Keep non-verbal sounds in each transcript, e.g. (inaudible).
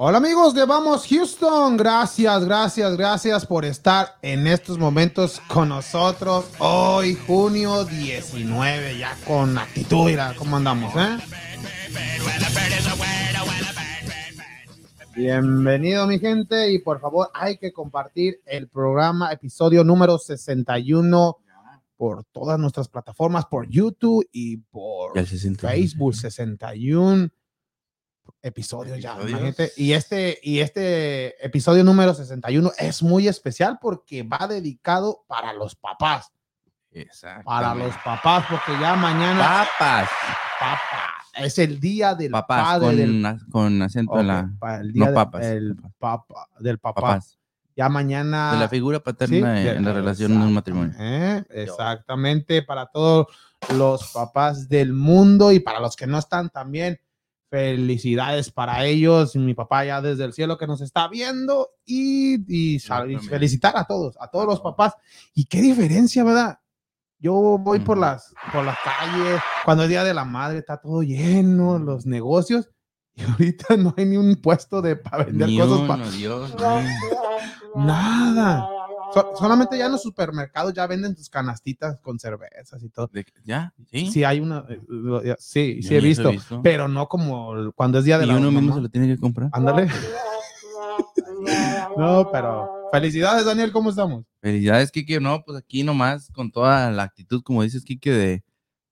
Hola amigos de Vamos Houston, gracias, gracias, gracias por estar en estos momentos con nosotros hoy, junio 19, ya con actitud, mira cómo andamos, ¿eh? Bienvenido mi gente y por favor hay que compartir el programa, episodio número 61 por todas nuestras plataformas, por YouTube y por Ya se siente. Facebook 61 episodios ya, Episodios. imagínate. Y este, y este episodio número 61 es muy especial porque va dedicado para los papás, Exacto. para los papás, porque ya mañana papas. papá, es el día del Papas padre, con, del, ac- con acento en la. Ok, pa- el no día del- papas, del papá, del papá. Papas. Ya mañana. de la figura paterna Sí, de- en, en la relación en un matrimonio. ¿Eh? Exactamente, para todos los papás del mundo y para los que no están también, felicidades para ellos. Mi papá ya desde el cielo que nos está viendo y, y sal- y Exactamente. felicitar a todos, a todos A los todos. papás. Y qué diferencia, ¿verdad? Yo voy por Ujú. las, por las calles, cuando es Día de la Madre está todo lleno, los negocios, y ahorita (laughs) no hay ni un puesto de para vender Ni cosas. uno, pa- Dios. no. Nada. So- solamente ya en los supermercados ya venden tus canastitas con cervezas y todo. ¿De qué? ¿Ya? Sí. Sí, hay una. eh, lo- ya- Sí, Yo sí he ni eso visto, Pero no como el- cuando es día de Y la uno mismo mamá. se lo tiene que comprar. Ándale. (laughs) No, pero. Felicidades, Daniel, ¿cómo estamos? Felicidades, Kike. No, pues aquí nomás con toda la actitud, como dices, Kike, de,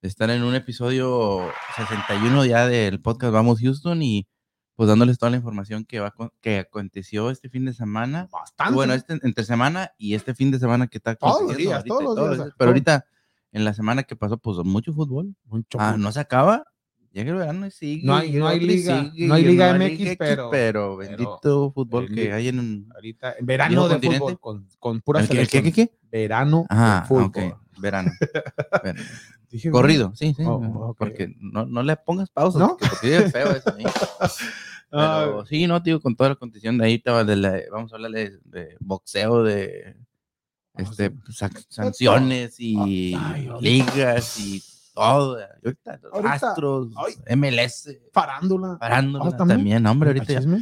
de estar en un episodio 61 ya del podcast Vamos Houston y pues dándoles toda la información que, va, con- que aconteció este fin de semana. Bastante. Bueno, este, entre semana y este fin de semana que está Todos los aconteciendo días, ahorita todos y los días, o sea, Pero todo. ahorita, en la semana que pasó, pues mucho fútbol. Mucho Ah, gusto. no se acaba. Llega el verano y sigue. No hay- y no hay otro y liga, sigue, no hay y el liga no hay MX, pero- pero bendito fútbol el que li- hay en. Ahorita, verano ¿Viejo de fútbol, continente? con, con pura ¿El qué- el qué- qué- selección. qué? Verano de Ah, fútbol. ok. (laughs) Verano. Verano. Dije, Corrido, sí, sí. Oh, no, ok. Porque no, no le pongas pausa, ¿No? porque, porque es feo eso. ¿sí? ah, Pero sí, no, tío, con toda la condición de ahí, estaba de la- vamos a hablar de, de boxeo, de Ah, este, sac- sanciones y Ay, ahorita. ligas y todo. y Ahorita, los Ahorita, Astros, ay. MLS, farándula. parándola Ah, ¿también? también. hombre, ahorita ya. Machismo.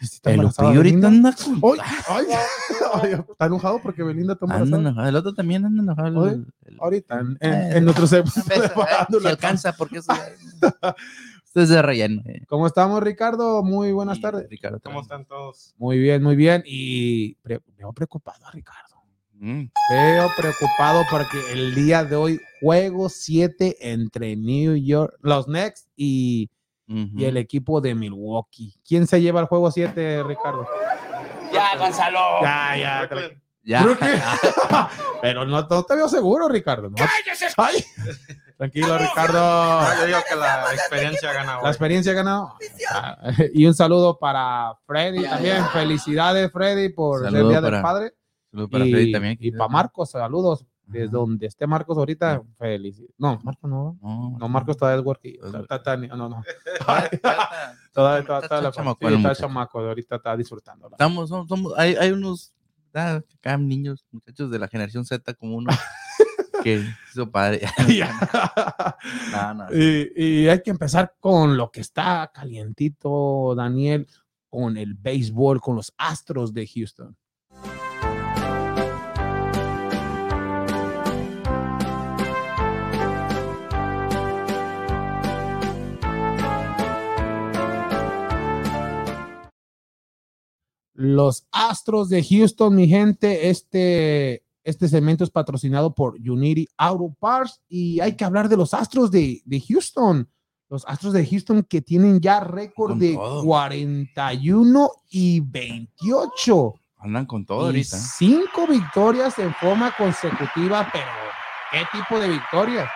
Sí, está El embarazada Lupillo ahorita Belinda. anda con- Ay, ay, (laughs) ay, está enojado porque Belinda toma anda enojado. El otro también anda enojado. el- Oye, el- (laughs) ahorita en, Eh, en, en nuestro Una vez, segmento de eh, farándula. si alcanza, porque eso ya- esto es de relleno. eh. ¿Cómo estamos, Ricardo? Muy buenas Y tardes. Ricardo ¿Cómo también. están todos? Muy bien, muy bien. Y pre- veo preocupado a Ricardo. Mm. Veo preocupado porque el día de hoy juego 7 entre New York, los Knicks y, Mm, y el equipo de Milwaukee. ¿Quién se lleva el juego 7, Ricardo? Ya, Gonzalo. Ya, Oh, ya. te la- Brooklyn. Ya. Brooklyn. (laughs) Pero no, no te veo seguro, Ricardo. ¿no? Ay. (laughs) Tranquilo, Ricardo. Ah, yo digo que la experiencia gana La hoy. experiencia ganada. (laughs) Y un saludo para Freddy también. Felicidades, Freddy, por el Saludo Día para- del Padre. Saludos para Freddy Y, también. y para Marcos, saludos. Desde Ajá. donde esté Marcos ahorita, felicidades. No, Marcos no. No, Pues No, Marcos todavía es working. Es Está- está- está- no, (laughs) no. Falta- Todavía todavía- Está todavía la- sí, chamaco, el está muchacho. chamaco. Ahorita está (laughs) disfrutando. (laughs) Estamos, somos, somos- hay, hay unos, ah, acá niños, muchachos de la generación Z (laughs) como uno que hizo padre. (laughs) No, no. Y, y hay que empezar con lo que está calientito, Daniel, con el béisbol, con los Astros de Houston. Los Astros de Houston, mi gente, este, este segmento es patrocinado por Unity Auto Parts y hay que hablar de los Astros de, de Houston. Los Astros de Houston que tienen ya récord Con de todo. 41 y 28. Andan con todo Y ahorita. cinco victorias en forma consecutiva, pero ¿qué tipo de victorias?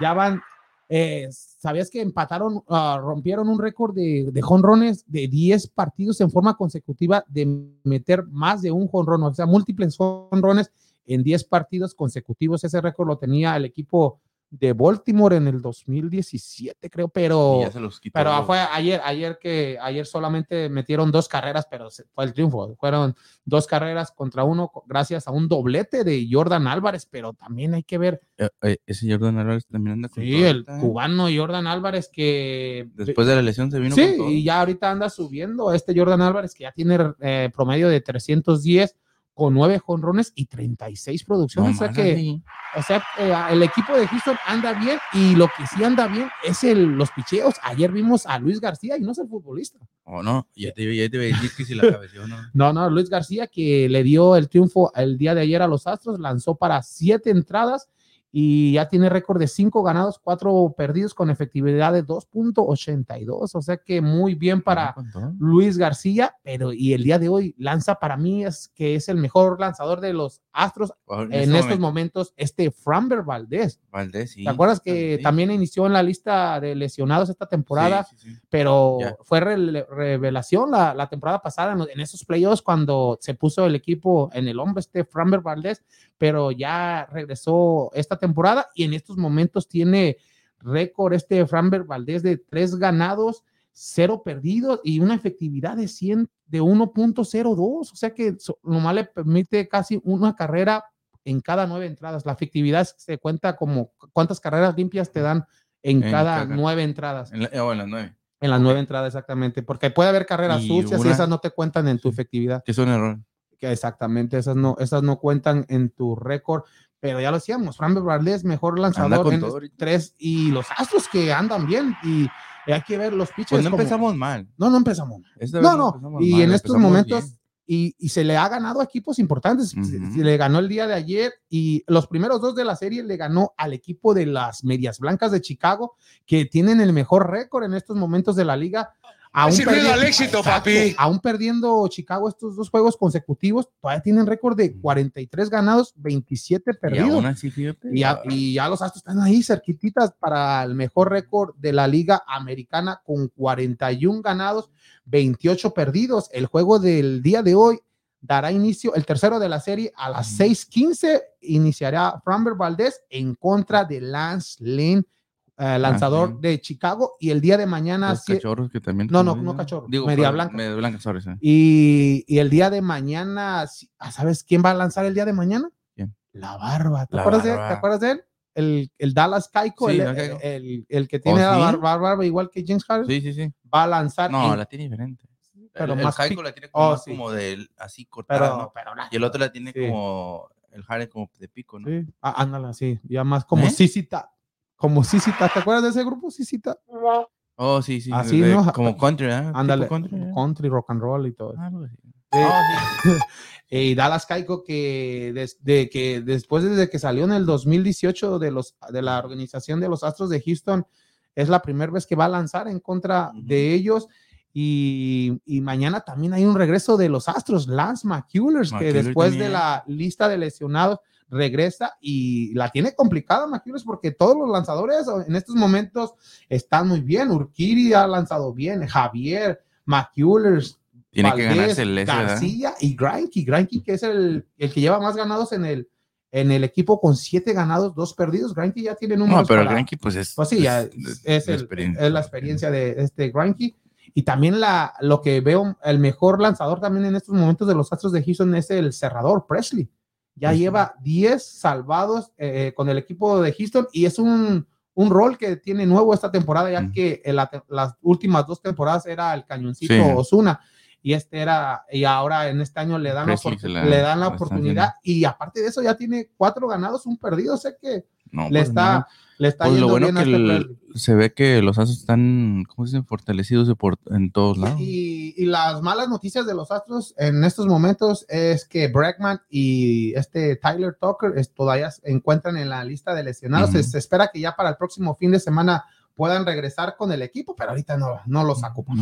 Ya van, eh, ¿sabías que empataron, ah, rompieron un récord de, de jonrones de 10 partidos en forma consecutiva de meter más de un jonrón, o sea, múltiples jonrones en 10 partidos consecutivos? Ese récord lo tenía el equipo de Baltimore en el 2017, creo, pero... Y ya se los quitó. Pero fue ayer, ayer que ayer solamente metieron dos carreras, pero se- fue el triunfo. Fueron dos carreras contra uno co- gracias a un doblete de Jordan Álvarez, pero también hay que ver, Eh, eh, ese Jordan Álvarez también anda con sí, todo el ahorita, ¿eh? cubano Jordan Álvarez que... Después de la lesión se vino Sí, con todo. y ya ahorita anda subiendo este Jordan Álvarez que ya tiene eh, promedio de 310 con nueve jonrones y 36 No producciones. o sea más, que, así. o sea, eh, el equipo de Houston anda bien y lo que sí anda bien es el, los picheos. Ayer vimos a Luis García y no es el futbolista. O no, ya te, ya te iba a decir que (laughs) si la cabeceó no. No, no, Luis García, que le dio el triunfo el día de ayer a los Astros, lanzó para siete entradas y ya tiene récord de cinco ganados, cuatro perdidos con efectividad de 2.82. O sea que muy bien No, para con todo. Luis García, pero y el día de hoy lanza para mí es que es el mejor lanzador de los Astros Ahora, en, en, este estos momento, momentos, este Framber Valdez. Valdés, sí, ¿Te acuerdas que Valdés. también inició en la lista de lesionados esta temporada? Sí, sí, sí. pero Ya. fue rele- revelación la, la temporada pasada en, lo- en esos playoffs cuando se puso el equipo en el hombro este Framber Valdez, pero ya regresó esta temporada y en estos momentos tiene récord este Framber Valdez de tres ganados, cero perdidos y una efectividad de 100 de 1.02, o sea que so- nomás le permite casi una carrera en cada nueve entradas. La efectividad se cuenta como cu- cuántas carreras limpias te dan en, En cada cada- nueve entradas. En la- eh, o en las nueve. En las nueve entradas, exactamente. Porque puede haber carreras Y sucias y una- esas no te cuentan en tu efectividad. Que es un error. Que exactamente, esas no, esas no cuentan en tu récord. Pero ya lo decíamos, Framber Valdez, mejor lanzador con en todo es- ahorita. tres. Y los astros que andan bien. Y hay que ver los pitches. Pues no como- empezamos mal. No, no empezamos. Esta vez No, no. empezamos Y mal, en estos empezamos momentos, bien. y, y se le ha ganado a equipos importantes. Se- Ujú. se le ganó el día de ayer y los primeros dos de la serie le ganó al equipo de las Medias Blancas de Chicago, que tienen el mejor récord en estos momentos de la liga. Aún sirvido perdi- al éxito, Exacto. papi. Aún perdiendo Chicago estos dos juegos consecutivos, todavía tienen récord de 43 ganados, 27 Y perdidos. aún así, fíjate. Y ya, y ya los Astros están ahí cerquititas para el mejor récord de la Liga Americana con 41 ganados, 28 perdidos. El juego del día de hoy dará inicio, el tercero de la serie, a las 6:15. Iniciará Framber Valdez en contra de Lance Lynn, eh, lanzador Lynn. de Chicago. Y el día de mañana, Los sí- cachorros que también. No, no, como no digo. cachorros, Digo, media perdón, blanca. Media blanca, sorry, sorry. y, y el día de mañana, sí- ah, ¿sabes quién va a lanzar el día de mañana? ¿Quién? La barba. ¿Te, La acuerdas, De, Barba. ¿te acuerdas de él? El, el Dallas Keiko, Sí, el, Dallas Keuchel. el- el que tiene ¿Oh, la sí? bar- bar- barba igual que James Harden, Sí, sí, sí. va a lanzar. No, en- la tiene diferente. Pues, ah, pero el, el más Jaico pic- la tiene como, Oh, más sí. como de así cortada, pero, ¿no? pero la- Y el otro la tiene Sí. como el Harden como de pico, ¿no? sí. Ah, ándala, sí, ya más como ¿Eh? Sisita. Como Sisita, ¿te acuerdas de ese grupo Sisita? Oh, sí, sí. Así, de- ¿no? Como country, ¿eh? Tipo Ándale, Country. ¿eh? country, rock and roll y todo. Ah, algo así. Sí. Oh, sí. Eh, Y Dallas Caico que desde que después desde que salió en el 2018 de los de la organización de los Astros de Houston es la primera vez que va a lanzar en contra Ujú. de ellos y, y mañana también hay un regreso de los Astros Lance McCullers que McCullers después de también. la lista de lesionados regresa y la tiene complicada McCullers porque todos los lanzadores en estos momentos están muy bien Urquiri ha lanzado bien Javier McCullers Tiene que Valdés, ganarse el ese, ¿verdad? García y Granky. Granky, que es el, el que lleva más ganados en el, en el equipo con siete ganados, dos perdidos. Granky ya tiene números. No, pero el para- Granky, pues es. Pues sí, ya es, es el- experiencia. es la experiencia de este Granky. Y también la, lo que veo, el mejor lanzador también en estos momentos de los Astros de Houston es el cerrador Presley. Ya Presley. lleva 10 salvados eh, con el equipo de Houston y es un, un rol que tiene nuevo esta temporada, ya Ujú. que en la te- las últimas dos temporadas era el cañoncito Sí. Osuna y este era y ahora en este año le dan la, Presley oportu- se la- le dan la la están oportunidad y aparte de eso ya tiene cuatro ganados, un perdido, o sea que No, le pues está no. le está Pues yendo lo bueno bien que a este el- Presley. se ve que los Astros están, ¿cómo se dicen? Fortalecidos de por- en todos lados. Y, y las malas noticias de los Astros en estos momentos es que Bregman y este Tyler Tucker es- todavía se encuentran en la lista de lesionados. Ujú. se, se espera que ya para el próximo fin de semana puedan regresar con el equipo, pero ahorita no, no los ocupan.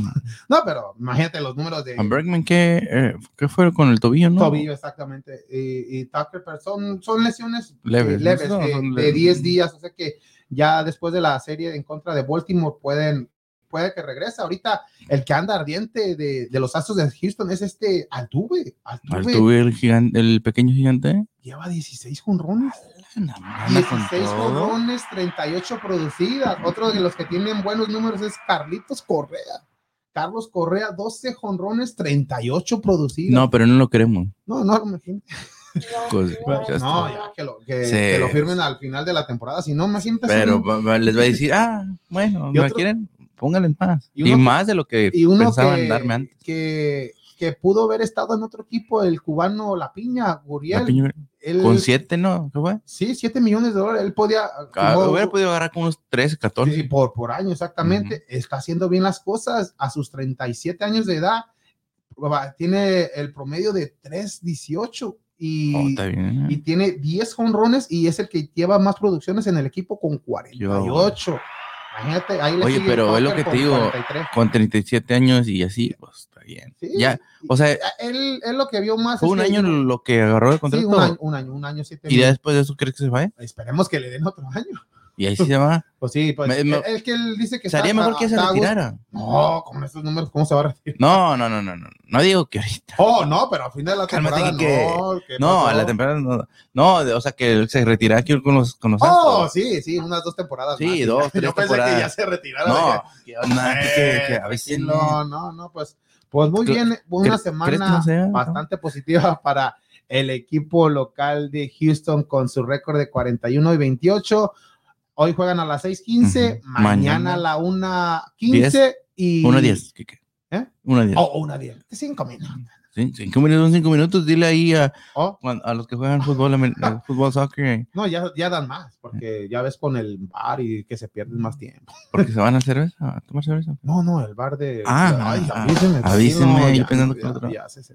No, pero imagínate los números de A Bergman, ¿qué, eh, ¿qué fue con el tobillo, no? tobillo exactamente y, y Tucker, pero son, son lesiones eh, Leves, leves, ¿no? Son- de- son de leves. 10 días, o sea que ya después de la serie en contra de Baltimore pueden puede que regrese. Ahorita el que anda ardiente de, de los Astros de Houston es este Altuve. Altuve Al tuve el, gigante, el pequeño gigante. lleva 16 jonrones. anda- anda con 16 todo. jonrones, 38 producidas. Otro de los que tienen buenos números es Carlitos Correa. Carlos Correa, 12 jonrones, 38 producidas. No, pero no lo queremos. no, no, imagínate. Cos- Pues, ya Pues, no, está. ya que lo, que, Sí. que lo firmen al final de la temporada, si no, me sientes. Pero va- va- les va a decir, ah, bueno, Y ¿me otro- quieren? Pónganles más. y Y, uno que- más de lo que y uno pues, pensaban que, darme antes. que, que pudo haber estado en otro equipo, el cubano La Piña, La Guriel. piña- él- Con siete, ¿no? ¿Qué fue? sí, 7 millones de dólares. Él podía. Ah, firmó- Hubiera podido agarrar con unos 13, 14. Sí, por, por año, exactamente. Está haciendo bien las cosas a sus 37 años de edad. va- Tiene el promedio de 3.18 Oh, y, está bien. y tiene 10 honrones y es el que lleva más producciones en el equipo con 48. Imagínate, ahí le Oye, sigue pero es lo Tucker que te con digo. 43. Con 37 años y así, pues está bien. Sí, eh, Ya, o sea, Él, él lo que vio más. fue es un que- año lo que agarró el Ah, Sí, contrato. un año, un año, un año, siete y ya meses. después de eso, ¿crees que se va? Esperemos que le den otro año. (laughs) Y ahí sí se va. Pues sí, pues. Me- me- él- él que él dice que está- Sería mejor que se está a gusto. retirara. No, con estos números, ¿cómo se va a retirar? (laughs) No, no, no, no, no. No digo que ahorita. Oh, no, pero a fin de la Cálmate, temporada Quique. no. ¿qué No, a la pasó? temporada no. No, de- o sea, que él se retirara aquí con los, con los Oh, Astros. sí, sí, unas dos temporadas. Sí, más. dos, tres (laughs) Yo pensé que ya temporadas. se retirara. "Eh, No, de- que, no, que- que a veces no, no. no, no, pues, pues muy Cre- bien. Una ¿crees que semana no sea? bastante positiva para el equipo local de Houston con su récord de 41 y 28. Hoy juegan a las 6:15, mañana, Ujú. Mañana. a la 1:15 y. Uno a diez, Kike. ¿Eh? Uno a diez. Oh, una 10. Cinco minutos. Sí, cinco minutos, son cinco minutos. Dile ahí a, Oh. cuan- a los que juegan fútbol, amer- eh, fútbol, soccer, No, ya, ya dan más, porque ya ves con el bar y que se pierden más tiempo. porque se van a cerveza, a tomar cerveza. No, no, el bar de. Ah, Ay, ah, avísenme. avísenme, no, yo ya, pensando no, que ya, otro. ya, sí, sí.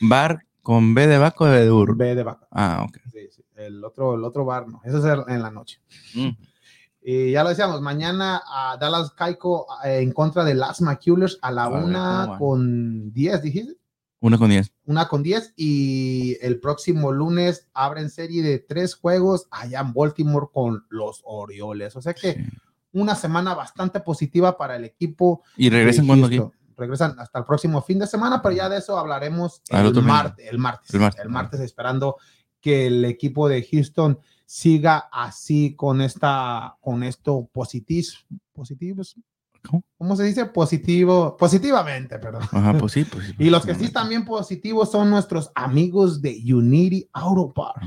Bar con B de Baco de Dur. Ve de vaca. Ah, ok. sí, sí. El, otro, el otro bar no. Eso es el- en la noche. Mm. Y Eh, ya lo decíamos, mañana a Dallas Caico eh, en contra de las McCullers a la A ver, ¿cómo una van? con 10, dijiste. Uno con diez. Una con 10 y el próximo lunes abren serie de tres juegos allá en Baltimore con los Orioles. O sea que Sí. una semana bastante positiva para el equipo Y regresan de cuando aquí. Houston. Regresan hasta el próximo fin de semana, pero ya de eso hablaremos Al el, otro fin. mar- el martes. El El martes. martes. esperando que el equipo de Houston siga así con esta, con esto positis, positivos. ¿Cómo? ¿Cómo se dice? Positivo, positivamente, perdón. Ajá, pues sí, pues sí. Y los que sí están bien positivos son nuestros amigos de Unity Auto Parts.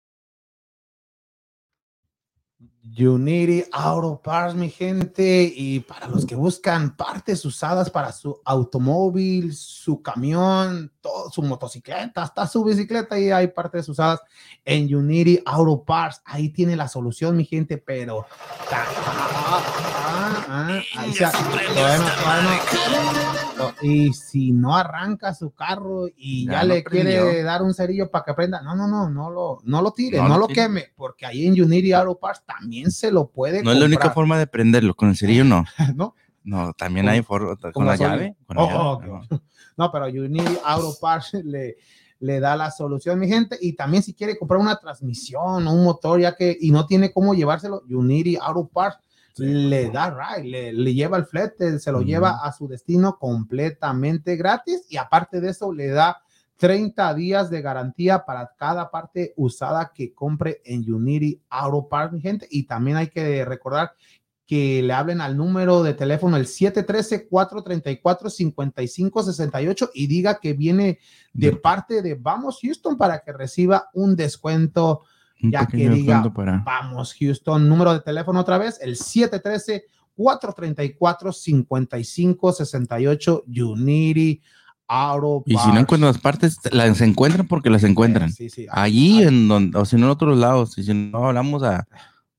Unity Auto Parts, mi gente, y para los que buscan partes usadas para su automóvil, su camión, todo, su motocicleta, hasta su bicicleta, y hay partes usadas en Unity Auto Parts. Ahí tiene la solución, mi gente, pero. ta- ah, ah, ah, ah, o sea, todavía no- todavía no- no, Y si no arranca su carro y Ya ya, lo le quiere prendió. dar un cerillo para que prenda, no, no, no, no lo, no lo tire, No no, lo lo tire. queme, porque ahí en Unity Auto Parts también se lo puede No es la única forma de prenderlo, con el cerillo forma, no. (laughs) ¿no? No, también Con- hay forma con con la gasolina. llave. con la Oh, llave, oh, ok. (laughs) no. No, pero Unity Auto Parts (laughs) le, le da la solución, mi gente. Y también si quiere comprar una transmisión o un motor ya que y no tiene cómo llevárselo, Unity Auto Parts le da ride, le, le lleva el flete, se lo Ujú. lleva a su destino completamente gratis y aparte de eso le da 30 días de garantía para cada parte usada que compre en Unity Auto Parts, mi gente. Y también hay que recordar que le hablen al número de teléfono el 713-434-5568 y diga que viene de parte de Vamos Houston para que reciba un descuento. Un Ya que pequeño diga, descuento para. Vamos Houston, número de teléfono otra vez, el 713-434-5568 Unity Auto Y si no Parts. encuentran las partes, las encuentran porque las encuentran. Sí, ah, sí. Allí Ay, en donde, o si no en otros lados, y si no hablamos a,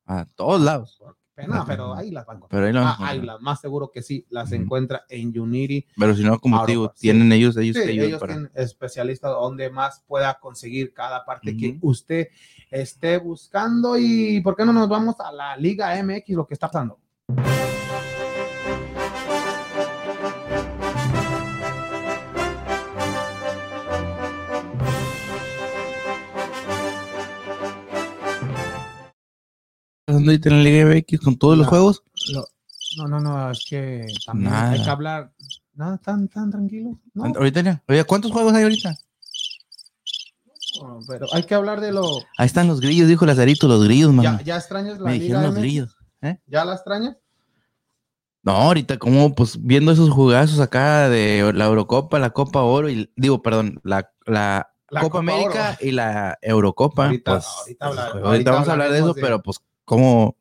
a todos lados. No, pero ahí las van a encontrar. Pero ahí lo Ah, vamos a ahí encontrar. las- más seguro que sí, las Ujú. encuentra en Unity. Pero si no, como te digo, Ahora, sí. tienen ellos, ellos Sí, te ayudan ellos para- tienen especialistas donde más pueda conseguir cada parte que Ujú. usted esté buscando. ¿Y por qué no nos vamos a la Liga MX, lo que está pasando? pasando ahorita en la Liga MX con todos los No. juegos. No, no, no, es que también Nada. hay que hablar. Nada, tan, tan tranquilo. No, Ahorita ya. Oye, ¿cuántos juegos hay ahorita? pero hay que hablar de lo. Ahí están los grillos, dijo Lazarito, los grillos, man. ¿Ya, ya extrañas la Me dijeron Liga los MX? grillos. ¿Ya la extrañas? No, ahorita como pues viendo esos jugazos acá de la Eurocopa, la Copa Oro y digo, perdón, la, la La Copa Copa, América Oro. y la Eurocopa. Ahorita- pues, ahorita habla- ahorita ahorita vamos a hablar de eso, hablaremos de- pero pues como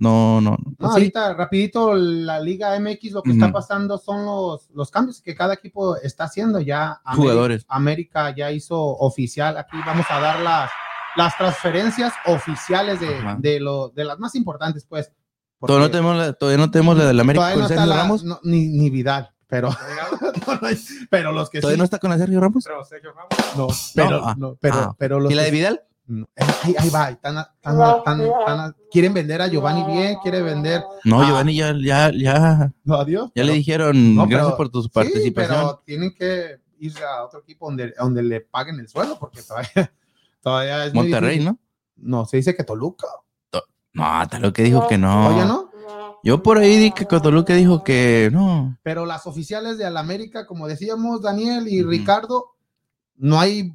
no, no. No, ¿Ah, sí, ahorita rapidito la Liga MX lo que Ujú. está pasando son los, los cambios que cada equipo está haciendo ya. Ameri- Jugadores. América ya hizo oficial, aquí vamos a dar las, las transferencias oficiales de, Ajá. de, lo, de las más importantes, pues. porque todavía no tenemos la, todavía no tenemos la del América todavía con no está Sergio la- Ramos. no, ni, ni Vidal, pero, (laughs) pero los que Todavía no sí, está con la Sergio Ramos. Pero Sergio Ramos. no, pero- no, ah, no, pero, ah. pero los ¿Y la de que- Vidal? no, eh, ahí, ahí va, están, están- están- están- quieren vender a Giovanni bien, quieren vender, No, Ah. Giovanni ya, ya, ya, no, adiós. ya le pero- dijeron No, gracias pero- por tu Sí, participación. pero tienen que irse a otro equipo donde, donde le paguen el sueldo, porque todavía, (laughs) todavía es muy Monterrey, difícil. ¿no? No, se dice que Toluca. No, hasta lo que dijo que no. Oye, ¿no? Yo por ahí di que Cotoluca dijo que no. Pero las oficiales de Alamérica, como decíamos Daniel y Ujú. Ricardo, no hay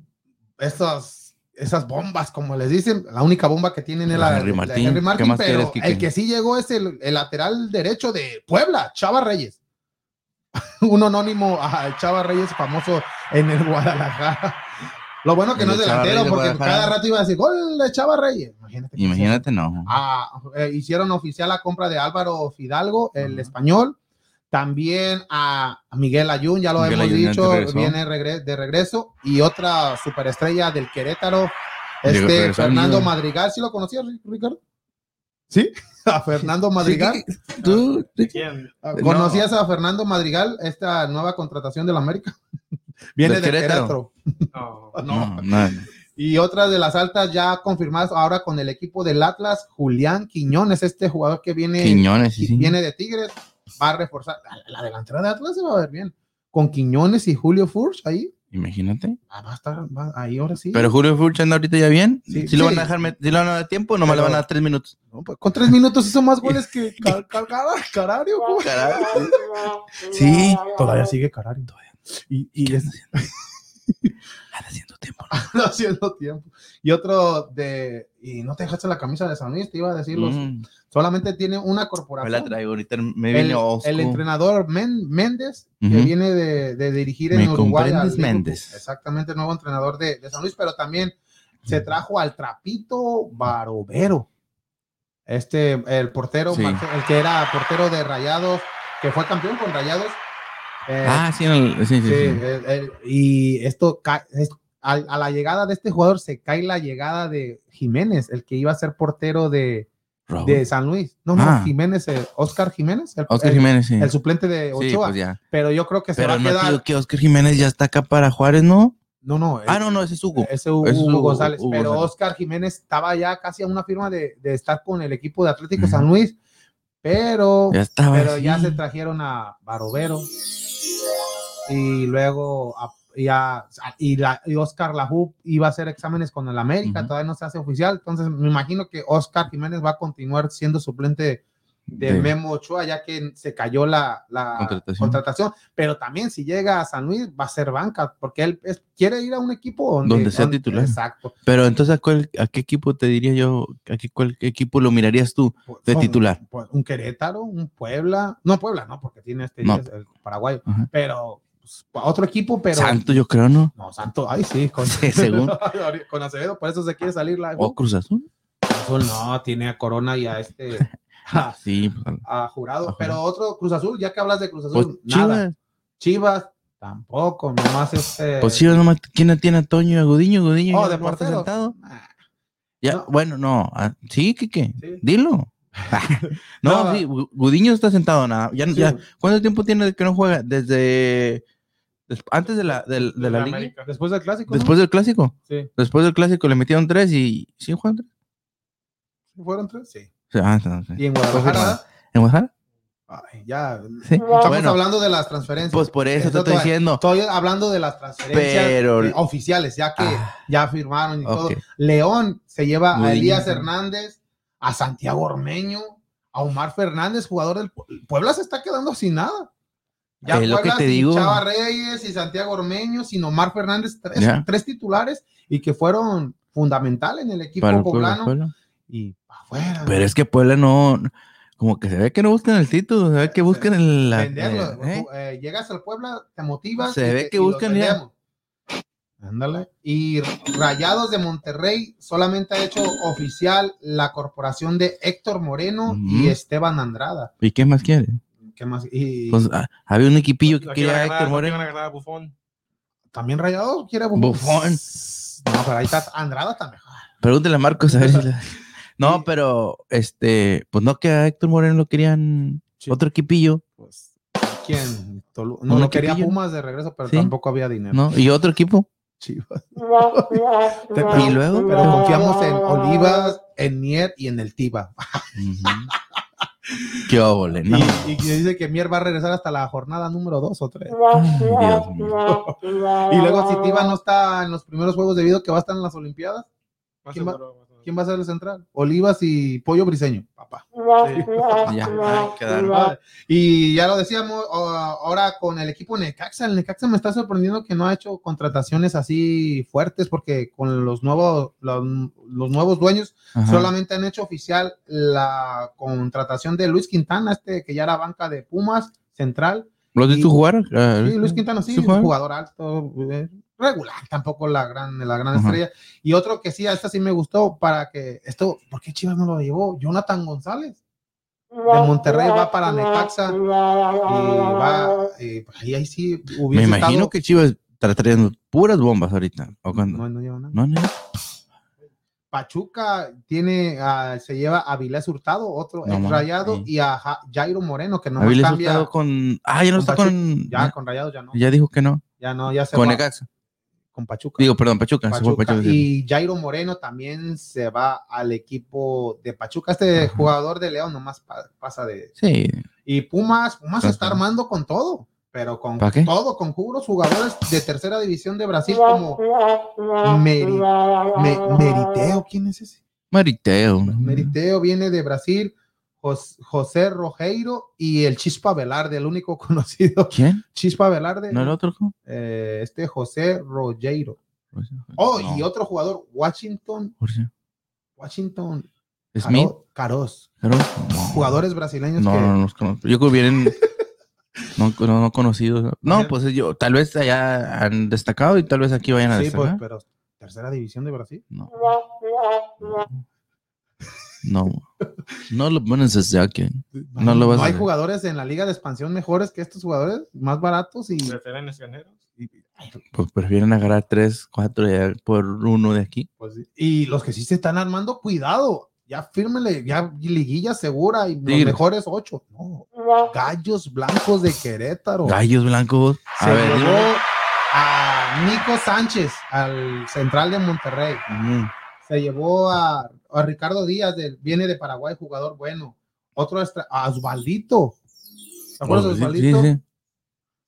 esas, esas bombas, como les dicen. La única bomba que tienen es la, Henry la de Martín. Henry ¿Qué Martín, más pero quieres, Quique? el que sí llegó es el, el lateral derecho de Puebla, Chava Reyes. (laughs) Un anónimo a Chava Reyes, famoso en el Guadalajara. Lo bueno que El no es de Chava delantero, Reyes de porque Guadalajara. cada rato iba a decir gol de Chava Reyes. Imagínate. que Imagínate, no. Ah, eh, hicieron oficial la compra de Álvaro Fidalgo, el Ajá. español. También a a Miguel Ayun, ya lo Miguel hemos Ayun ya dicho, regresó. viene regre- de regreso. Y otra superestrella del Querétaro, Llegó este regresando. Fernando Madrigal. ¿Sí lo conocías, Ri- Ricardo? ¿Sí? (laughs) A Fernando Madrigal. Tú, ¿Quién? Ah, No. ¿Conocías a Fernando Madrigal, esta nueva contratación del (laughs) América? Viene de Del Querétaro. Querétaro. No. No. no, no, no. Y otra de las altas ya confirmadas ahora con el equipo del Atlas, Julián Quiñones, este jugador que viene Quiñones, sí, Qui- sí. viene de Tigres, va a reforzar. La, la delantera de Atlas se va a ver bien. Con Quiñones y Julio Furch ahí. Imagínate. ah, va a estar va- ahí ahora sí. Pero Julio Furch anda ahorita ya bien. Sí, Sí, lo van sí. a dejar, met- sí lo van a dar tiempo, nomás Pero- le van a dar tres minutos. No, pues, con tres minutos hizo (laughs) más goles que Car- Car- Car- Carario. ¿cómo? Sí. Todavía sigue Carario. Y, y es (laughs) Anda haciendo tiempo. haciendo tiempo. Y otro de. Y no te dejaste la camisa de San Luis, te iba a decir. los- Mm, Solamente tiene una me la corporación. traigo ahorita. Me El, vino old el school. entrenador Men- Méndez, que Ujú. viene de, de dirigir en Me Uruguay. al comprendes, Liverpool. Méndez. Exactamente, nuevo entrenador de, de San Luis, pero también se trajo al Trapito Barovero. Este, el portero, Sí. Marce- el que era portero de Rayados, que fue campeón con Rayados. Eh, Ah, sí, en el- sí, sí, sí, sí. el- el- y esto, ca- es- a, a la llegada de este jugador se cae la llegada de Jiménez, el que iba a ser portero de, Raúl. de San Luis. No, no, Ah. Jiménez, eh, Oscar Jiménez. El, Oscar el- Jiménez, sí. el suplente de Ochoa, sí, pues ya. pero yo creo que se va Pero a no te quedar. digo que Oscar Jiménez ya está acá para Juárez, ¿no? No, no, Ah, no, no, ese es Hugo. ese Hugo, ese es Hugo- González, Hugo pero González. Oscar Jiménez estaba ya casi a una firma de, de estar con el equipo de Atlético Ujú. San Luis, pero, Ya estaba. pero ya así. se trajeron a Barovero y luego a, y, a- y la- y Oscar Lajú iba a hacer exámenes con el América, Ujú. todavía no se hace oficial, entonces me imagino que Oscar Jiménez va a continuar siendo suplente de De- Memo Ochoa, ya que se cayó la, la Contratación. contratación. Pero también si llega a San Luis, va a ser banca, porque él es- quiere ir a un equipo donde, Donde sea titular. Exacto. Pero entonces, ¿a, cuál- a qué equipo te diría yo? ¿A qué, cuál equipo lo mirarías tú de Son, titular? pues, un Querétaro, un Puebla. No, Puebla, no, porque tiene este No. es el paraguayo. Ajá. Pero pues, otro equipo, pero. Santo, yo creo, ¿no? (laughs) no, Santo, ay, sí, con, Sí, (laughs) según. con Acevedo, por eso se quiere salir la. ¿O Oh, Cruz Azul? Azul no, tiene a Corona y a (laughs) este. a, Sí, pues, a jurado, Ajá. pero otro Cruz Azul, ya que hablas de Cruz pues Azul, nada. Chivas. Chivas tampoco, nomás este. Pues Chivas nomás, ¿quién tiene a Toño y a Gudiño? Gudiño Oh, ya de no está portero. sentado. Ah, Ya, No. bueno, no. ah, sí, Quique, Sí. (laughs) dilo. No, No. sí, Gu- Gudiño está sentado nada. Ya, Sí, ya. güey. ¿Cuánto tiempo tiene que no juega? Desde des- antes de la, del- de la La liga. América. Después del clásico. ¿no? Después del clásico. Sí. Después del clásico le metieron tres y sí juegan tres. ¿Fueron tres? Sí. Sí, ah, no, sí. Y en Guadalajara, ¿verdad? ¿En Guadalajara? Ay, ya. Sí. Estamos Bueno, hablando de las transferencias. pues por eso te Esto estoy todavía- diciendo. Estoy hablando de las transferencias Pero- eh, oficiales, ya que Ah. ya firmaron y todo. Ok. León se lleva Gudiño. a Elías Hernández, a Santiago Ormeño, a Omar Fernández, jugador del Pue- Puebla se está quedando sin nada. Ya Es lo que Puebla te sin digo. Chava Reyes y Santiago Ormeño, sin Omar Fernández, tres, Ya. tres titulares y que fueron fundamentales en el equipo Para el Puebla, poblano. Puebla. Y afuera. Pero es que Puebla no, como que se ve que no buscan el título, se ve que buscan el... la- venderlo. eh, Eh, llegas al Puebla, te motivas. Se y ve te- que y los buscan ya. vendemos. Ándale. Y Rayados de Monterrey solamente ha hecho oficial la corporación de Héctor Moreno Ujú. y Esteban Andrada. ¿Y qué más quiere? ¿Qué más? Y Pues, ah, había un equipillo Pues, que Aquí quería van a a agarrar- Héctor aquí Moreno. van a agarrar a (laughs) Buffon. también Rayados quiere Bufón. No, pero ahí está Andrada también. Pregúntale a Marcos a ver si (laughs) la- (laughs) No, pero, este, pues no que a Héctor Moreno lo querían Sí. otro equipillo, Pues, ¿quién? Tolu- Un no, no quería equipillo. Pumas de regreso, pero Sí. tampoco había dinero. ¿no? Y otro equipo. Chivas. Te- Y luego, Pero confiamos en Olivas, en Mier y en el Tiva. Ujú. (laughs) Qué óvole, ¿no? (laughs) Y, y que dice que Mier va a regresar hasta la jornada número 2 o 3. (laughs) Dios mío. Y luego si Oh. Tiva no está en los primeros juegos debido a que va a estar en las Olimpiadas, Más ¿Quién va- seguro, más seguro. ¿quién va a ser el central? Olivas y Pollo Briseño, papá. Ya, ay, quedaron. Vale. Y ya lo decíamos, o- ahora con el equipo Necaxa, el Necaxa me está sorprendiendo que no ha hecho contrataciones así fuertes porque con los nuevos, los, los nuevos dueños Ajá. solamente han hecho oficial la contratación de Luis Quintana, este que ya era banca de Pumas, central, ¿Los viste y- jugar? Ah, Sí, Luis Quintana, sí, ¿Sí un juega? jugador alto, eh, regular, tampoco la gran, la gran Ajá. estrella. Y otro que sí, a esta sí me gustó para que esto, ¿por qué Chivas no lo llevó? Jonathan González. De Monterrey va para Necaxa y Y va va, eh, ahí, ahí sí Me hubiese imagino estado- que Chivas está trayendo puras bombas ahorita. ¿O cuándo? No, no lleva nada. No, no. Pachuca tiene, a- se lleva a Vilés Hurtado, otro No, ex man, Rayado, sí. y a Ja- Jairo Moreno, que no Habíles cambia. Hurtado con. Ah, ya no con está Pachuca. con. Ya Ya, con Rayado ya no, dijo que no. ya no, ya se Con va Necaxa. con Pachuca. Digo, perdón, Pachuca. se fue Pachuca. Pachuca, sí. Y Jairo Moreno también se va al equipo de Pachuca. Este Ajá. jugador de León nomás pa- pasa de. Sí. Y Pumas, Pumas se está Ajá. armando con todo, pero con ¿Pa qué? todo, con puros jugadores de tercera división de así Brasil como como meri- me- Me- Meriteo. ¿Quién es ese? Mariteo. Meriteo viene de Brasil. Jos- José Rojeiro y el Chispa Velarde, el único (laughs) conocido ¿Quién? Chispa Velarde, ¿No el otro? cómo? eh, este José Rojeiro. Oh, y No. otro jugador, Washington, ¿Por qué? Washington ¿Smith? Caro- Caros, ¿Caro? jugadores brasileños No, que no, no los conozco. Yo creo que vienen. (laughs) No, no, no conocidos. No, Ajá. pues yo, tal vez allá han destacado y tal vez aquí vayan a sí, pues, destacar. pero tercera división de Brasil. No. No. No lo pones desde aquí. No lo vas a hay hacer. jugadores en la liga de expansión mejores que estos jugadores, más baratos y ¿Prefieren extranjeros? Pues prefieren agarrar tres, cuatro ya por uno de aquí. pues, y los que sí se están armando, cuidado, ya fírmele, ya liguilla segura y los Tigres. mejores ocho. No, Gallos Blancos de Querétaro. Gallos blancos. Oh. se A ver, llevó dime. a Nico Sánchez al Central de Monterrey. Mm. se llevó a, a Ricardo Díaz, del- viene de Paraguay, jugador bueno. Otro extra- a Osvaldito. ¿Te acuerdas de Sí, Osvaldito? sí, sí.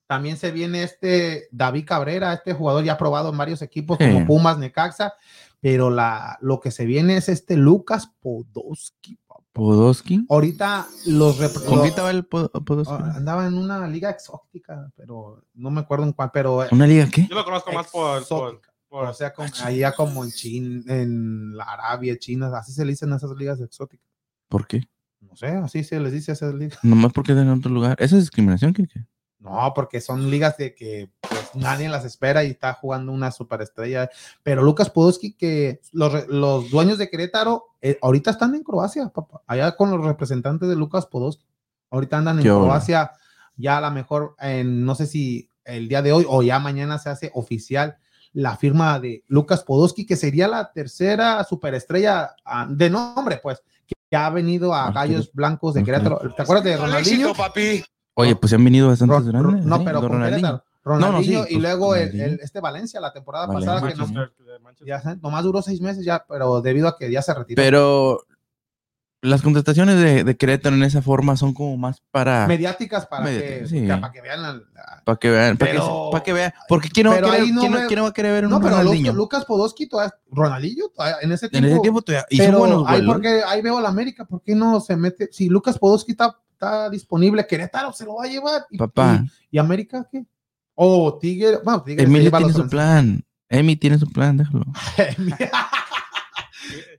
También se viene este David Cabrera, este jugador ya probado en varios equipos Sí. como Pumas, Necaxa, pero la, lo que se viene es este Lucas Podolski. Podolski. Ahorita los rep- ¿Con los- quién estaba el Pod- Podolski? ah, andaba en una liga exótica, pero no me acuerdo en cuál, pero eh, ¿Una liga qué? Yo lo conozco más por, por, exótica. por- o sea, como, allá como en China, en la Arabia, China, así se le dicen esas ligas exóticas. ¿Por qué? No sé, así se les dice a esas ligas. Nomás porque es en otro lugar. ¿Esa es discriminación? ¿Qué, qué? No, porque son ligas de que pues, nadie las espera y está jugando una superestrella. Pero Lucas Podolski, que los, re- los dueños de Querétaro, eh, ahorita están en Croacia, papá. Allá con los representantes de Lucas Podolski. Ahorita andan en Qué bueno. Croacia, ya a lo mejor, en, no sé si el día de hoy o ya mañana se hace oficial la firma de Lucas Podolski, que sería la tercera superestrella ah, de nombre, pues, que ha venido a Martínez. Gallos Blancos de Ujú. Querétaro. ¿Te acuerdas de Ronaldinho? papi. Oye, pues se han venido bastantes Ro- grandes. no, ¿eh? pero Don con Querétaro. no, Ronaldinho sí, y pues, luego el- Ronaldinho. el- este Valencia la temporada Valencia. pasada que no, Manchester, ya se- nomás duró seis meses ya, pero debido a que ya se retiró. Pero las contrataciones de, de Querétaro en esa forma son como más para, mediáticas para, Medi- que, ah, sí. para que vean la- la- para que vean. Para, Pero- que, para que vean. Porque ¿quién no, va a pero querer- ahí no quién no- me- quién no va a querer ver un No, pero Ronaldinho? Lucas, Lucas Podolski, todavía- Ronaldinho, todavía en ese en tiempo. ese tiempo todavía hizo pero buenos ahí, vuelos. porque, ahí veo a la América, ¿por qué no se mete? Si Lucas Podolski está, está disponible, Querétaro se lo va a llevar. Y, Papá, ¿Y, y América qué? O Tigre, bueno, Tigre se Emilio lleva a tiene los su plan. Emi tiene su plan, déjalo. franceses. (laughs)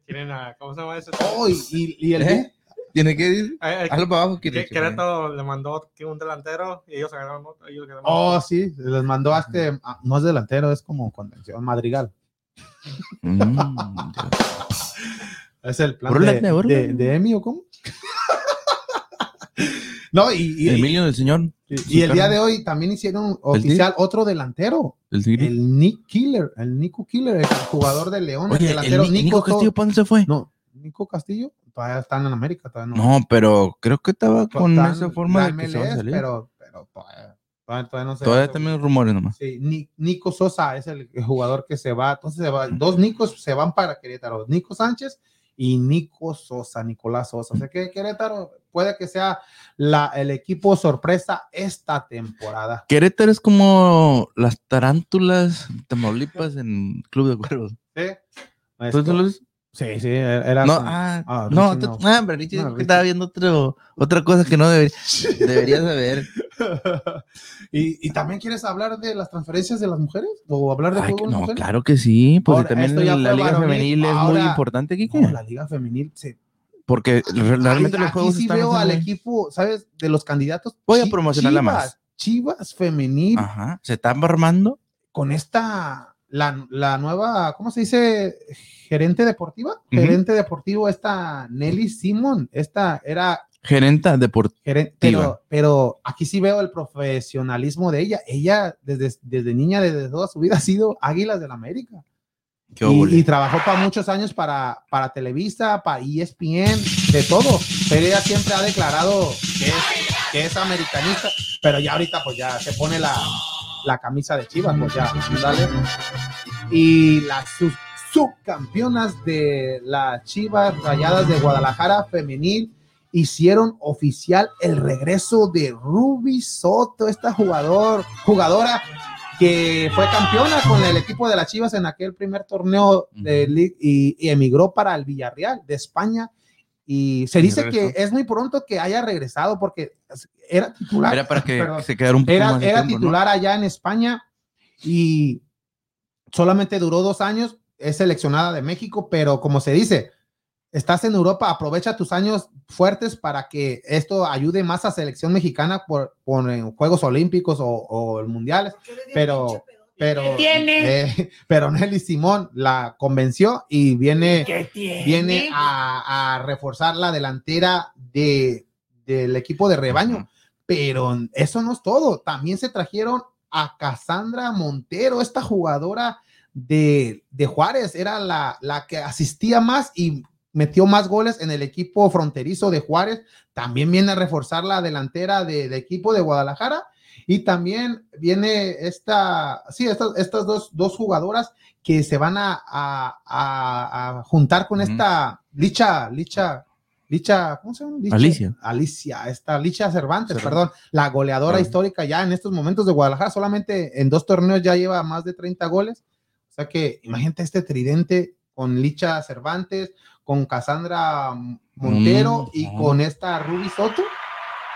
Tienen a. ¿Cómo se llama ese? Oh, y, y- y el ¿Eh? Tiene que ir. Ay, ay, Hazlo para abajo, que- Kirich, güey. Querétaro le mandó que un delantero y ellos agarraron otro. Ellos agarraron Oh, sí, les mandó a este, a- no es delantero, es como contención, Madrigal. Mm, Dios. Es el plan Órale, de, órale. de, de Emi o cómo. (laughs) no, y, y- Emilio del Señor. y el día de hoy también hicieron oficial otro delantero, El Tigre. el Nick Killer, el Nico Killer, el jugador de León, el Oye, el, delantero Ni- Nico, Nico To- Castillo, ¿para dónde se fue? No, Nico Castillo todavía están en América, todavía no. No, pero creo que estaba con Están esa forma la de que se va a MLS, salir. pero, pero todavía, todavía- todavía no se Todavía se- también rumores nomás. Sí, Ni- Nico Sosa es el jugador que se va. Entonces, se va- dos Nicos se van para Querétaro. Nico Sánchez y Nico Sosa, Nicolás Sosa. O sea que Querétaro puede que sea la, el equipo sorpresa esta temporada. Querétaro es como las tarántulas de Tamaulipas en Club de Cuervos. ¿Sí? Este, ¿Tú te lo ves? Sí, sí, era. No, con- ah, ah, no, Richie tú- no. ah, pero Richie No, dijo que Richie. estaba viendo otro, otra cosa que (laughs) no debería, debería saber. (laughs) y, y también quieres hablar de las transferencias de las mujeres? ¿O hablar de Ay, fútbol no, mujer? claro que sí, pues Ahora, también esto ya la fue liga varonil, femenil es muy ahora- importante, Kike, No, la liga femenil se- porque re- realmente Ay, los aquí juegos sí están veo al haciendo- equipo, ¿sabes? De los candidatos. Voy a Chi- promocionarla Chivas, más. Chivas femenil Ajá, se están armando. con esta, la, la nueva, ¿cómo se dice? Gerente deportiva. Ujú. Gerente deportivo, esta Nelly Simon. Esta era Gerenta deportiva. gerente, pero, pero aquí sí veo el profesionalismo de ella. Ella, desde, desde niña, desde toda su vida, ha sido Águilas del América. Qué Y, óvole. y trabajó para muchos años para, para Televisa, para E ESPN, de todo. Pero ella siempre ha declarado que es, que es americanista. Pero ya ahorita, pues ya se pone la, la camisa de Chivas, pues ya. dale. Y las sus- subcampeonas de las Chivas Rayadas de Guadalajara Femenil hicieron oficial el regreso de Ruby Soto, esta jugador, jugadora que fue campeona con el equipo de las Chivas en aquel primer torneo de Ujú. League y, y emigró para el Villarreal de España. Y se Y dice que regresó. es muy pronto que haya regresado porque era titular. Era para que Perdón. se quedara un poco Era, más de era tiempo, ¿no? titular allá en España y solamente duró dos años. Es seleccionada de México, pero como se dice, estás en Europa, aprovecha tus años fuertes para que esto ayude más a selección mexicana por, por eh, Juegos Olímpicos o, o el Mundiales. Pero, pero, tiene? eh, (laughs) pero Nelly Simón la convenció y viene viene a, a reforzar la delantera de, del equipo de rebaño. Pero eso no es todo. También se trajeron a Cassandra Montero, esta jugadora de, de Juárez. Era la, la que asistía más y metió más goles en el equipo fronterizo de Juárez. También viene a reforzar la delantera de- del equipo de Guadalajara. Y también viene esta, sí, estas, estas dos, dos jugadoras que se van a, a- a- a juntar con Ujú. esta Licha, Licha, Licha, ¿cómo se llama? Licha- Alicia. Alicia, esta Licha Cervantes, Cervantes. perdón, la goleadora Ajá. histórica ya en estos momentos de Guadalajara, solamente en dos torneos ya lleva más de 30 goles. O sea que imagínate este tridente con Licha Cervantes, con Cassandra Montero Mm, y ajá. con esta Ruby Soto.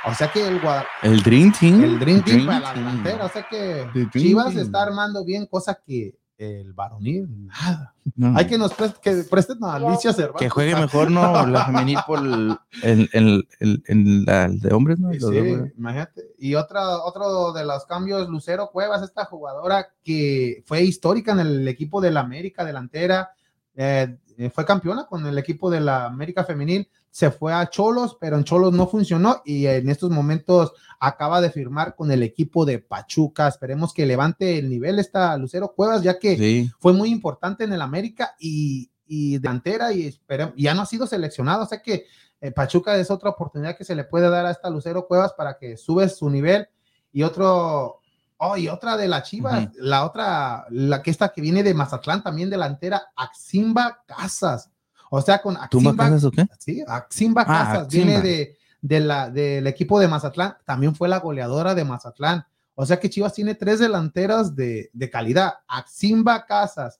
O sea que el Guadalajara El Dream Team. el Dream Team para la Mm, Team. delantera. O sea que The Dream Chivas Team. está armando bien, cosa que el varonil, nada. No. Hay que nos prest- que presten a Alicia Cervantes. Ah. Que juegue mejor, ¿no? La femenil por el, el, el, el- el- la el de hombres, ¿no? Sí, Los de hombres. imagínate. Y otra, otro de los cambios, Lucero Cuevas, esta jugadora que fue histórica en el equipo de la América delantera, eh, eh, fue campeona con el equipo de la América femenil, se fue a Cholos, pero en Cholos no funcionó y en estos momentos acaba de firmar con el equipo de Pachuca. Esperemos que levante el nivel esta Lucero Cuevas, ya que Sí. fue muy importante en el América y, y y delantera y espere- ya no ha sido seleccionado. O sea que eh, Pachuca es otra oportunidad que se le puede dar a esta Lucero Cuevas para que sube su nivel y otro... Oh, y otra de las Chivas, Ujú. la otra, la que esta que viene de Mazatlán, también delantera, Aximba Casas. O sea, con ¿Tú Aximba Casas o qué? Sí, Aximba Ah, Casas Aximba. viene de, de la, del equipo de Mazatlán, también fue la goleadora de Mazatlán. O sea que Chivas tiene tres delanteras de, de calidad. Aximba Casas,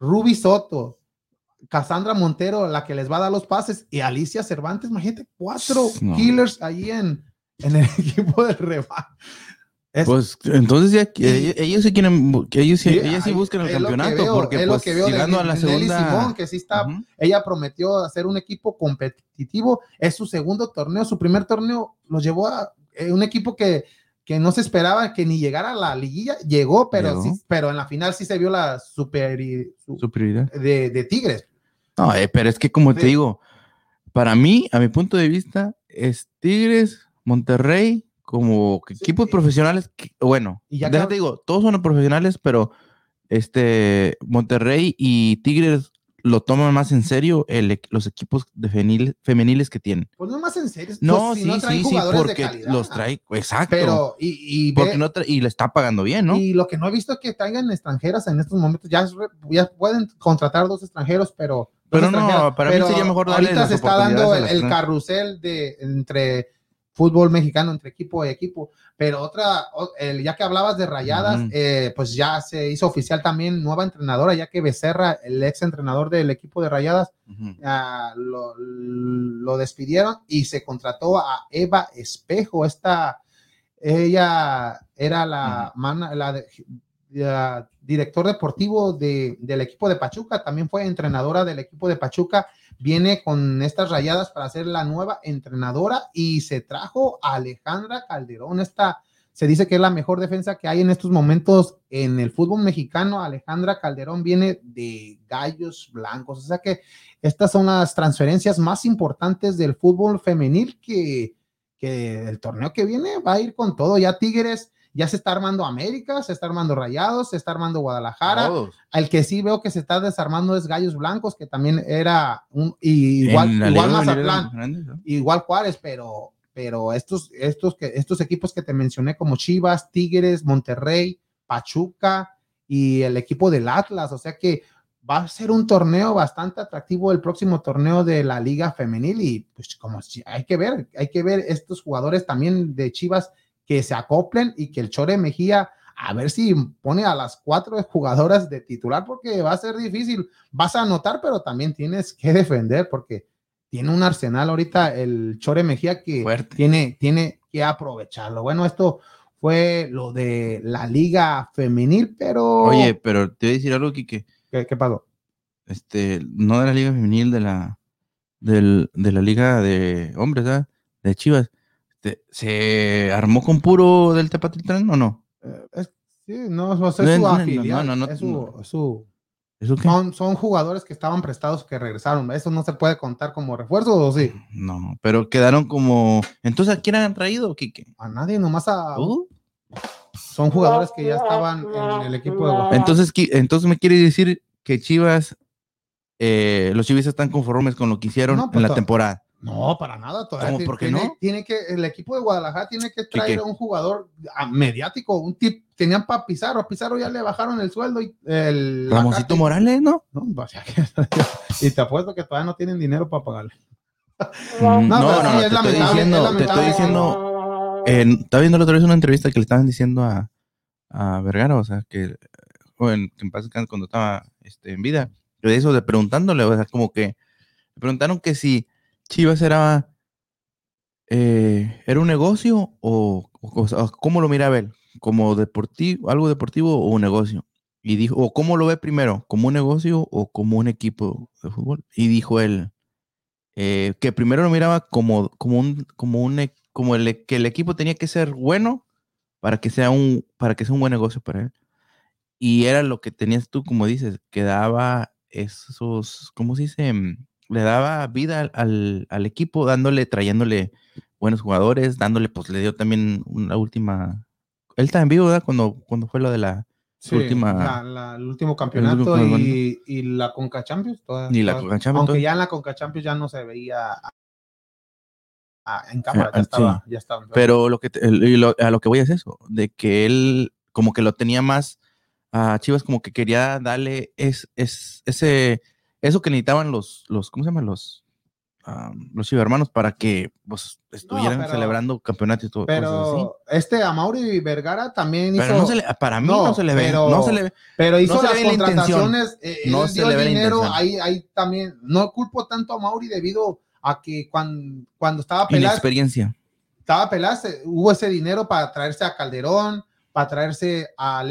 Ruby Soto, Cassandra Montero, la que les va a dar los pases, y Alicia Cervantes, imagínate, cuatro No. killers ahí en, en el (laughs) equipo del Reba. Es- Pues entonces ya que- ellos, ellos sí quieren, bu- que ellos sí, Sí, ellas sí ahí- buscan el es lo que campeonato, veo, porque es lo pues que veo de llegando a la Nelly Simón, segunda. que sí está Ujú. ella prometió hacer un equipo competitivo. Es su segundo torneo, su primer torneo lo llevó a eh, un equipo que, que no se esperaba que ni llegara a la liguilla. Llegó, pero, Llegó. Sí, pero en la final sí se vio la super su- Superioridad. de, de Tigres. No, eh, pero es que como te Sí. digo, para mí, a mi punto de vista, es Tigres, Monterrey, como que Sí, equipos y- profesionales, que- bueno, y ya que déjate hab- digo, todos son profesionales, pero este Monterrey y Tigres lo toman más en serio el equ- los equipos de femenil- femeniles que tienen. Pues no más en serio. No, pues, si sí, traen sí, sí, jugadores de porque calidad. los trae, exacto. Pero, y, y ve- porque no tra- y le está pagando bien, ¿no? Y lo que no he visto es que traigan extranjeras en estos momentos. Ya, es re- ya pueden contratar dos extranjeros, pero. dos Pero no, extranjeras, para mí sería mejor darle Ahorita las se está dando el, oportunidades a el las- carrusel de entre fútbol mexicano, entre equipo y equipo. Pero otra, o- el- ya que hablabas de rayadas, Ujú. eh, pues ya se hizo oficial también nueva entrenadora, ya que Becerra, el ex entrenador del equipo de rayadas, Ujú. ah, lo, lo despidieron y se contrató a Eva Espejo. Esta, ella era la, mana- la de- la director deportivo de- del equipo de Pachuca, también fue entrenadora del equipo de Pachuca. Viene con estas rayadas para ser la nueva entrenadora y se trajo a Alejandra Calderón, esta. Se dice que es la mejor defensa que hay en estos momentos en el fútbol mexicano. Alejandra Calderón viene de Gallos Blancos. O sea que estas son las transferencias más importantes del fútbol femenil que, que el torneo que viene va a ir con todo. Ya Tigres, ya se está armando América, se está armando Rayados, se está armando Guadalajara. Todos. Al que sí veo que se está desarmando es Gallos Blancos, que también era un y igual, En la igual Liga Femenil eran Mazatlán grandes, ¿no? igual Juárez, pero, pero estos, estos, que, estos equipos que te mencioné como Chivas, Tigres, Monterrey, Pachuca y el equipo del Atlas, o sea que va a ser un torneo bastante atractivo el próximo torneo de la Liga Femenil y pues como si- hay que ver, hay que ver estos jugadores también de Chivas que se acoplen y que el Chore Mejía a ver si pone a las cuatro jugadoras de titular porque va a ser difícil. Vas a anotar, pero también tienes que defender porque tiene un arsenal ahorita el Chore Mejía que Fuerte. tiene, tiene que aprovecharlo. Bueno, esto fue lo de la liga femenil, pero... Oye, pero te voy a decir algo, Kike. ¿qué, qué pasó? este, no de la liga femenil, de la, del, de la liga de hombres, ¿verdad? De Chivas. Este, ¿Se armó con puro del Tepatitlán o no? Eh, es- sí, no, o sea, No, es su no, no, no, afiliado, no, no, es su- su, ¿Eso qué? son, son jugadores que estaban prestados que regresaron. Eso no se puede contar como refuerzo, ¿o sí? No, pero quedaron como. Entonces, ¿a quién han traído, Quique? A nadie, nomás a... ¿Tú? Son jugadores que ya estaban en el equipo de Guadalajara. Entonces, qui- entonces me quiere decir que Chivas, eh, los chivistas están conformes con lo que hicieron No, pues, en la to- temporada. No, para nada. Todavía ¿Cómo? ti- ¿Por qué tiene, no? Tiene que, el equipo de Guadalajara tiene que traer a qué? un jugador ah, mediático, un tip. Tenían para Pizarro, a Pizarro ya le bajaron el sueldo y el Ramoncito Morales, ¿no? No, (laughs) o sea que- y te apuesto que todavía no tienen dinero para pagarle. Mm, No, pero no, no, sí, es te estoy lamentable, diciendo, es te estoy lamentable. diciendo, Eh, estaba viendo la otra vez una entrevista que le estaban diciendo a, a Vergara, o sea, que, eh, bueno, que en paz descanse cuando estaba este, en vida, de eso, de preguntándole, o sea, como que le preguntaron que si Chivas era, eh, era un negocio o, o- o sea, cómo lo miraba él, como deportivo, algo deportivo o un negocio. Y dijo, o cómo lo ve primero, como un negocio o como un equipo de fútbol. Y dijo él, eh, que primero lo miraba como, como un, como un, e- como el, e- que el equipo tenía que ser bueno para que sea un, para que sea un buen negocio para él. Y era lo que tenías tú, como dices, que daba esos, ¿cómo se dice? Mm, Le daba vida al, al- al equipo, dándole, trayéndole buenos jugadores, dándole, pues le dio también una última. Él estaba en vivo, ¿verdad? Cuando, cuando fue lo de la Sí, última- la- la- el último campeonato último y, y la Conca Champions. todas- Ni la todas- Coca Champions, Aunque entonces, ya en la Conca Champions ya no se veía a- a- en cámara, Ah, ya estaba. Ya estaba Pero lo que te- el- y lo- a lo que voy es eso, de que él como que lo tenía más a Chivas, como que quería darle es, es, ese, eso que necesitaban los, los ¿cómo se llaman? Los, ah, los chivermanos para que pues, estuvieran pero- celebrando campeonato y todo. cosas pues, así. pero este Amauri Vergara también hizo. Pero no se le- para mí no, no, se le ve, pero- no se le ve. Pero hizo No se le las ve la contrataciones, eh, él No se dio le el ve la dinero, intención. ahí, ahí también, no culpo tanto a Mauri debido a que cuando, cuando estaba Peláez, Inexperiencia. estaba Peláez, eh, hubo ese dinero para traerse a Calderón, para traerse a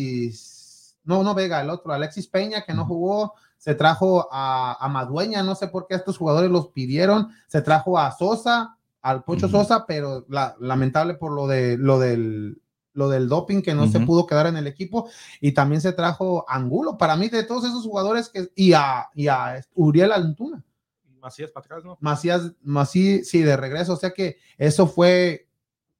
Alexis, no, no Vega, el otro, Alexis Peña, que no jugó, se trajo a, a Madueña, no sé por qué estos jugadores los pidieron, se trajo a Sosa, al Pocho Ujú. Sosa, pero la- lamentable por lo, de, lo del lo del doping que no se Ujú. pudo quedar en el equipo y también se trajo a Angulo para mí de todos esos jugadores que y a, y a Uriel Antuna Así es, para atrás, ¿no? Macías, Macías, sí, de regreso. O sea que eso fue,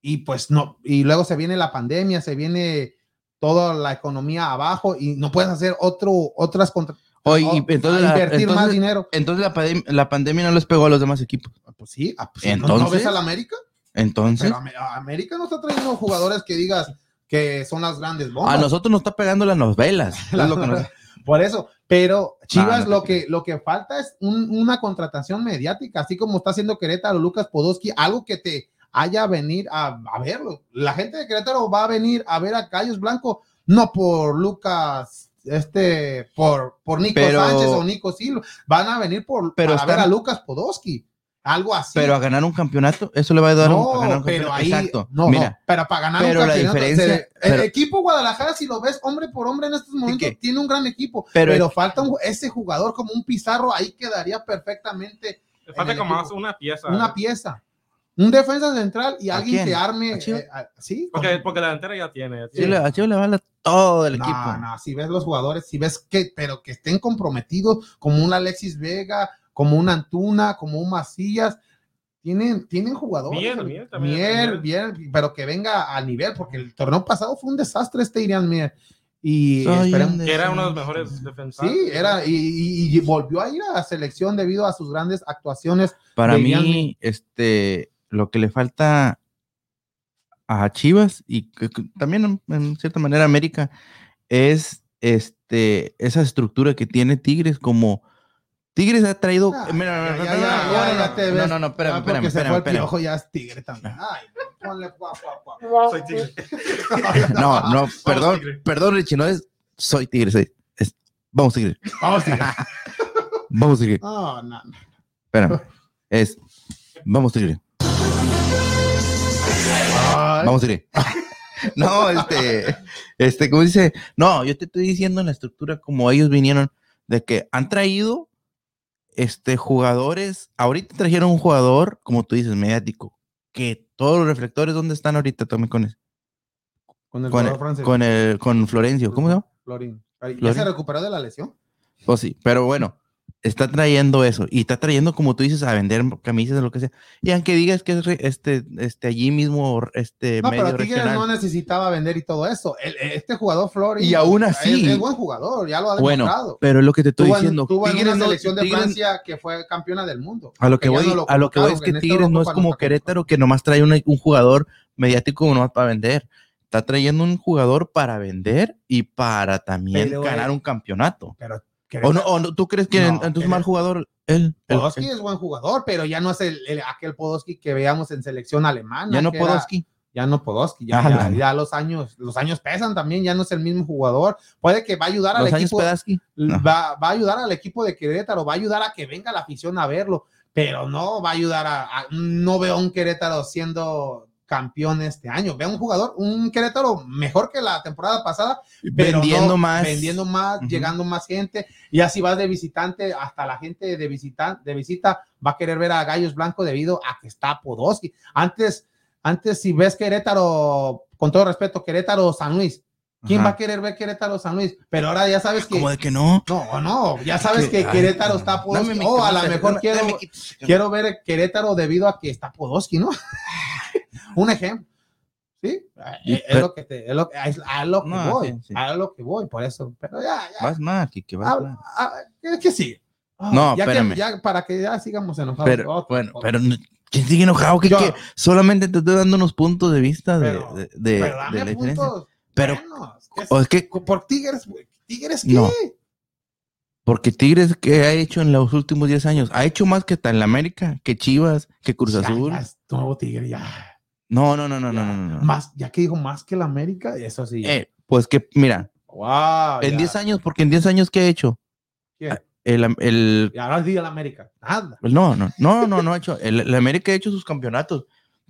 y pues no, y luego se viene la pandemia, se viene toda la economía abajo y no puedes hacer otro, otras contra, Oye, o- y entonces, a la, invertir más entonces, dinero. entonces la, pandem- la pandemia no les pegó a los demás equipos. Ah, Pues sí, ah, pues sí, ¿no- ¿no, Entonces, ves a la América? Entonces, Pero Ame- a América no está trayendo jugadores que digas que son las grandes bombas. a nosotros nos está pegando (laughs) las novelas. es lo que nos- Por eso, pero Chivas no te lo que lo que falta es un- una contratación mediática, así como está haciendo Querétaro Lucas Podolski, algo que te haya venir a, a verlo. La gente de Querétaro va a venir a ver a Callos Blanco, no por Lucas este por por Nico Pero- Sánchez o Nico Silva, van a venir por Pero para están- ver a Lucas Podolski, algo así. Pero a ganar un campeonato, eso le va a dar un- a ganar no, un pero campeonato. ahí, Exacto. no, no, Mira, pero para ganar pero un la campeonato, diferencia- se- el pero- equipo Guadalajara, si lo ves hombre por hombre en estos momentos, que- tiene un gran equipo, pero- pero, falta un- ese jugador como un Pizarro, ahí quedaría perfectamente Le falta el como equipo. más una pieza. una pieza, un defensa central y ¿A alguien que quién? arme, ¿A Chivas? eh, a- sí, Porque, porque la delantera ya tiene. ya sí tiene. le- a Chivas le va a dar todo el No, equipo. no, si ves los jugadores, si ves que, pero que estén comprometidos, como un Alexis Vega, como un Antuna, como un Macías, tienen, tienen jugadores. Mier, Mier también. Mier, Mier, pero que venga al nivel, porque el torneo pasado fue un desastre este Irian Mier. Y Soy esperemos- un Que era uno de los desastre. mejores defensores. Sí, era, y, y- y volvió a ir a la selección debido a sus grandes actuaciones. Para de mí, Guiñac. este, lo que le falta a Chivas y que- que también en- en cierta manera América es este, esa estructura que tiene Tigres como Tigres ha traído... Ah, Mira, ya, ya, no, no, ya, no, ya, no, ya no, te no, ves. no, no, espérame, Ah, porque espérame, se fue el espérame, piojo, ya es tigre (laughs) también. Ay, ponle guau, guau, guau. Soy tigre. espérame. (laughs) No, no, perdón, Tigres. perdón, Richie, no es... Soy Tigres, soy- es- vamos Tigres, Vamos, tigre. (laughs) vamos Tigres. (laughs) No, no, Espérame. Es. Vamos, Tigre. Vamos, Tigre. (laughs) No, este. Este, como dice. No, yo te estoy diciendo en la estructura como ellos vinieron, de que han traído este, jugadores. Ahorita trajeron un jugador, como tú dices, mediático, que todos los reflectores, ¿dónde están ahorita? Tommy con el- Con el Con jugador francés. Con, el, con Florencio, ¿cómo se llama? Florín. Ay, ¿Ya Florín. se recuperó de la lesión? Pues sí, pero bueno, está trayendo eso y está trayendo, como tú dices, a vender camisas o lo que sea. Y aunque digas que es re- este, este, allí mismo, este, No, medio pero Tigres regional. no necesitaba vender y todo eso. El- este jugador Florín. Y aún es- así- Es, buen jugador, ya lo ha bueno, demostrado. pero es lo que te estoy Tuvo en- diciendo. tuvo en Tigres una no- selección de Tigres- Francia que fue campeona del mundo. a lo que ya voy, no a lo que voy es convocaron, que en este esta Tigres no es Eurocopa como está convocando. Querétaro que nomás trae una- un jugador mediático nomás para vender. Está trayendo un jugador para vender y para también Pero, eh, ganar un campeonato. Pero ¿O no, o no- tú crees que No, entonces Querétaro- mal jugador él? él- Podolski es buen jugador, pero ya no es el, el- aquel Podolski que veíamos en selección alemana. ya no que era- Podolski. ya no Podolski, ya, Ah, ya, no. ya los años, los años pesan también, ya no es el mismo jugador. Puede que va a ayudar al Los años equipo. Podolski. No. va, va a ayudar al equipo de Querétaro, va a ayudar a que venga la afición a verlo, pero no va a ayudar a, a- no veo a un Querétaro siendo campeón este año. Veo un jugador, un Querétaro mejor que la temporada pasada, pero Vendiendo no- más. vendiendo más, Ujú. llegando más gente. Y así vas de visitante, hasta la gente de visita, de visita va a querer ver a Gallos Blanco debido a que está Podolski. Antes, antes si ves Querétaro, con todo respeto, Querétaro San Luis. ¿Quién Ajá. va a querer ver Querétaro San Luis? Pero ahora ya sabes que Como de que no. no, no, ya sabes que Ay, Querétaro no. está Dame Podolski. mi Oh, a camisa, lo mejor dame- quiero, dame aquí. (laughs) quiero ver Querétaro debido a que está Podolski, ¿no? Un ejemplo. Sí, eh, Y- es, pero- lo que te- es lo- es a lo que No, voy, sí, sí. a lo que voy, por eso, pero ya, ya, Vas mal, Kike, vas mal. ah, ah, ¿qué- qué sigue? Ah, No, ya que- espérame. ya para que ya sigamos enojados. Pero, Otro, bueno, otro. pero ¿quién sigue enojado? Que, Yo. que solamente te estoy dando unos puntos de vista de, Pero- de, de- Pero dame de la diferencia. puntos Pero, buenos, que o es que, es- por Tigres, güey, ¿Tigres qué? No. porque Tigres, ¿qué ha hecho en los últimos 10 años? Ha hecho más que tal la América, que Chivas, que Cruz Ya, Azul. Ah. ya es nuevo Tigre, ya. No, no, no, no, no, ya. no, no. Más, ya que dijo más que el América, eso sí. Eh, pues que, mira, wow. en 10 años, porque en 10 años, ¿qué ha hecho? ¿Quién? El, el, Y ahora sí el América. Nada. no, no, no, no, no ha hecho. El, el América ha hecho sus campeonatos,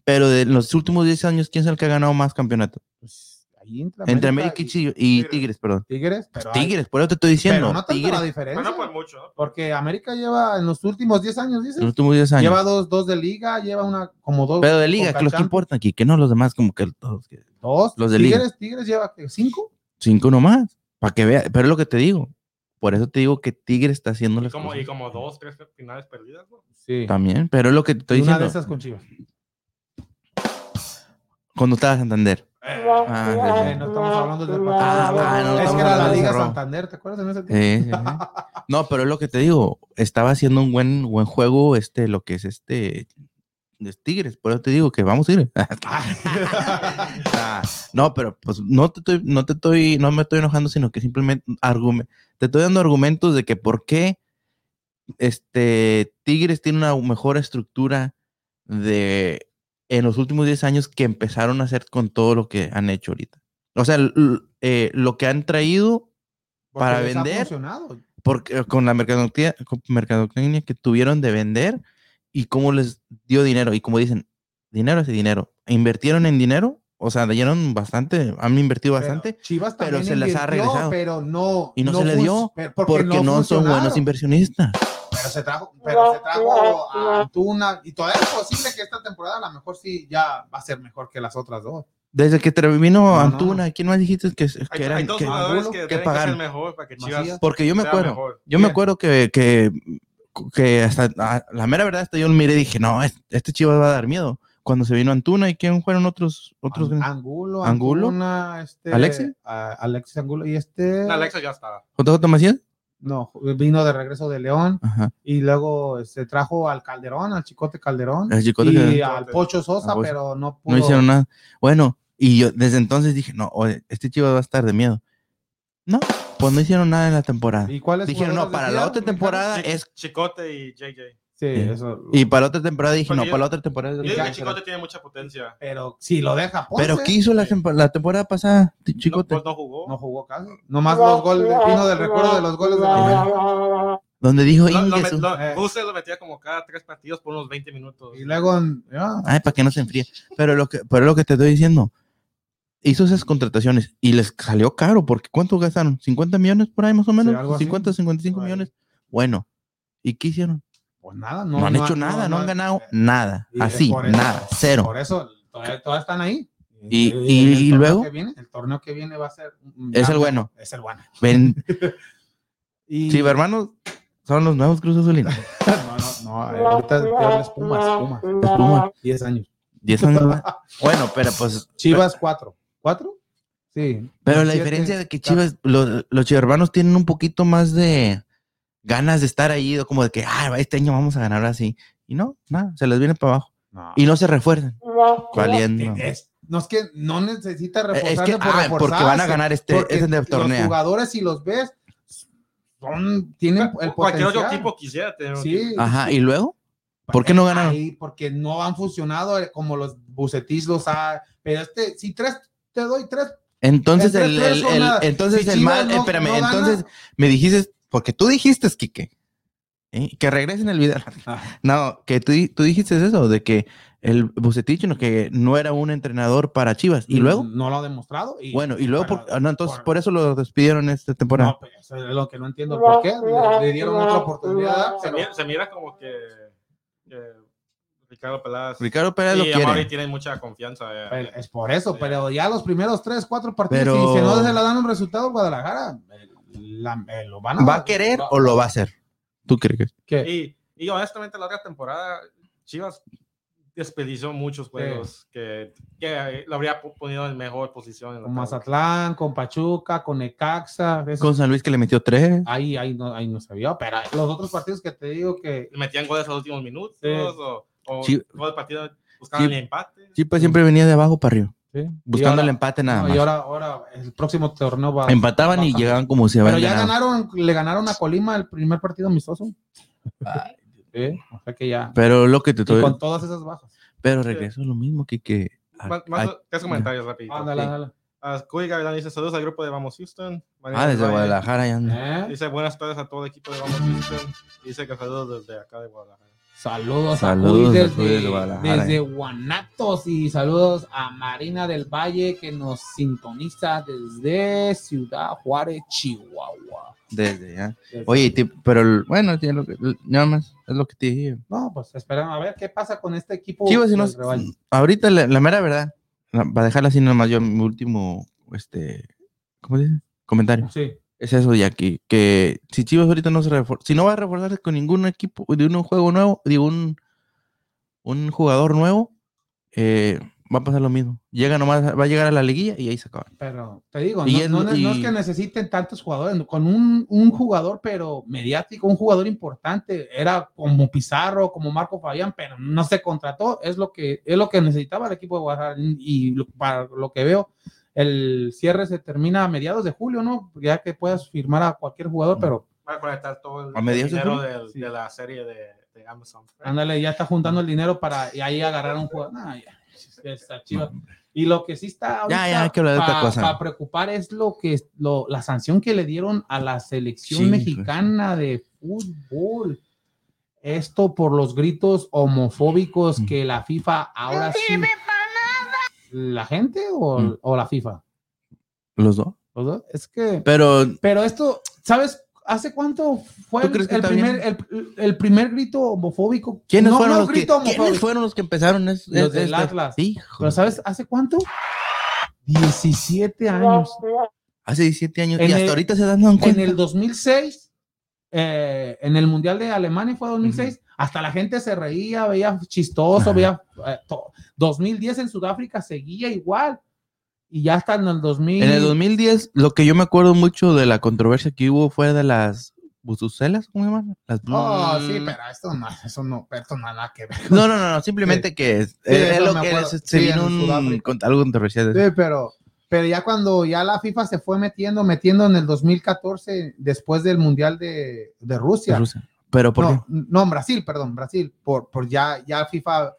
pero de los últimos 10 años, ¿quién es el que ha ganado más campeonatos? Pues, ahí entra Entre América y, Chi- y Tigres. Tigres, perdón. Tigres, pero, hay- Tigres, por eso te estoy diciendo. pero no tanto Tigres. la diferencia. Bueno, pues mucho, ¿no? Porque América lleva en los últimos 10 años, dice. Los últimos 10 años. Lleva dos, dos de liga, lleva una como dos. pero de liga, que los que Concachamp- importan aquí, que no los demás, como que todos. que- dos. los de liga. Tigres, Tigres lleva ¿qué? cinco. Cinco nomás, para que vea. Pero es lo que te digo. Por eso te digo que Tigres está haciendo Y las como, cosas y como dos, tres finales perdidas, ¿no? Sí. también. Pero es lo que te estoy Y una diciendo. de esas con Chivas. Cuando estaba Santander. Eh, no estamos hablando del partido. Ah, bueno, es que estamos era la hablando de Eh. Liga Romo. Santander, ¿te acuerdas en ese tiempo? Sí, sí, sí. No, pero es lo que te digo. Estaba haciendo un buen, buen juego, este, lo que es este de Tigres. Por eso te digo que vamos a ir. (laughs) Ah, no, pero pues no te estoy, no te estoy, no me estoy enojando, sino que simplemente argumen- te estoy dando argumentos de que por qué este Tigres tiene una mejor estructura de en los últimos 10 años que empezaron a hacer con todo lo que han hecho ahorita. O sea, l- eh, lo que han traído Porque Para les ha vender. funcionado. porque eh, con la mercadotecnia, con mercadotecnia que tuvieron de vender y cómo les dio dinero. Y como dicen, dinero es dinero. Invertieron en dinero, o sea, dieron bastante, han invertido Pero bastante Chivas pero también se las ha invirtió, regresado. Pero no. Y no se le fun- dio, pero- porque, no, son buenos funcionaron. inversionistas. Pero se trajo, pero se trajo a Antuna. Y todavía es posible que esta temporada a lo mejor sí ya va a ser mejor que las otras dos. Desde que terminó No, no. Antuna, ¿quién más dijiste que, que Hay, eran? hay dos que- jugadores Angulo, que que tienen que pagaron. ser mejor para que Chivas Macías. porque yo me sea acuerdo. mejor. Yo me Bien. acuerdo que, que, que hasta a- la mera verdad, hasta yo miré y dije, no, es- este Chivas va a dar miedo. Cuando se vino Antuna, ¿y quién fueron otros? otros An- Angulo, Angulo, Antuna, este, Alexis. a- Alexis Angulo y este. La Alexa ya estaba. ¿JJ Macías? No, vino de regreso de León Ajá. y luego se trajo al Calderón, al Chicote Calderón. El Chicote y Calderón. al Pocho Sosa, A vos. pero no pudo. No hicieron nada. Bueno, y yo desde entonces dije, no, oye, este Chivas va a estar de miedo. No, pues no hicieron nada en la temporada. ¿Y cuáles Dijeron, no, jugadores para la decían? otra temporada Chi- Ah, es... Chicote y JJ. Sí, Sí. eso. Y para la otra temporada dije, no, Porque yo- para la otra temporada... Yo es lo digo que que hicieron". Chicote tiene mucha potencia. Pero si lo deja Ponce, Pero ¿qué eh. hizo la, tempo- la temporada pasada, ti- No, Chicote? pues no jugó. no jugó casi. Nomás los goles, vino del recuerdo de los goles de Donde dijo, Lo- lo "Ingue met- su-". lo- Eh. Buse lo metía como cada tres partidos por unos 20 minutos. Y luego, en- ah, ay, para que no se enfríe. Pero lo que, pero lo que te estoy diciendo, hizo esas contrataciones y les salió caro, porque ¿cuánto gastaron? ¿50 millones por ahí más o menos? algo así. 50, 55 Por ahí. millones. Bueno, ¿y qué hicieron? pues nada, no, No, han no hecho ha- nada, no, han ganado eh, nada. y es Así, por eso. nada, cero. Por eso, todavía, todavía están ahí. Y- El- y- el y torneo luego- que viene- el torneo que viene va a ser. Es el bueno. Es el bueno. Ven, Y, sí, hermanos, son los nuevos Cruz Azulinos. no, no, no, eh, ahorita es peor la espuma, espuma. Espuma, 10 (laughs) años. diez años más. Bueno, pero pues, Chivas 4. ¿4? Sí. pero la Siete. diferencia de que Chivas, los, los chivermanos tienen un poquito más de ganas de estar ahí, de como de que, ah, este año vamos a ganar así. Y no, nada, se les viene para abajo. No. Y no se refuerzan. Valiendo. Es- no es que no necesita reforzarse Eh, Es que, por ah, porque van a reforzarse, ganar este, porque este de Los torneo. jugadores, si los ves, son, tienen el Cualquier potencial. otro equipo quisiera tener un Sí. Ajá, y luego, ¿por qué no ganaron? Ahí, porque no han funcionado eh, como los bucetis los ha. Pero este, si tres, te doy tres. Entonces, Entre el, tres el- o el- nada. entonces Si el Chivas mal, no- espérame, no gana- entonces me dijiste, porque tú dijiste, Quique, ¿eh? que regresen (laughs) el video. Ah. No, que tú, di- tú dijiste eso, de que el Bucetich no, que no era un entrenador para Chivas. Y luego, No lo ha demostrado. y- bueno, y luego, por- bueno, ah, no, entonces por- por eso lo despidieron esta temporada. No, pues, eso es lo que no entiendo por qué. Le, le dieron otra oportunidad. Se pero- mira, se mira como que, que Ricardo Peláez Ricardo Pérez lo y Amaury quiere. tienen mucha confianza. eh. pero es por eso, pero ya los primeros tres, cuatro partidos, Pero- si, si no se le dan un resultado Guadalajara, eh, la- eh, lo van a, ¿Va a querer va- o lo va a hacer? ¿Tú crees que? que- Y, y honestamente la otra temporada Chivas desperdició muchos juegos que, que lo habría po- ponido en mejor posición. En la Con tabla. Mazatlán, con Pachuca, con Necaxa. esos- Con San Luis que le metió tres. Ahí, ahí, no, ahí no se vio, pero los otros partidos que te digo que Le metían goles a los últimos minutos Sí. o, o Sí. todo el partido buscaban Sí. el empate. Sí, pues siempre venía de abajo para arriba, ¿sí? buscando Y ahora- el empate nada no, más. y ahora, ahora el próximo torneo va. Empataban y baja. llegaban como si Pero habían ya ganado. ganaron, le ganaron a Colima el primer partido amistoso. Sí, o sea que ya. Pero lo que te Y estoy- con todas esas bajas. Pero regreso a lo mismo que que a- Más, a- más tres comentarios rápido. Ándale, sí. ándale. Ah, Cuy Gavilán dice saludos al grupo de Vamos Houston. Mariana ah, desde Valle Guadalajara ya anda. ¿Eh? Dice buenas tardes a todo el equipo de Vamos Houston. Dice que saludos desde acá de Guadalajara. Saludos, Saludos a Cuy a desde, Cuy desde Guadalajara, desde Guanatos y saludos a Marina del Valle que nos sintoniza desde Ciudad Juárez, Chihuahua. Desde ya. Desde- Oye, te- pero el- bueno, tiene lo que- nada más es lo que te dije. No, pues esperamos a ver qué pasa con este equipo. Chivas, si no- del rebaño. ahorita la, la mera verdad, la- para dejarla así nomás yo mi último este ¿cómo se dice? comentario. Sí. Es eso de aquí, que si Chivas ahorita no se refor- si no va a reforzarse con ningún equipo de un juego nuevo, de un un jugador nuevo, eh, va a pasar lo mismo. Llega nomás, va a llegar a la liguilla y ahí se acaba. Pero te digo, Y no, es- no ne- no es y- que necesiten tantos jugadores, con un, un jugador, pero mediático, un jugador importante, era como Pizarro, como Marco Fabián, pero no se contrató, es lo que, es lo que necesitaba el equipo de Guadalajara. Y lo- para lo que veo, el cierre se termina a mediados de julio, ¿no? Ya que puedas firmar a cualquier jugador, pero Va a conectar todo el, ¿A mediados de dinero julio? del- Sí. de la serie de, de Amazon. ándale, ya está juntando el dinero para y ahí agarrar un jugador. Nah, ya, está chido. Y lo que sí está Ya, ya, hay que hablar de otra cosa. Para preocupar es lo que es- lo, la sanción que le dieron a la selección Sí, pues. mexicana de fútbol. Esto por los gritos homofóbicos Mm. que la FIFA ahora sí. ¿La gente o, Mm. o la FIFA? Los dos. Los dos. Es que. Pero Pero esto, ¿sabes? ¿Hace cuánto fue ¿Tú el, crees que el está bien? primer, el, el primer grito homofóbico? ¿Quiénes, No, fueron, no los que, grito homofóbico, ¿quiénes fueron los que empezaron? Es, Los es- del este- Atlas. Hijo. Pero ¿sabes? ¿Hace cuánto? 17 años. Hace 17 años. En y hasta el- ahorita se dan cuenta. en el 2006, eh, en el Mundial de Alemania fue 2006, hasta la gente se reía, veía chistoso, Ajá. veía... eh, to- 2010 en Sudáfrica seguía igual. Y ya hasta en el 2000... En el 2010, lo que yo me acuerdo mucho de la controversia que hubo fue de las buzucelas, ¿cómo se llaman? Las blu- Oh, Mm. sí, pero esto no, eso no, esto no, nada que ver. No, no, no, no, simplemente que es, eh, es eso lo me que acuerdo. se- se Sí, vino en un- Sudáfrica. con, algo controversial. de eso. Sí, pero, pero ya cuando ya la FIFA se fue metiendo, metiendo en el 2014, después del Mundial de, de De Rusia, Rusia. Pero ¿por no, no, en Brasil, perdón, Brasil, por, por ya, ya FIFA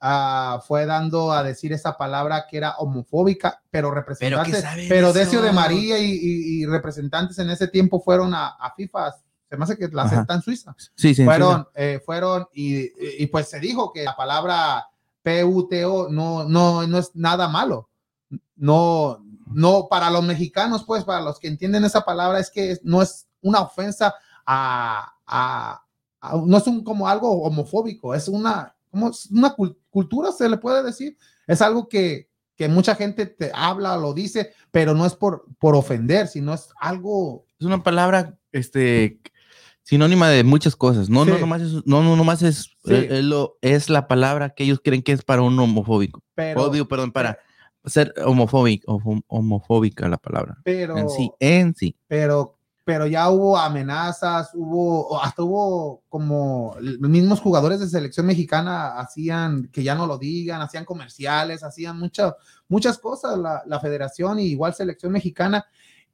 ah, fue dando a decir esa palabra que era homofóbica, pero representantes, saben pero, eso? Decio de María y, y- y representantes en ese tiempo fueron a, a FIFA, se me hace que la Ajá. senta en Suiza, qué? Sí, sí, fueron, eh, fueron y, y pues se dijo que la palabra PUTO no, no, no es nada malo, no, no, para los mexicanos, pues para los que entienden esa palabra es que es- no es una ofensa a, a- a- no es un, como algo homofóbico, es una, como es una cul- cultura, se le puede decir, es algo que, que mucha gente te habla, lo dice, pero no es por, por ofender, sino es algo es una palabra este sinónima de muchas cosas. No, no Sí. nomás es, no, no nomás es, eh, Sí. es- es lo, es la palabra que ellos creen que es para un homofóbico. pero, Odio, perdón, para ser homofóbico, hom- homofóbica la palabra. pero En sí, en sí. pero pero ya hubo amenazas, hubo hasta hubo como los mismos jugadores de selección mexicana hacían que ya no lo digan, hacían comerciales, hacían muchas muchas cosas la, la federación y igual selección mexicana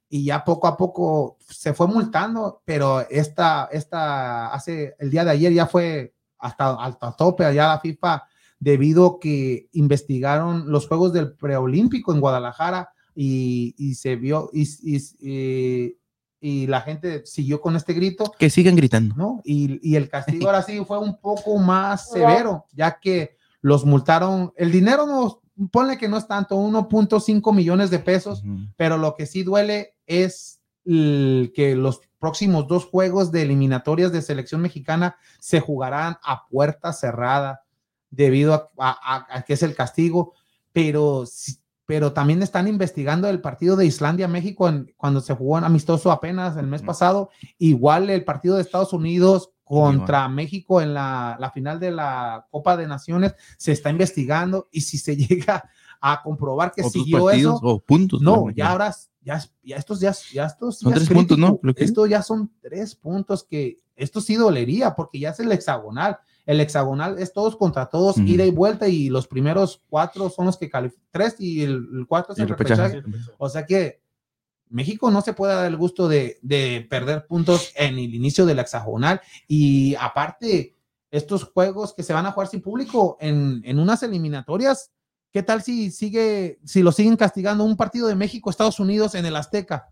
y ya poco a poco se fue multando, pero esta esta hace el día de ayer ya fue hasta hasta tope allá la FIFA debido que investigaron los juegos del preolímpico en Guadalajara y, y se vio y, y, y- y la gente siguió con este grito, Que sigan gritando. ¿no? Y, y el castigo ahora sí fue un poco más severo, ya que los multaron, el dinero no, ponle que no es tanto, 1.5 millones de pesos, Ujú. pero lo que sí duele es el que los próximos dos juegos de eliminatorias de selección mexicana se jugarán a puerta cerrada debido a, a- a- a que es el castigo, pero, sí- pero también están investigando el partido de Islandia-México en- cuando se jugó en amistoso apenas el mes Ujú. pasado, igual el partido de Estados Unidos contra México en la, la final de la Copa de Naciones, se está investigando y si se (laughs) llega a comprobar que Otros siguió partidos eso, o puntos. no, güey, ya ahora, s- ya, s- ya estos, ya, s- ya estos. Son ya es tres puntos, ¿no? crítico. Creo que- Esto ya son tres puntos que esto sí dolería porque ya es el hexagonal. El hexagonal es todos contra todos, Ujú. ida y vuelta y los primeros cuatro son los que califican, tres y el, el cuarto es Y el, el repechaje. repechaje. O sea que México no se puede dar el gusto de, de perder puntos en el inicio del hexagonal. Y aparte, estos juegos que se van a jugar sin público en, en unas eliminatorias, ¿qué tal si sigue, si lo siguen castigando un partido de México, Estados Unidos en el Azteca?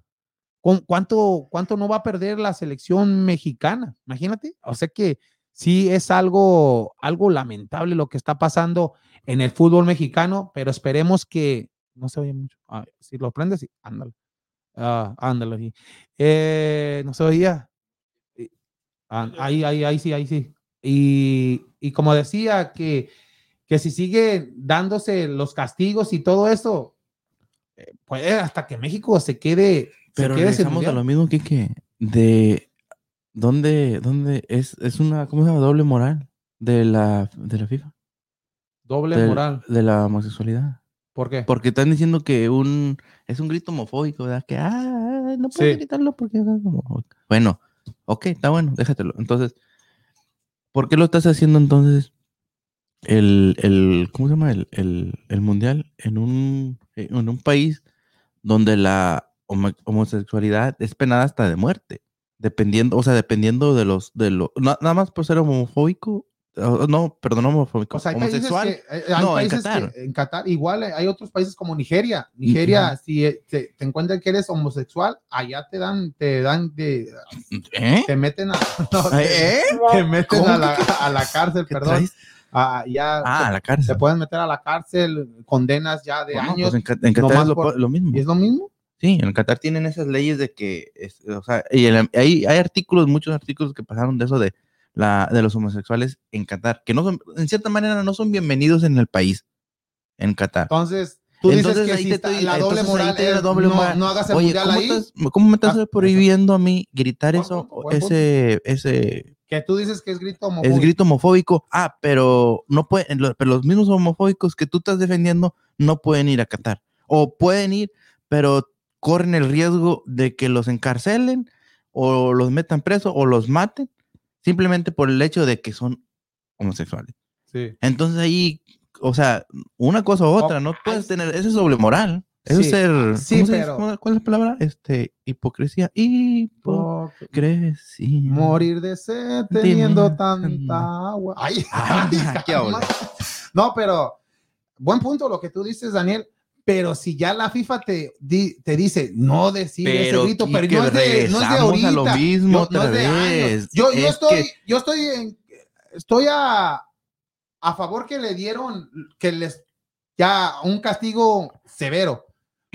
¿Con cuánto, ¿Cuánto no va a perder la selección mexicana? Imagínate. O sea que sí es algo, algo lamentable lo que está pasando en el fútbol mexicano, pero esperemos que no se oye mucho. Ah, si lo prendes, sí, ándale. Ah, ándale. sí. Eh, no se oía. Eh, ah, Ahí, ahí, ahí sí, ahí sí. Y, y como decía, que, que si sigue dándose los castigos y todo eso, eh, pues hasta que México se quede. se Pero quede sin regresamos a mundial. lo mismo que que de dónde dónde es es una cómo se llama doble moral de la de la FIFA Doble del- moral. de la homosexualidad. ¿Por qué? Porque están diciendo que un es un grito homofóbico, ¿verdad? Que ah, no puedes Sí. gritarlo porque es como- bueno, ok, está bueno, déjatelo. Entonces, ¿por qué lo estás haciendo entonces el, el ¿cómo se llama? El, el, el mundial en un en un país donde la homo- homosexualidad es penada hasta de muerte, dependiendo, o sea, dependiendo de los de lo na- nada más por ser homofóbico, o- no, perdón, no homofóbico, O sea, hay países homosexual. que- eh, hay No, en países que- en Qatar. Qatar. igual eh, hay otros países como Nigeria. Nigeria, si eh, te, te encuentran que eres homosexual, allá te dan, te dan, de, ¿Eh? te meten a, (laughs) no, te, ¿Eh? te meten ¿Cómo a que la, a la cárcel, ¿Qué perdón. traes? Ah, ya Ah, a te, la cárcel. te pueden meter a la cárcel, condenas ya de Bueno, años. pues en, Ca- en Qatar nomás es lo, por- lo mismo. ¿Y es lo mismo? Sí, en Qatar tienen esas leyes de que, es- o sea, y el- hay, hay artículos, muchos artículos que pasaron de eso de, la, de los homosexuales en Qatar, que no son, en cierta manera no son bienvenidos en el país, en Qatar. Entonces, tú dices Entonces, que ahí si te está- estoy- la doble entonces, ahí moral te da es, doble no, moral. no hagas el Oye, mundial ¿cómo, ahí. estás, cómo me estás Ah, prohibiendo a mí gritar Buen eso, punto, buen ese, ese Que tú dices que es grito es homofóbico. grito homofóbico. Ah, pero no pueden, lo- pero los mismos homofóbicos que tú estás defendiendo no pueden ir a Qatar. O pueden ir, pero corren el riesgo de que los encarcelen o los metan preso o los maten simplemente por el hecho de que son homosexuales. Sí. Entonces ahí, o sea, una cosa u otra, no puedes tener, eso es doble moral. Eso Sí, es ser, sí, ¿cómo se dice? pero- ¿Cómo- ¿cuál es la palabra? Este, hipocresía. Hipocresía. Morir de sed teniendo Teniendo tanta tanta (laughs) agua. Ay, Ay, ay, Ah, qué habla. No, pero buen punto lo que tú dices, Daniel. Pero si ya la FIFA te, di- te dice no decir ese grito, pero Quique, no es de, no es de regresamos ahorita. a lo mismo no- no otra es de años. vez. Yo, yo Es estoy, que- yo estoy en- estoy a, a favor que le dieron, que les ya un castigo severo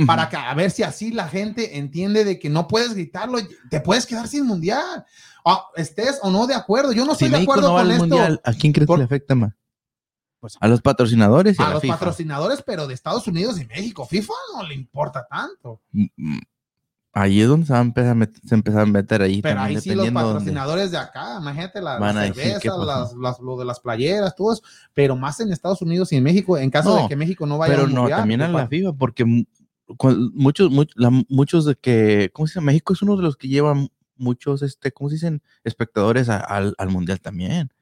para que a ver si así la gente entiende de que no puedes gritarlo, te puedes quedar sin mundial. Ah, estés o no de acuerdo, yo no si estoy de México acuerdo no va con al esto. mundial, ¿a quién crees Por- que le afecta más? Pues- a los patrocinadores y a, a la los FIFA. patrocinadores, pero de Estados Unidos y México, FIFA no le importa tanto. Mm, mm. Ahí es donde se, va a empezar a met- se empezaron a meter ahí. Pero también, ahí sí los dependiendo dónde. patrocinadores de acá, imagínate la Van a decir qué cerveza, pasó. las, las- lo de las playeras, todo eso, pero más en Estados Unidos y en México, en caso No, de que México no vaya Pero al no, mundial. también a pues, la FIFA, porque mu- con- muchos, mu- la- muchos de que, ¿cómo se dice? México es uno de los que llevan muchos, este, ¿cómo se dicen? Espectadores a- al, al mundial también.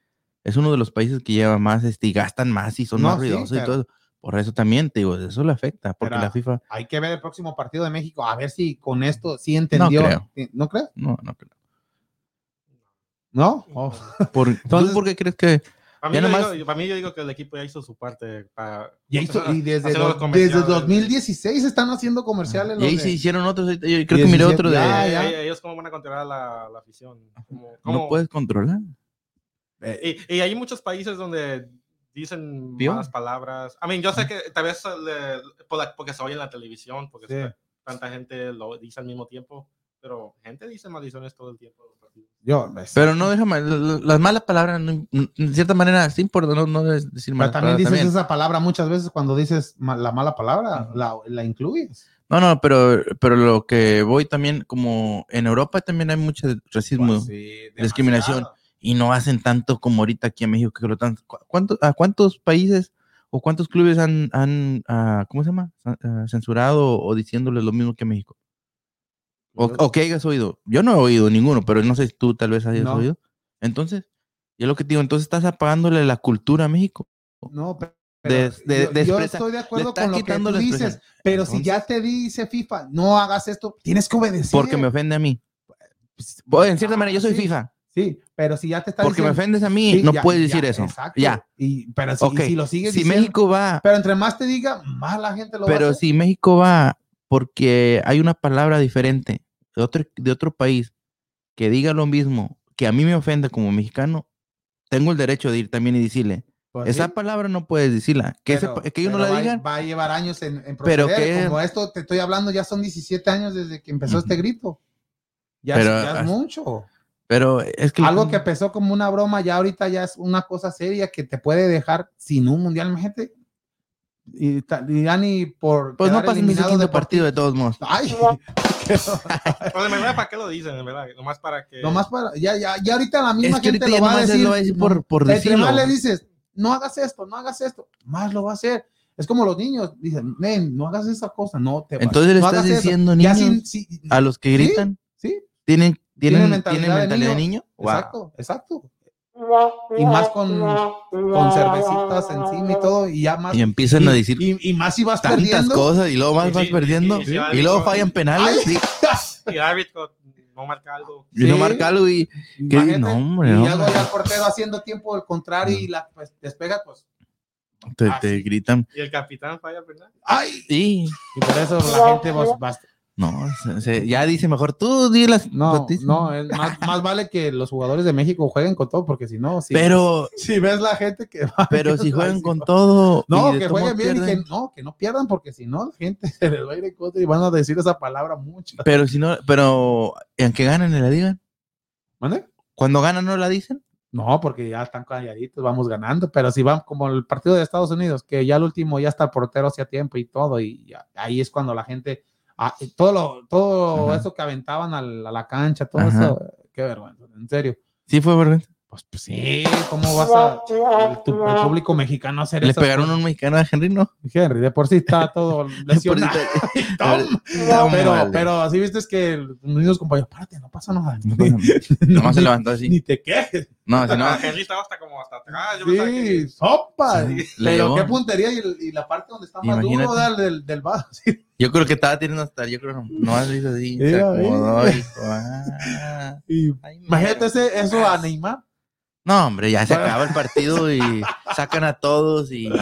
Es uno de los países que lleva más, este, y gastan más y son No, más sí, ruidosos y pero- todo eso. Por eso también, te digo, eso le afecta, porque Pero- la FIFA, hay que ver el próximo partido de México, a ver si con esto sí entendió. creo. ¿No crees? no, no creo. ¿No? Oh. Por, Entonces- ¿Tú por qué crees que? Para mí, Ya yo nomás- digo, para mí yo digo que el equipo ya hizo su parte. Para, Ya hizo- y desde, Haciendo do- los comerciales. desde 2016 están haciendo comerciales. Y ahí los se de- hicieron otros, ahorita yo creo que miré 17, otro de... ya, ya. Eh, eh, Ellos cómo van a controlar la, la afición. ¿Cómo- No cómo- puedes controlar. Y, y hay muchos países donde dicen ¿Vio? malas palabras. I mean, yo sé que tal vez le- por la- porque se oye en la televisión, porque Sí. está- tanta gente lo dice al mismo tiempo, pero gente dice maldiciones todo el tiempo. Yo, pues, Pero no deja mal- l- las malas palabras, no im- n- en cierta manera, sí importa, no, no debes decir pero malas también palabras dices también. esa palabra muchas veces cuando dices ma- la mala palabra, Ujú. la, la incluyes. No, no, pero, pero lo que voy también, como en Europa también hay mucho racismo, Pues, sí, discriminación. demasiado. y no hacen tanto como ahorita aquí en México. Que lo tan- ¿cu- cuánto- ¿A cuántos países o cuántos clubes han, han ah, ¿cómo se llama? San- ah, censurado o diciéndoles lo mismo que en México? O, o que hayas oído. Yo no he oído ninguno, pero no sé si tú tal vez hayas No. oído. Entonces, yo lo que te digo, entonces estás apagándole la cultura a México. No, pero De- de- yo- de yo, expresa- estoy de le acuerdo están con lo que quitando tú la dices, expresión. pero si ya te dice FIFA, no hagas esto, tienes que obedecer. Porque me ofende a mí. Bueno, en cierta manera, yo soy Ah, sí, FIFA. Sí, pero si ya te está Porque me diciendo. ofendes a mí, Sí, no ya, puedes ya, decir eso. exacto. Ya. Y, pero si, y Ok, si lo sigues Si diciendo- México va pero entre más te diga, más la gente lo va a Pero hacer. si México va porque hay una palabra diferente de otro, de otro país que diga lo mismo, que a mí me ofenda como mexicano, tengo el derecho de ir también y decirle, Pues esa sí, palabra no puedes decirla, que, ese pero- pa- que ellos no pero la va- digan. Va a llevar años en, en Pero proceder. que- Como esto te estoy hablando, ya son 17 años desde que empezó Ujú. este grito. Ya, es- Pero- ya es mucho. Pero es que... Algo que empezó como una broma, ya ahorita ya es una cosa seria que te puede dejar sin un mundial, imagínate. Y, ta- y ya ni por. Pues no quedar pasa ni ese eliminado de quinto partido de todos modos. Ay, Pues en verdad, ¿para qué lo dicen? En verdad, nomás para que. nomás para. Ya, ya, ya ahorita la misma Es que ahorita gente ya lo va a nomás él decir. lo va a decir por, por Entre decirlo. más le dices, no hagas esto, no hagas esto, más lo va a hacer. Es como los niños, dicen, "Nen, no hagas esa cosa, no te va- Entonces le no estás hagas eso". diciendo, Ya niños, sí, sí, a los que Sí, gritan, sí. tienen, tienen, tienen mentalidad, mentalidad de de niño. Wow. Exacto, exacto. Y más con, Con con cervecitas encima y todo, y ya más. Y empiezan a decir y- y más si vas tantas perdiendo. cosas y luego vas, Sí, vas sí, perdiendo sí, sí, y sí, luego sí. fallan penales sí, (laughs) Y el árbitro no marca algo. y no Sí. marca algo y que Imagínate, no hombre y no, algo hombre, ya el portero haciendo tiempo del contrario y la pues, despega, pues. te, así. te gritan Y el capitán falla, ¿verdad? ¡Ay! y Y por eso la gente pues, va- no se- se- ya dice mejor tú di las No, noticias. no, es más, más vale que los jugadores de México jueguen con todo, porque si no, si, pero si ves la gente que va. (laughs) pero si juegan Ay, con sí. todo No, y de que todos jueguen modos bien y pierden, que no, que no pierdan, porque si no, la gente (laughs) se les va a ir en contra y van a decir esa palabra mucho. pero si no pero aunque ganan y la digan ¿Mande? cuando ganan no la dicen No, porque ya están calladitos, vamos ganando, pero si van como el partido de Estados Unidos, que ya el último ya está el portero hacia tiempo y todo, y ya- ahí es cuando la gente, ah, y todo lo, todo Ajá. eso que aventaban al- a la cancha, todo Ajá. eso, qué vergüenza, en serio. sí fue vergüenza Pues, pues sí, ¿cómo vas a, el, tu- el público mexicano a hacer le esas pegaron a un mexicano a Henry no (laughs) cosas? Henry, de por sí está todo lesionado. (laughs) Tom, pero, vale. pero así viste es que los niños compañeros, párate, (laughs) no pasa nada. No pasa nada. nomás se ni, levantó así ni te quejes. no (laughs) si no Ah, Henry estaba hasta como hasta atrás. Yo pensaba que- Sí, sopa. Sí, le Pero llegó. qué puntería y, y la parte donde está más Imagínate. duro da, del, del vaso. (laughs) sí. Yo creo que estaba tirando hasta, yo creo que nomás le hizo así, se Mira, acomodó (laughs) mira. y dijo, ah, Y ay, imagínate mero. ese, eso a Neymar. No, hombre, ya se acaba el partido (laughs) y sacan a todos y no.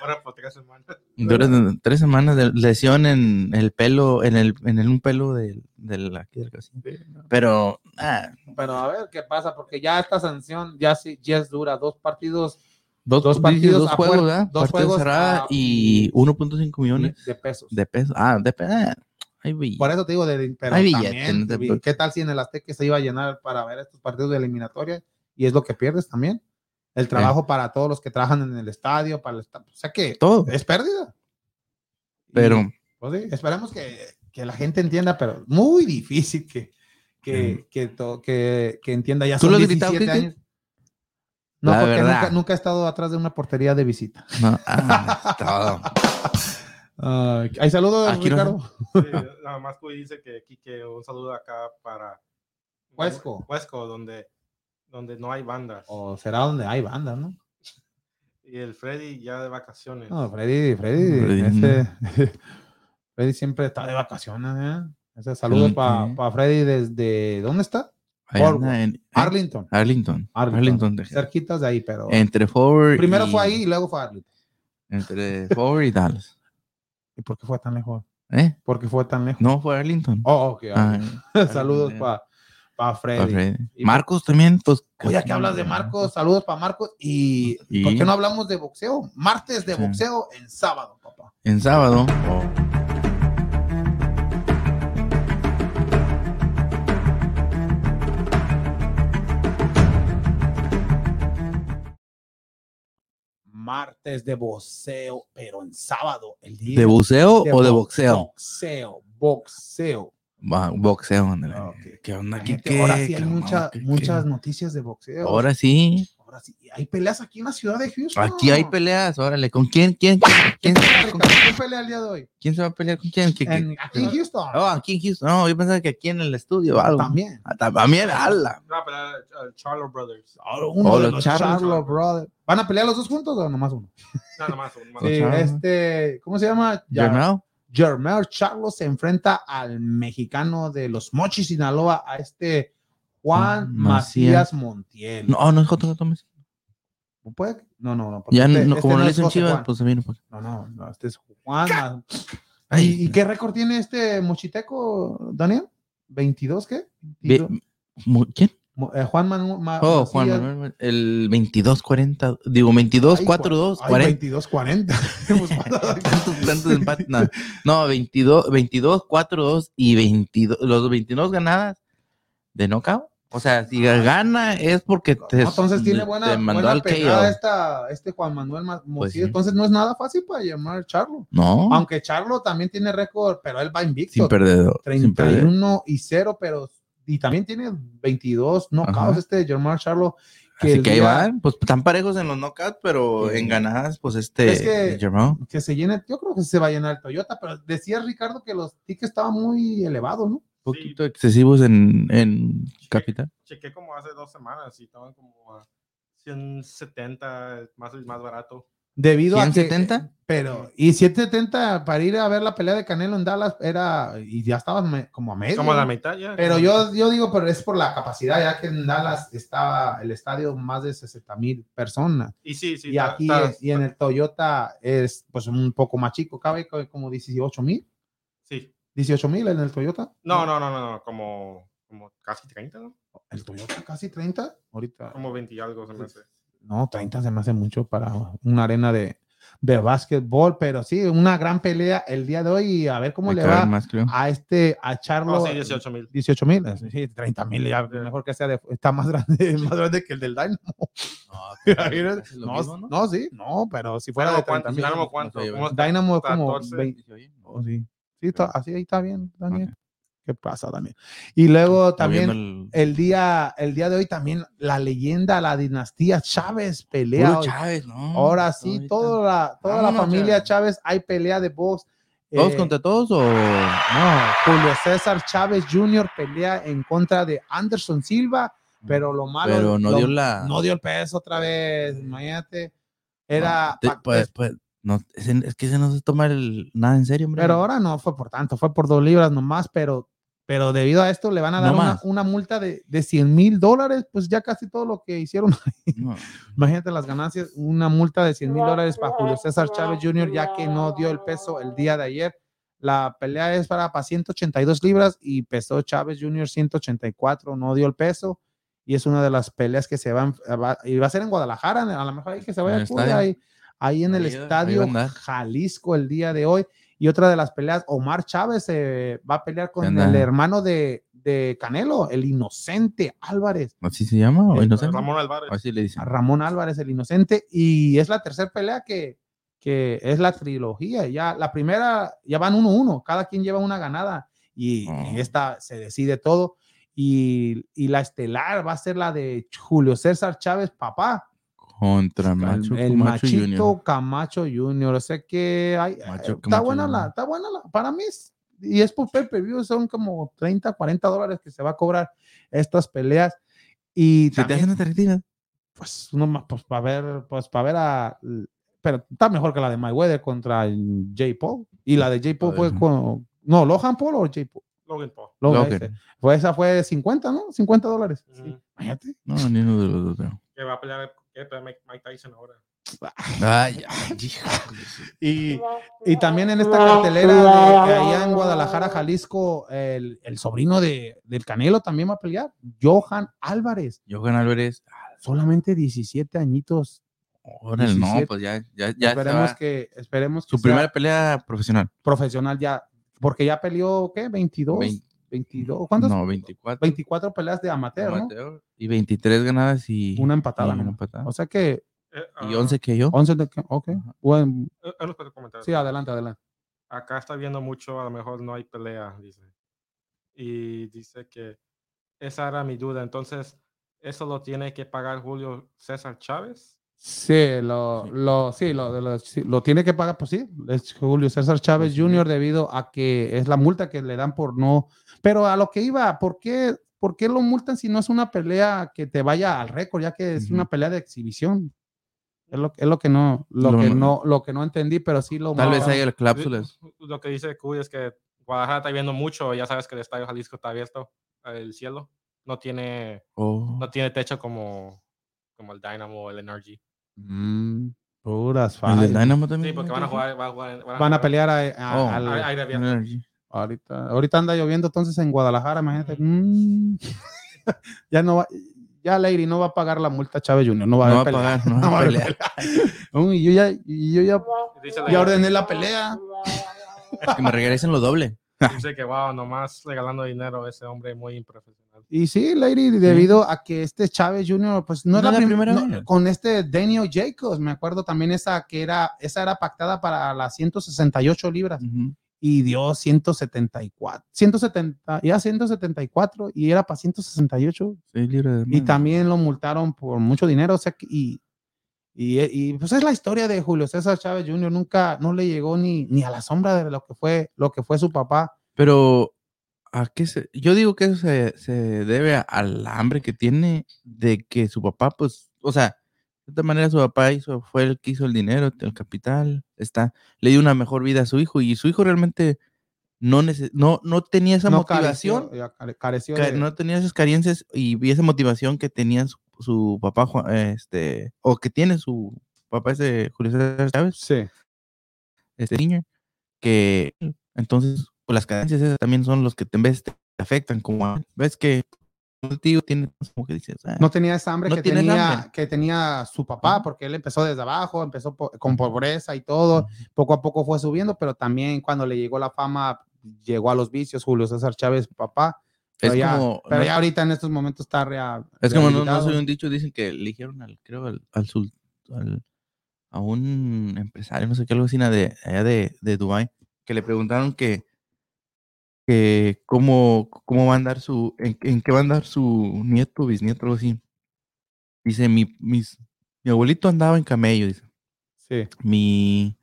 Ahora por tres semanas. (laughs) Duran tres semanas de lesión en el pelo, en el, en el- un pelo del, del aquí del calzón. Pero, ah, Pero a ver qué pasa, porque ya esta sanción ya, sí, ya es dura. Dos partidos dos, Dos dices, partidos dos a juegos, puer- ¿verdad? dos Partido juegos cerrada a- y 1.5 millones de pesos. de pesos. Ah, de pesos. Ay, güey. Por eso te digo, de, pero Hay billete, también, no te vi- preocupes. ¿qué tal si en el Azteca se iba a llenar para ver estos partidos de eliminatoria? Y es lo que pierdes también. El trabajo para todos los que trabajan en el estadio, para el esta- O sea que todo. es pérdida. Eh, Y, Pero, pues sí, esperemos que, que la gente entienda, pero muy difícil que, que, que, to- que, que entienda. Ya ¿Tú son lo has gritado, 17 Kike? años. No, La porque verdad. nunca, nunca he estado atrás de una portería de visita. no, ah, (laughs) todo. Ah, ¿Hay saludos, Aquí no- Ricardo? Sí, nada más que dice que Kike, un saludo acá para Huesco. Oh. Huesco, donde, donde no hay bandas. O será donde hay bandas, ¿no? Y el Freddy ya de vacaciones. No, Freddy, Freddy, Freddy, ese- (laughs) Freddy siempre está de vacaciones, ¿eh? Ese saludo Sí, para sí. Freddy desde, ¿dónde está? Ahí Por- anda en- Arlington, Arlington. Arlington. ¿Eh? Arlington, Texas. cerquitas de ahí, pero Entre Forward. primero y- fue ahí y luego fue a Arlington. Entre Forward y Dallas. ¿Y por qué fue tan lejos? ¿Eh? ¿Por qué fue tan lejos? No, fue Arlington. (laughs) Oh, ok, Ah, Arlington. Arlington, saludos ya. para pa fue Freddy. Freddy. Y- Marcos también, pues. Oye, que hablas de Marcos, saludos para Marcos. ¿Y, Y- por qué no hablamos de boxeo? Martes de Sí. boxeo en sábado, papá. En sábado. Oh. Martes de boxeo, pero en sábado, el día ¿De buceo o de bo- boxeo? Boxeo, boxeo. Va, boxeo, ándale. Ah, ok. Eh, ¿Qué onda, Fíjate, Quique? ahora sí hay Cabrón, mucha- ¿qué- qué? muchas noticias de boxeo. Ahora sí. Ahora sí. Hay peleas aquí en la ciudad de Houston. Aquí hay peleas, órale. ¿Con quién? ¿Quién? ¿Quién ¿Quién, se se- pelea, con- Ricardo? ¿Quién pelea el día de hoy? quién se va a pelear con quién? ¿Qué- qué? En- aquí en Houston. Oh, aquí en Houston. No, yo pensaba que aquí en el estudio o algo. También. Ah, tam- También, ala. No, pero era, eh, Charlo Brothers. Uno Oh, de los los Charlo. Charlo Brothers. ¿Van a pelear los dos juntos o nomás uno? Nada más. un- más- Los Sí, Charlo. este, ¿cómo se llama? Ya- Jornal. Jermel Charlo se enfrenta al mexicano de los Mochis Sinaloa, a este Juan Juan Macías Macías. Montiel. No, no es Joto, Joto Messi. ¿No puede? No, no, no. porque Ya, este- no, este como no le es dicen José chivas, Juan. pues se vino. Pues. No, no, no, este es Juan. Ma- ¿Y, Ay, y qué récord tiene este mochiteco, Daniel? ¿22 qué? ve- mu- ¿Quién? Mo- eh, Juan Manuel. Ma- Oh, Juan Macías. Manuel, Manuel, el 22-40, digo 22-4-2, Ay, 40, 22-40. (laughs) Hemos pasado aquí. tantos, tantos empates, no, no 22, 22-4-2 y 22, los 22 ganadas de knockout, o sea, si gana es porque Ah, te, No, entonces tiene buena, te mandó buena al pegada KO. esta, este Juan Manuel Ma- Macías. sí. Entonces no es nada fácil para llamar Charlo. no, Aunque Charlo también tiene récord, pero él va invicto. sin perdedor, sin perder, 31 y 0, pero y también tiene 22 knockouts Ajá. este Germán Charlo. así el que ahí día van, pues tan parejos en los knockouts, pero Sí. en ganadas, pues este, Es que- Jermao. Que se llene, yo creo que se va a llenar el Toyota, pero decía Ricardo que los tickets estaban muy elevados, ¿no? poquito excesivos en, en capital. Chequé como hace dos semanas y estaban como a 170, más y más barato. Debido a que- 170? pero, y 770 para ir a ver la pelea de Canelo en Dallas era, y ya estaban me- como a medio. Como a la ¿no? mitad ya. ¿Eh? Pero yo, yo digo, pero es por la capacidad, ya que en Dallas estaba el estadio más de 60 mil personas. Y sí, sí. y está- aquí está- es- y en el Toyota es pues un poco más chico, cabe co- como 18 mil, Sí. 18 mil en el Toyota. No, no, no, no, no, como, como casi 30, ¿no? El Toyota casi 30, ahorita. Como 20 y algo se me hace. No, 30 se me hace mucho para una arena de, de básquetbol, pero sí, una gran pelea el día de hoy y a ver cómo Hay le que va ver más, creo. a este, a No, Charlo. Ah, sí, 18 mil. 18 mil, eh, sí, 30 mil, ya Ya. mejor que sea, de- está más grande, (laughs) más grande que el del Dynamo. (laughs) (laughs) No, no, sí, no, pero si fuera Ah, de 30 cuánto, mil. Dynamo cuánto. No sé, como Dynamo es como 14. 20. Oh, sí. Sí, está- Pero- así ahí está bien, Daniel. ¿Qué pasa, Daniel? Y luego también el... día el día de hoy también la leyenda, la dinastía Chávez pelea. hoy. Chávez, ¿no? Ahora sí, Ahorita. toda la, toda la Vámonos, familia Chávez. Chávez hay pelea de box. ¿Todos Eh, contra todos o...? no, Julio César Chávez Jr. pelea en contra de Anderson Silva, pero lo malo Pero no lo- dio la... no dio el peso otra vez, imagínate. Era Te- pa- pues, pues, no, ese- es que se no se toma el, nada en serio, hombre. Pero ahora no fue por tanto, fue por dos libras nomás, pero, pero debido a esto le van a dar No una, más. una multa de, de 100 mil dólares, pues ya casi todo lo que hicieron, No. imagínate las ganancias, una multa de 100 mil dólares para Julio César Chávez Jr., ya que no dio el peso el día de ayer. La pelea es para, para 182 libras y pesó Chávez Jr. 184, no dio el peso. Y es una de las peleas que se van, va, y va a ser en Guadalajara, a lo mejor ahí que se vaya En a el Cuba, estadio. ahí, ahí en el Ahí- ahí va a estadio andar. Jalisco el día de hoy. Y otra de las peleas, Omar Chávez eh, va a pelear con Anda. el hermano de, de Canelo, el inocente Álvarez, ¿Así se llama? ¿O inocente? Eh, Ramón Álvarez. Así le dicen. Ramón Álvarez, el inocente. Y es la tercera pelea que, que es la trilogía. Ya la primera, ya van 1-1, cada quien lleva una ganada y, en Oh. esta se decide todo. Y, y la estelar va a ser la de Julio César Chávez, papá. Contra Macho El, el Camacho machito Junior. Camacho Junior. O sea que hay, eh, Macho está Camacho buena la, Junior. está buena la, para mí es- y es por pay per view, son como 30, 40 dólares que se va a cobrar estas peleas. Y Si te también, hacen atractiva. pues, uno más, pues, para ver, pues, para ver a, pero está mejor que la de Mayweather contra el J. Paul. Y la de J. Paul A fue ver. con, no, Lohan Paul o J. Paul. Logan Paul. Logan, Logan. ese. Fue, esa fue 50, ¿no? 50 dólares. Ujú. Imagínate. No, ni uno de los dos. creo. Que va a pelear que pelea Mike Mike Tyson ahora. Ay, ay, hijo de su- Y, Y también en esta cartelera cartelera de de allá en Guadalajara, Jalisco, el, el sobrino de, del Canelo también va a pelear, Johan Álvarez, Johan Álvarez. solamente 17 añitos. Órale, no, 17. pues ya, ya, ya esperemos estaba que esperemos que su sea primera pelea profesional. profesional ya, porque ya peleó ¿qué? 22, 20, 22, ¿cuántos? No, 24. 24 peleas de amateur, ¿no? amateur, Y 23 ganadas y Una y empatada, una ¿no? empatada. O sea que Eh, Y ah, 11 que yo. 11 de que- ok. Bueno, eh, eh, los puedo comentar. sí, adelante, adelante. Acá está viendo mucho, a lo mejor no hay pelea, dice. y dice que esa era mi duda. Entonces, ¿eso lo tiene que pagar Julio César Chávez? Sí, lo, lo, sí, lo, lo- sí, lo tiene que pagar, pues sí, es Julio César Chávez Jr. debido a que es la multa que le dan por no. Pero a lo que iba, ¿por qué, por qué lo multan si no es una pelea que te vaya al récord, ya que es Ujú. una pelea de exhibición? Es lo, es lo que no, lo, Lo que ma- no, lo que no entendí, pero sí lo Tal mal- vez haya el clápsulas. Lo que dice Cuy es que Guadalajara está viendo mucho. Ya sabes que el Estadio Jalisco está abierto al cielo. No tiene, Oh. no tiene techo como, como el Dynamo o el Energy. Mm. Puras ¿El del fallas. Dynamo Sí, también? porque van a jugar. Van a, jugar- Van a pelear a- a- Oh. al- a- (laughs) aire abierto. Energy. ahorita. Ahorita anda lloviendo entonces en Guadalajara, imagínate. Ujú. mm. (laughs) ya no va, ya Lady no va a pagar la multa Chávez Jr. No va a No va a haber pelea. pagar, no (laughs) No va va a a haber pelear. Uy, yo ya, y yo ya, Dice ya la- ordené la pelea. Que me regresen lo doble. Dice que, wow, nomás regalando dinero ese hombre muy improfesional. Y sí, Lady, debido a que este Chávez Jr., pues no, es la, prim- primera no, vez. Con este Daniel Jacobs, me acuerdo también esa que era, esa era pactada para las 168 libras Ujú. y dio 174, 170, ya 174 y era para 168 Soy libre de y madre. también lo multaron por mucho dinero, o sea, que- y, y, y, pues es la historia de Julio César Chávez Jr., nunca, no le llegó ni, ni a la sombra de lo que fue, lo que fue su papá. Pero, ¿a qué se...? Yo digo que eso se, se debe a- al hambre que tiene de que su papá, pues, o sea, de esta manera su papá hizo, fue el que hizo el dinero, el capital, está, le dio una mejor vida a su hijo y su hijo realmente no, nece- no, no tenía esa no motivación, careció, ya care- careció ca- de- no tenía esas carencias y vi esa motivación que tenía su, su papá, Juan- este, o que tiene su papá ese Julio César Chávez Sí. este niño, que entonces pues, las carencias esas también son los que te, en vez te afectan, como a- ves que un tío tiene como que dices, "Ah, No tenía esa hambre, No que, tienes tenía, hambre. que tenía su papá, Ujú. porque él empezó desde abajo, empezó po- con pobreza y todo, poco a poco fue subiendo, pero también cuando le llegó la fama, llegó a los vicios Julio César Chávez, papá. Pero, es ya, como, pero no- ya ahorita en estos momentos está rea- es como no, no rehabilitado. soy un dicho, dicen que eligieron al, creo, al, al, sul- al- a un empresario, no sé qué, algo así, na, de, allá de, de Dubai que le preguntaron que, que cómo, cómo va a andar su, en, en qué va a andar su nieto, bisnieto, algo así. Dice, mi, mis, mi abuelito andaba en camello, dice. Sí. mi,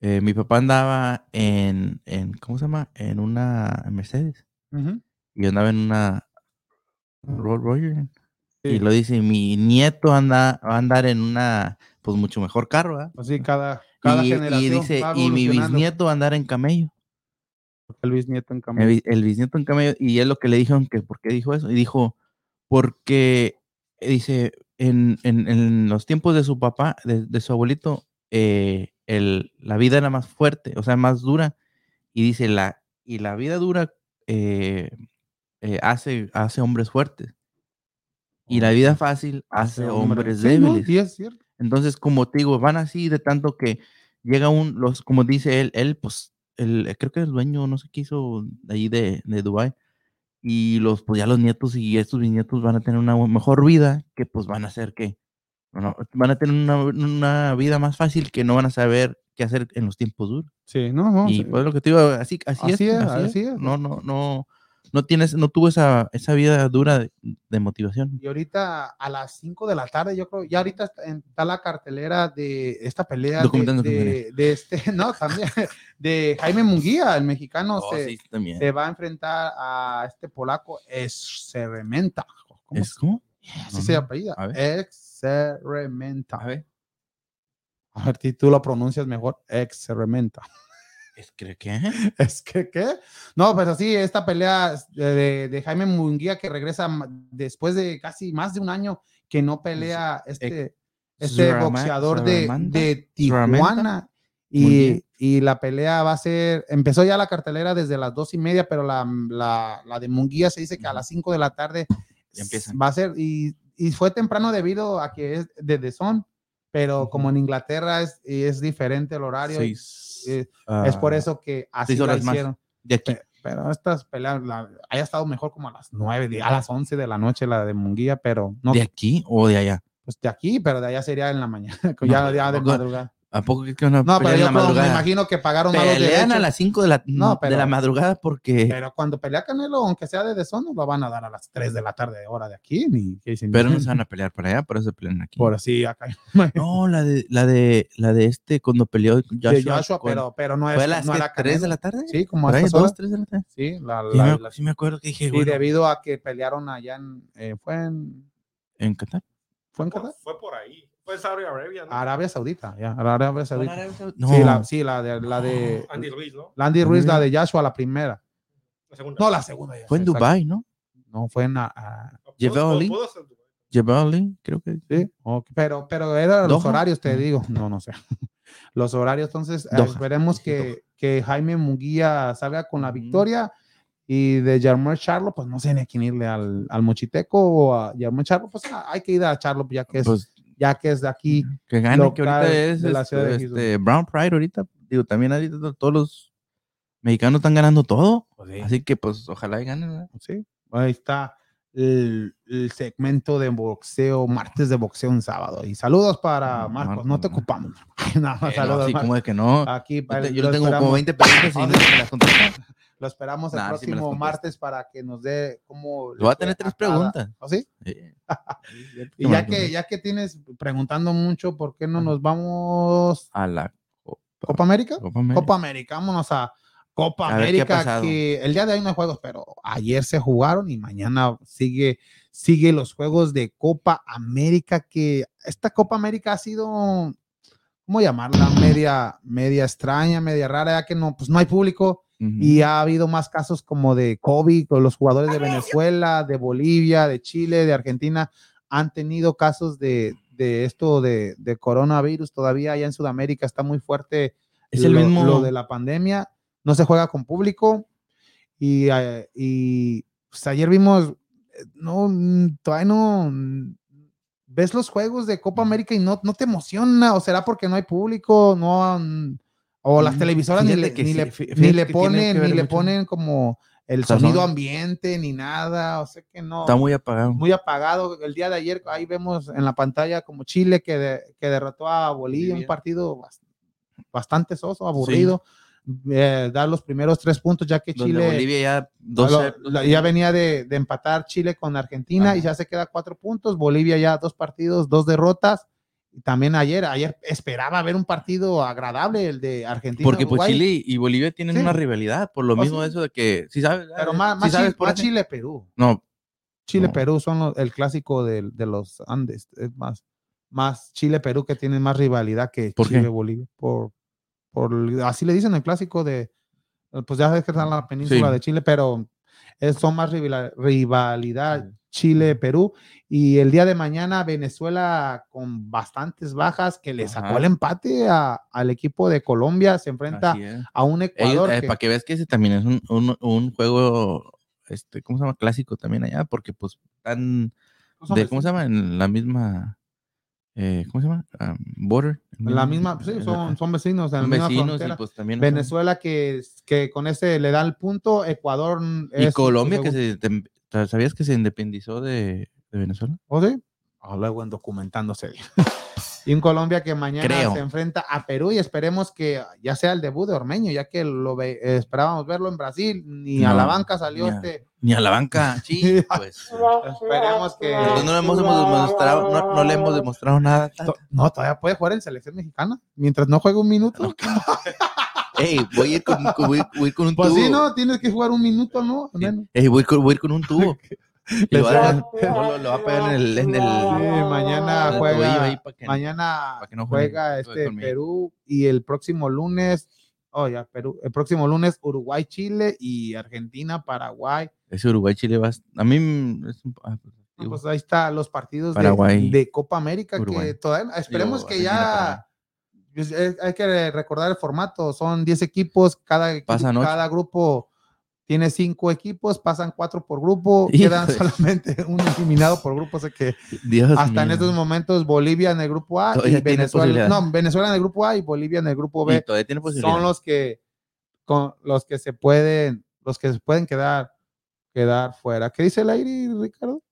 eh, mi papá andaba en, en, ¿cómo se llama? En una Mercedes. Ujú. Y yo andaba en una Rolls Royce. Sí. Y lo dice, mi nieto anda, va a andar en una, pues mucho mejor carro, ¿verdad? Así Pues cada, cada y, y generación. dice, va y mi evolucionando". bisnieto va a andar en camello. Porque Luis Nieto en El, cambio. bi- el bisnieto en camello. Y es lo que le dijeron que, ¿por qué dijo eso? Y dijo, porque, eh, dice, en, en- en los tiempos de su papá, de, de su abuelito, eh, el, la vida era más fuerte, o sea, más dura. Y dice, la, y la vida dura eh, eh, hace, hace hombres fuertes. Y la vida fácil hace hombres Sí, ¿no? débiles. Sí, es cierto. Entonces, como te digo, van así de tanto que llega un, los, como dice él, él, pues, el, creo que el dueño, no sé qué hizo de ahí de, de Dubai y los, pues ya los nietos y estos bisnietos van a tener una bu- mejor vida, que pues van a hacer que, bueno, van a tener una, una vida más fácil que no van a saber qué hacer en los tiempos duros. Sí, no, no, Y sí. pues lo que te digo, así, así, Así es, es, así es. así es. No, no, no, no tienes, no tuvo esa, esa vida dura de, de motivación. Y ahorita a las 5 de la tarde, yo creo, ya ahorita está, en- está la cartelera de esta pelea de, Documental, de, documental. de este, (laughs) no, también, de Jaime Munguía, el mexicano, Oh, se, sí, también. se va a enfrentar a este polaco, Exerementa. ¿Cómo ¿Es cómo? se- así no, se no. apellida? A ver. Exerementa. A ver. A ver, si tú lo pronuncias mejor, Exerementa. Es que, ¿qué? (laughs) Es que, ¿qué? No, pues así, esta pelea de, de- de Jaime Munguía que regresa ma- después de casi más de un año que no pelea eh, este, este Zarama- boxeador de, Zaramanta, de Zaramanta, Tijuana. Munguía. Y, y la pelea va a ser, empezó ya la cartelera desde las dos y media, pero la, la- la de Munguía se dice que a Ujú. las cinco de la tarde Ya empiezan. va a ser, y, y fue temprano debido a que es desde son, pero Ujú. como en Inglaterra es, es diferente el horario, Seis, eh, ah, es por eso que así seis la horas más. hicieron. De aquí. Pero estas peleas, la, haya estado mejor como a las 9, de- a las 11 de la noche la de Munguía, pero no, ¿De aquí o de allá? pues de aquí, pero de allá sería en la mañana, (laughs) que No, ya, ya de no, no. madrugada. ¿A poco crees que van a No, pelear pero en yo la creo, me madrugada? imagino que pagaron malos Pelean derechos. a las 5 de la, No, de la pero- madrugada porque... Pero cuando pelea Canelo, aunque sea de desorden, lo van a dar a las 3 de la tarde, hora de aquí. Ni, que dicen, Pero no "Mm, (laughs) se van a pelear para allá, por eso pelean aquí. Por así, acá. No, la de, la de, la de este, cuando peleó Joshua. De Joshua, con- pero, pero no es. ¿Fue a las no que, era tres Canelo. de la tarde? Sí, como por a ahí, estas dos, horas. tres de la tarde. Sí, la, Sí, la- me, la- sí me acuerdo que dije, y bueno, debido a que pelearon allá en. eh, ¿Fue en. en Qatar. ¿Fue en Por- Qatar? Fue por ahí. Fue en Saudi Arabia, ¿no? Arabia Saudita, ya. Arabia Saudita. No, Sí, la, sí, la de. La de Andy Ruiz, ¿no? la Andy Ruiz, Mm. la de Joshua, la primera. La segunda. No, la segunda. ya fue en sé, exacto. Dubai, ¿no? No, fue en. ah, ah, Pudo- Llevaba pudo- Lee. pudo ser Dubái. Jebali, creo que. sí, ok, Pero, pero eran los Doha. Mm. horarios, te digo. No, no sé. (laughs) Los horarios, entonces, eh, Doha. esperemos que, que Jaime Munguía salga con la Ujú. victoria. Y de Jarmel Charlo, pues no sé ni a quién irle al, al Mochiteco o a Jarmel Charlo, pues ah, hay que ir a Charlo, ya que es, Pues ya que es de aquí. que gane, que local ahorita es de la este, Ciudad de este, Houston. Brown Pride. Ahorita, digo, también ahorita to- todos los mexicanos están ganando todo. Así que, pues, ojalá y ganen. ¿verdad? Sí, ahí está el, el segmento de boxeo, martes de boxeo en sábado. Y saludos para No, Marcos, Mm, Marcos, no te no. ocupamos. (laughs) Nada más Eh, no, saludos. sí, Mar- como de que no. Aquí, Yo, te- eh, yo lo tengo como esperamos- 20 preguntas y (laughs) Ah, no me las contestas. Lo esperamos Nah, el sí me las próximo contesta. martes para que nos dé cómo. le Voy a fue tener tres a cada- preguntas. ¿Oh, sí? Eh, (laughs) Y ya que, ya que tienes preguntando mucho, ¿por qué no Ajá. nos vamos A la Copa América? Copa América. Copa América, vámonos a Copa A ver, ¿qué ha América, pasado? que el día de hoy no hay juegos, pero ayer se jugaron y mañana sigue, sigue los juegos de Copa América, que esta Copa América ha sido, ¿cómo llamarla? Media, media extraña, media rara, ya que no, pues no hay público Ujú. y ha habido más casos como de COVID, con los jugadores de Venezuela, de Bolivia, de Chile, de Argentina, han tenido casos de, de esto de, de coronavirus todavía allá en Sudamérica, está muy fuerte Es el lo, mismo. lo de la pandemia, no se juega con público y, eh, y pues, ayer vimos, eh, no, mm, todavía no, mm, ves los juegos de Copa América y no, no te emociona, o será porque no hay público, no, mm, o las Mm, televisoras ni fíjate le, que ni sí, le- fí- ni fíjate le que tiene ponen, que ver ni le mucho. ponen como el Sazón. sonido ambiente ni nada, o sea que no Está muy apagado. muy apagado. El día de ayer, ahí vemos en la pantalla como Chile que, de- que derrotó a Bolivia, un Bolivia. partido bas- bastante soso, aburrido. Eh, da los primeros tres puntos, ya que Donde Chile Bolivia ya a 12, lo- la- ya venía de, de empatar Chile con Argentina y Ajá. ya se queda cuatro puntos. Bolivia ya dos partidos, dos derrotas. Y también ayer, ayer esperaba ver un partido agradable, el de Argentina. Porque pues Uruguay, Chile y Bolivia tienen Sí. una rivalidad, por lo Oh, mismo sí. eso de que, si sabes, Pero más, sí más sabes Chile, por más ese- Chile, Perú. No, No. Chile-Perú son los- el clásico del- de, los Andes. Es más, más Chile-Perú que tienen más rivalidad que ¿Por qué? Chile-Bolivia. Por, por, así le dicen el clásico de, pues ya sabes que está en la península Sí. de Chile, pero es- son más rivali- rivalidad Chile-Perú. Y el día de mañana Venezuela con bastantes bajas que le sacó Ajá. el empate a- al equipo de Colombia, se enfrenta así es. eh, a un Ecuador. que- para que veas que ese también es un, un, un juego, este, ¿cómo se llama? Clásico también allá, porque pues están, son de, vecinos. ¿cómo se llama? En la misma, eh, ¿cómo se llama? Ah, border. en la misma, sí, eh, son, son vecinos, en la son misma vecinos frontera. y pues también. Venezuela que, que con ese le da el punto, Ecuador mm, Y es su Colombia que segundo- se, te- ¿sabías que se independizó de, de Venezuela? ¿Oh, sí? Ah, luego en documentándose. (laughs) y en Colombia que mañana Creo. se enfrenta a Perú y esperemos que ya sea el debut de Ormeño, ya que lo ve- esperábamos verlo en Brasil, ni a la No, banca salió ya. este. Ni a la (laughs) banca, sí, pues. Esperemos que- Nosotros Pues no le hemos demostrado, no, no le hemos demostrado nada. To- No, todavía puede jugar en selección mexicana mientras no juegue un minuto. Ey, voy a ir con, con- voy, voy a ir con un Pues tubo. sí, no, tienes que jugar un minuto, ¿no? Al menos. Ey, voy, con, voy a ir con (laughs) un tubo. Y Les lo, va a dar- da- lo- (laughs) lo va a pegar en el, en el- Sí, mañana en el juega- tobillo ahí para que- Mañana para que no juegue juega junto de este conmigo. Perú y el próximo lunes, oh ya, Perú, el próximo lunes Uruguay, Chile y Argentina, Paraguay. Ese Uruguay-Chile va a... A mí... mm, es un- ah, pues, No, digo, Pues ahí está los partidos de- Paraguay, de, Copa América que Uruguay. todavía esperemos Digo, que ya Argentina, pues, eh, hay que recordar el formato, son 10 equipos, cada equipo- Pasan ocho. cada grupo tiene cinco equipos, pasan cuatro por (laughs) grupo, Hijo quedan de- solamente un eliminado por grupo, o sea que Dios hasta en mío. estos momentos Bolivia en el grupo A Todavía y tiene Venezuela, posibilidad. no, Venezuela en el grupo A y Bolivia en el grupo Y B todavía tiene posibilidad. son los que con los que se pueden los que se pueden quedar quedar fuera. ¿Qué dice el aire, Ricardo?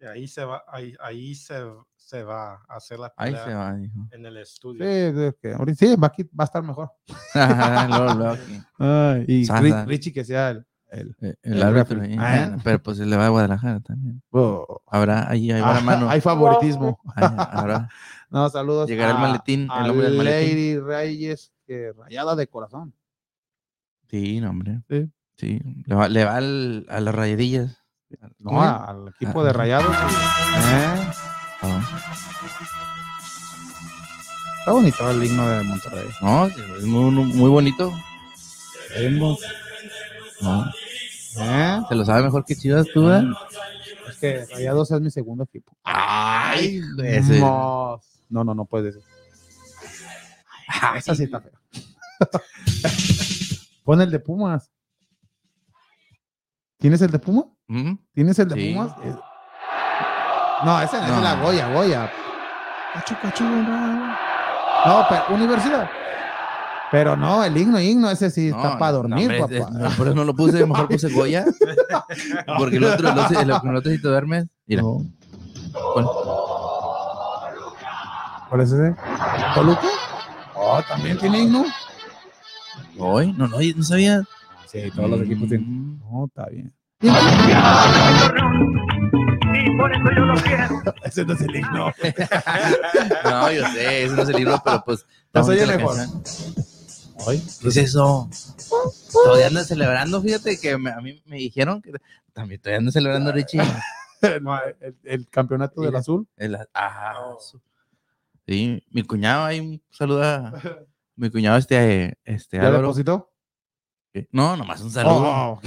que ahí se va, ahí, ahí se, se va a hacer la Ahí pelea se va, dijo. (laughs) en el Sí, estudio. de que ahorita- sí, va, aquí- va a estar mejor. Luego, luego aquí, Ay, y Sasa. Ri- Richie que sea el. el- eh, El El árbitro. referee. eh, Ah. (laughs) Pero pues se le va a Guadalajara también. oh, Habrá, ahí ahí habrá ah, (laughs) mano. Hay favoritismo. Ahí habrá. No, saludos. Llegará el a- maletín, a el hombre del maletín. Lady Reyes, que rayada de corazón. Sí, no, hombre. Sí. Sí, le va, le va al- a las rayadillas. No, al equipo de Ah. rayados. ¿eh? Ah, Está bonito el himno de Monterrey. No, es muy, muy bonito. No, ¿eh? se lo sabe mejor que Chivas tú, eh? ¿verdad? Ah. Es que Rayados es mi segundo equipo. (laughs) Ay, güey, ese- No, no, no, no puedes decir. Esa sí está fea. (laughs) Pon el de Pumas. ¿Tienes el de Pumas? ¿Mm? ¿Tienes el de Sí. Pumas? Es- No, ese no, es No. la Goya, Goya. Cachu, cachu, no. No, pero universidad. Pero no, el himno, himno, ese sí No, está para dormir, no, hombre, es- papá. es- por eso no lo puse, (laughs) mejor puse Goya. Porque el otro, el otro, el otro, el otro si te duermes, mira. No. pon. ¿Cuál es ese? ¿Toluca? Oh, también tiene himno. Hoy, no, no, no sabía. Sí, Mm. No, está bien. (laughs) Ese no es el himno. No, yo sé, eso no es el libro, pero pues. está No soy bonita el la mejor. canción. Ay, ¿Qué es eso? Todavía ando celebrando, fíjate que me- a mí me dijeron que también todavía ando celebrando, Richie. (laughs) no, el, el campeonato del Mira. azul. El- ah, su- sí, mi cuñado ahí un saludo a mi cuñado este, este ¿Ya Álvaro. depositó? que- No, nomás un saludo. Oh,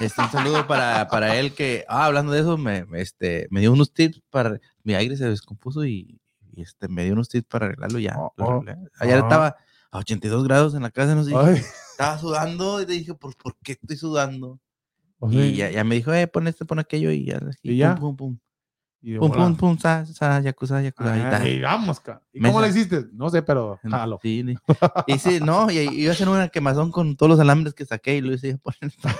Este, un saludo para, para él que, ah, hablando de eso, me, me, este, me dio unos tips para, mi aire se descompuso y, y, este, me dio unos tips para arreglarlo ya. Oh, lo oh, arreglé. Ayer oh. estaba a 82 grados en la casa, no sé, ay, estaba sudando y le dije, ¿por, ¿por qué estoy sudando? o sea, Y ya, ya me dijo, eh, pon este, pon aquello y ya. Oh, ¿Y ya? Pum, pum, pum. y de Pum, volada. pum, pum, sa, sa, yakuza, yakuza. ahí está. Ah, y vamos, ca- ¿Y Mesa. cómo lo hiciste? No sé, pero jalo. Sí, (laughs) le- hice, no, y y iba a hacer una quemazón con todos los alambres que saqué y lo hice por (laughs)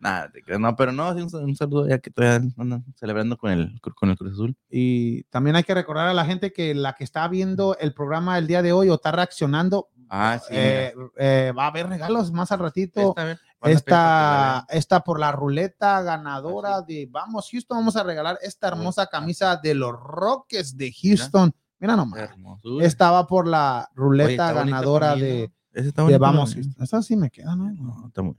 Nada, te creo, no, pero no, sí, un, sal- un saludo ya que todavía andan celebrando con el, cru- con el Cruz Azul. Y también hay que recordar a la gente que la que está viendo el programa el día de hoy o está reaccionando, Ah, sí. eh, eh, va a haber regalos más al ratito. esta, vez, van a Esta, esta por la ruleta ganadora de Vamos Houston, vamos a regalar esta hermosa camisa de los Rockets de Houston. Mira pedir nomás. para que la vean. Hermosura. Esta va por la Oye, ruleta está bonito ganadora también, de, ¿no? Ese está de bonito Vamos también. Houston. Esa sí me queda, ¿no? No, está muy-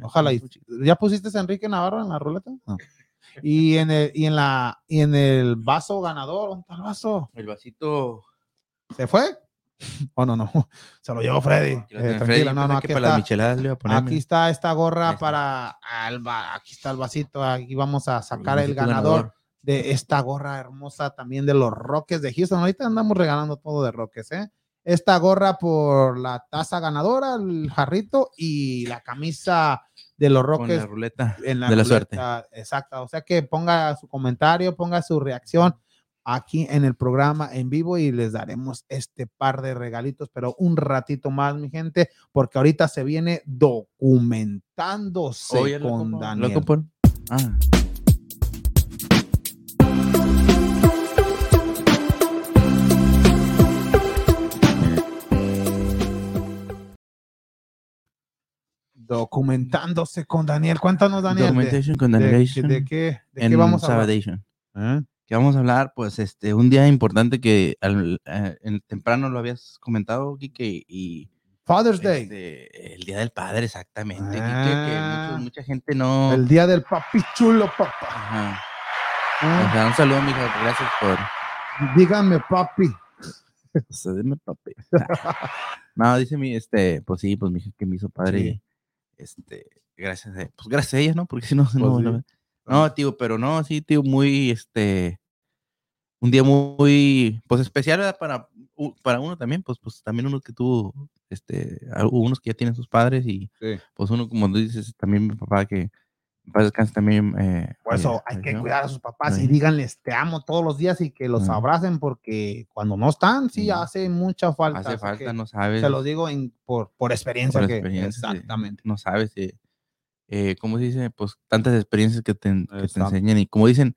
Ojalá. y- ¿Ya pusiste a Enrique Navarro en la ruleta? No. (laughs) Y en el, y en la, y en el vaso ganador, ¿dónde está el vaso? El vasito. ¿Se fue? (laughs) Oh, no, (laughs) no. Se lo llevó Freddy. aquí lo Eh, tiene Freddy, tranquila, yo no, pensé no, que aquí para las está. micheladas le iba a poner. Aquí está esta gorra Ahí está. para Alba, aquí está el vasito, aquí vamos a mira, sacar el vasito ganador de esta gorra hermosa también de los Roques de Houston. Ahorita andamos regalando todo de Roques, ¿eh? Esta gorra por la taza ganadora, el jarrito y la camisa de los Con Roques la ruleta. en de la suerte. Exacto. O sea que ponga su comentario, ponga su reacción aquí en el programa en vivo y les daremos este par de regalitos, pero un ratito más, mi gente, porque ahorita se viene documentándose Oye, loco, con por- Daniel. loco, por- Ah. Documentándose con Daniel. Cuéntanos, Daniel. de- Documentation con De, Danielation de qué, de qué en vamos a hablar? Sabadation. ¿Eh? Que vamos a hablar, pues, este, un día importante que al- eh, en- temprano lo habías comentado, Quique, y Father's Day, este, el Día del Padre, exactamente, Quique, Ah. que mucho- mucha gente no... el día del papi chulo, papá. Ajá. ¿Eh? O sea, un saludo, mijo, gracias por... Dígame, papi. o sea, deme papel. (laughs) no, dice mi, este, pues sí, pues mi hija que me hizo padre, Sí. y, este, gracias a, pues gracias a ella, ¿no? Porque si no, (laughs) sí. no, no- no, tío, pero no, sí, tío, muy, este, un día muy, pues especial ¿verdad? para, u- para uno también, pues, pues también uno que tuvo, este, a- unos que ya tienen sus padres y, Sí. pues uno, como tú dices, también mi papá que, en paz descanse también. eh, Por eso eh, hay que falleció. cuidar a sus papás y Sí. díganles te amo todos los días y que los Ah. abracen porque cuando no están, sí, Sí. hace mucha falta. Hace así que falta, no sabes. Te lo digo en- por, por experiencia. Por que- experiencia, sí. exactamente. no sabes, eh, eh, ¿cómo se dice? Pues tantas experiencias que te, en- que te Exacto. enseñan y como dicen,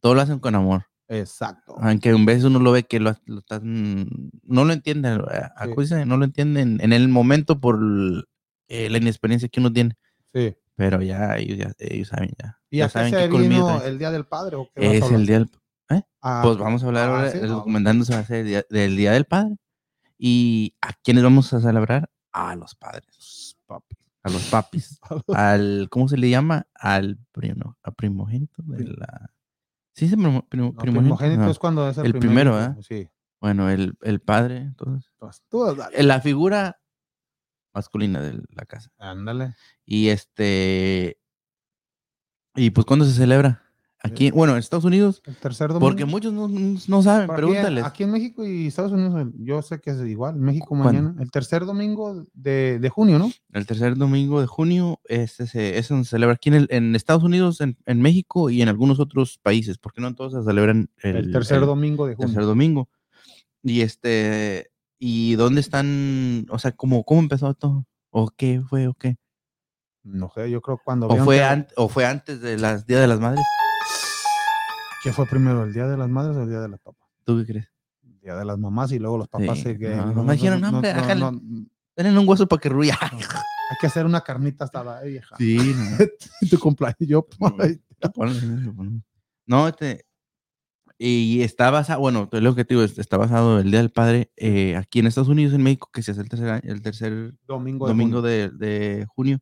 Todo lo hacen con amor. Exacto. Aunque a veces uno lo ve que lo, lo están- no lo entienden, Sí. no lo entienden en el momento por el- eh, la inexperiencia que uno tiene. Sí. Pero ya ellos, ya, ellos saben ya. ¿Y Ya a qué saben se qué colmillo vino traes. el Día del Padre? ¿o qué vas a Es hablar? el día del- Ah, Pues vamos a hablar ah, ahora, sí, el no. documentando se va a hacer el día- del Día del Padre. ¿Y a quiénes vamos a celebrar? A los padres. A los (laughs) papis. al, ¿Cómo se le llama? Al primo, a primogénito de la... Sí, es el primo- primo- No, primogénito. primogénito No. es cuando es el, el primero, ¿eh? Sí. Bueno, el, el padre, entonces. Entonces, tú dale. eh, La figura masculina de la casa. Ándale. Y este... ¿Y pues cuándo se celebra? Aquí, bueno, en Estados Unidos, El tercer Eh, domingo. porque muchos no, no saben, Pero aquí- pregúntales. Aquí, en México y Estados Unidos, eh, yo sé que es igual. México ¿Cuándo? mañana, el tercer domingo de, de junio, ¿no? El tercer domingo de junio este se, es donde se celebra aquí en, el- en Estados Unidos, en, en México y en algunos otros países, porque no en todos se celebran el, El, tercer el domingo de junio. tercer domingo. Y este, ¿y dónde están? O sea, ¿cómo, cómo empezó todo? ¿O qué fue? ¿O qué? No sé, yo creo cuando ¿O vieron fue, que- an- ¿O fue antes de las Día de las Madres? ¿Qué fue primero, el Día de las Madres o el Día de las Papas? ¿Tú qué crees? El Día de las Mamás y luego los papás Sí, se que- no, nomás dijeron, "Hombre, ájale". Tienen un hueso para que ruya. mm, Ah. hay que hacer una carnita hasta la vieja. (laughs) Sí, no, Tu cumpleaños, (laughs) yo, ay, lo ponen, lo ponen. No, este. Y está basado, bueno, es lo que te digo, este, está basado el Día del Padre eh, aquí en Estados Unidos, en México, que se hace el tercer, año- el tercer domingo de domingo junio. de, de junio.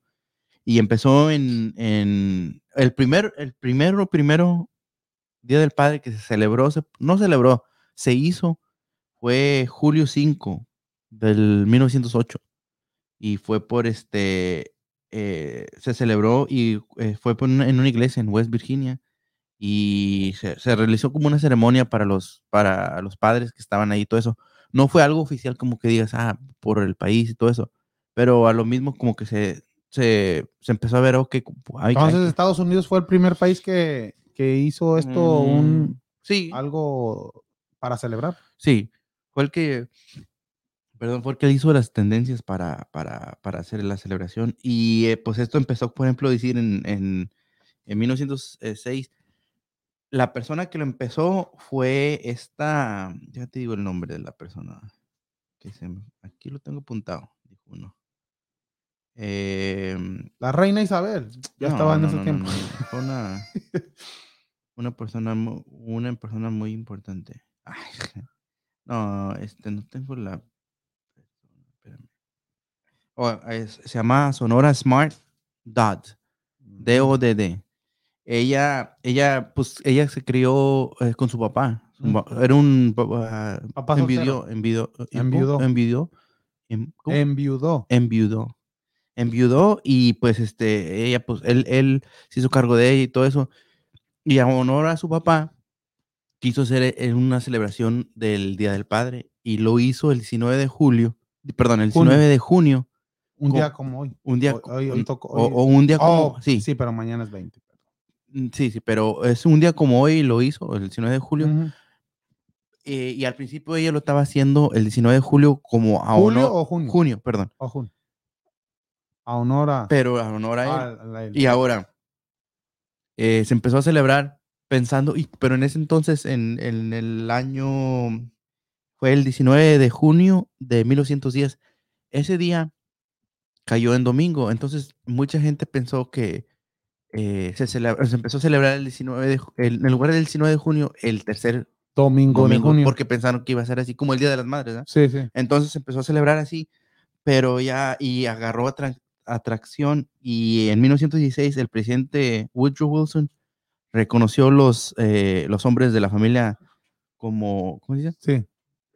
Y empezó en, en el primer, el primero, primero Día del Padre que se celebró, se- no celebró, se hizo, fue julio 5 del 1908. Y fue por este, eh, se celebró y eh, fue por una- en una iglesia en West Virginia. Y se, se realizó como una ceremonia para los, para los padres que estaban ahí, y todo eso. No fue algo oficial como que digas, ah, por el país y todo eso pero a lo mismo como que se, se, se empezó a ver, ok, cu- hay- hay Entonces, que- Estados Unidos fue el primer país que, que hizo esto un, sí, algo para celebrar. sí, fue el que, perdón, fue el que hizo las tendencias para, para, para hacer la celebración y eh, pues esto empezó, por ejemplo, a decir en, en, en 1906, la persona que lo empezó fue esta, ya te digo el nombre de la persona, que se me- aquí lo tengo apuntado, dijo uno. Em, La reina Isabel, ya No, estaba en no, ese no, no, tiempo. no, no, Fue una, una persona mu- una persona muy importante. Ay, (laughs) no, este no tengo la espérame. Oh, es- se llama Sonora Smart Dodd. D O D D. Ella ella pues ella se crió eh, con su papá. Su Mm. pa- ah, Era un papá Papá soltero. envidió, envidió, eh, Enviudó. envidió, en- ¿cómo? Enviudó. enviudó. Enviudó y pues este, ella, pues él, él se hizo cargo de ella y todo eso. Y a honor a su papá, quiso hacer eh, eh, una celebración del Día del Padre y lo hizo el 19 de julio, di- perdón, el Junio. 19 de junio, Un Co- día como hoy. un día. Hoy- co- hoy- hoy un- tocó- o, hoy- o un día como. Oh, sí, sí. sí. pero mañana es 20. sí, pero es un día como hoy lo hizo, el 19 de julio. Ujú. eh, y al principio ella lo estaba haciendo el 19 de julio como a ¿Julio honor. o junio? Junio, perdón. O junio. A honor a. Pero a honor a él. a la- Y ahora, eh, se empezó a celebrar pensando, y, pero en ese entonces, en, en el año, fue el 19 de junio de 1910, ese día cayó en domingo, entonces mucha gente pensó que eh, se, celebra- se empezó a celebrar el 19 de, ju- el- en lugar del 19 de junio, el tercer domingo, de domingo, junio. porque pensaron que iba a ser así como el Día de las Madres, ¿verdad? Sí, sí. Entonces se empezó a celebrar así, pero ya y agarró atra- atracción y en 1916 el presidente Woodrow Wilson reconoció los, eh, los hombres de la familia como, ¿cómo se dice? Sí.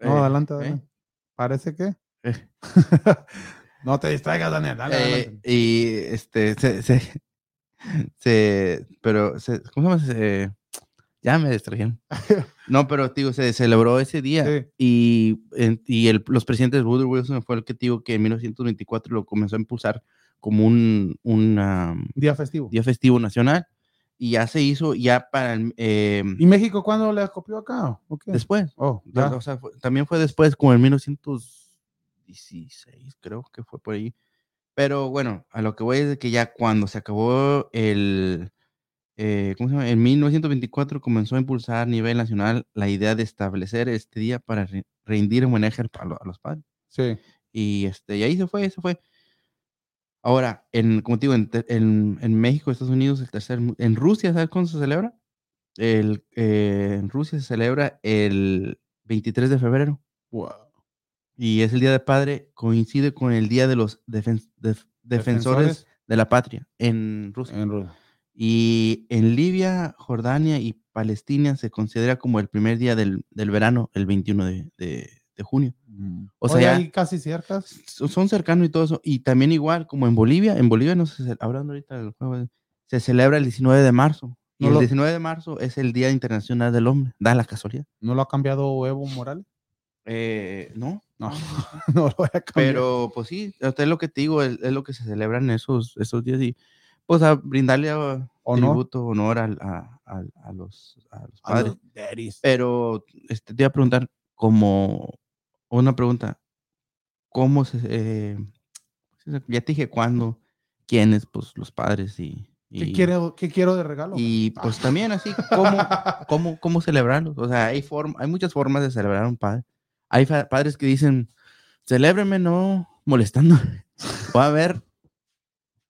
No, Eh, adelante, ¿eh? adelante. Parece que. Eh. (laughs) no te distraigas, Daniel. Dale, Eh, adelante. y este, se, se, (laughs) se- pero, se- ¿cómo se llama? Se- ya me distrajeron. No, pero, digo, se celebró ese día. Sí. Y, en- y el- los presidentes Woodrow Wilson fue el que digo que en 1924 lo comenzó a impulsar como un, un, ah, Día festivo. día festivo nacional y ya se hizo ya para el, eh, ¿Y México cuándo le copió acá? ¿O qué? después. Oh, Ya, ya. o sea, fue- también fue después, como en 1916, creo que fue por ahí. Pero bueno, a lo que voy es de que ya cuando se acabó el, eh, ¿cómo se llama? En 1924 comenzó a impulsar a nivel nacional la idea de establecer este día para re- rendir homenaje al- a lo- a los padres. Sí. Y, este, y ahí se fue, se fue. Ahora, en, como te digo, en, te- en- en México, Estados Unidos, el tercer, mu- en Rusia, ¿sabes cuándo se celebra? El, eh, en Rusia se celebra el 23 de febrero. Y es el Día del Padre, coincide con el Día de los defen- def- defensores, de la Patria en Rusia. En Rusia. Y en Libia, Jordania y Palestina se considera como el primer día del, del verano, el 21 de, de- de junio. O O sea, sea, ya- ahí mm. casi ciertas. so- son cercanos y todo eso. Y también igual, como en Bolivia, en Bolivia no se ce- hablando ahorita del juego, de- se celebra el 19 de marzo. Y No el lo- 19 de marzo es el Día Internacional del Hombre. Da la casualidad. ¿No lo ha cambiado Evo Morales? Eh, no, No, (laughs) no lo ha cambiado. pero pues sí, o sea, es lo que te digo, es, es lo que se celebran esos, esos días y pues a brindarle a- honor tributo, honor al- a, al- a los, a los a padres. los daddies. Eh, Pero este, te iba a preguntar como una pregunta, ¿cómo se... eh, ya te dije cuándo, quiénes, pues los padres y... ¿Qué y- quiero, ¿Qué quiero de regalo? y Ah. pues también así, ¿cómo, cómo, cómo celebrarlos? O sea, hay, form- hay muchas formas de celebrar a un padre. Hay fa- padres que dicen, celébreme no molestando. (laughs) Voy a ver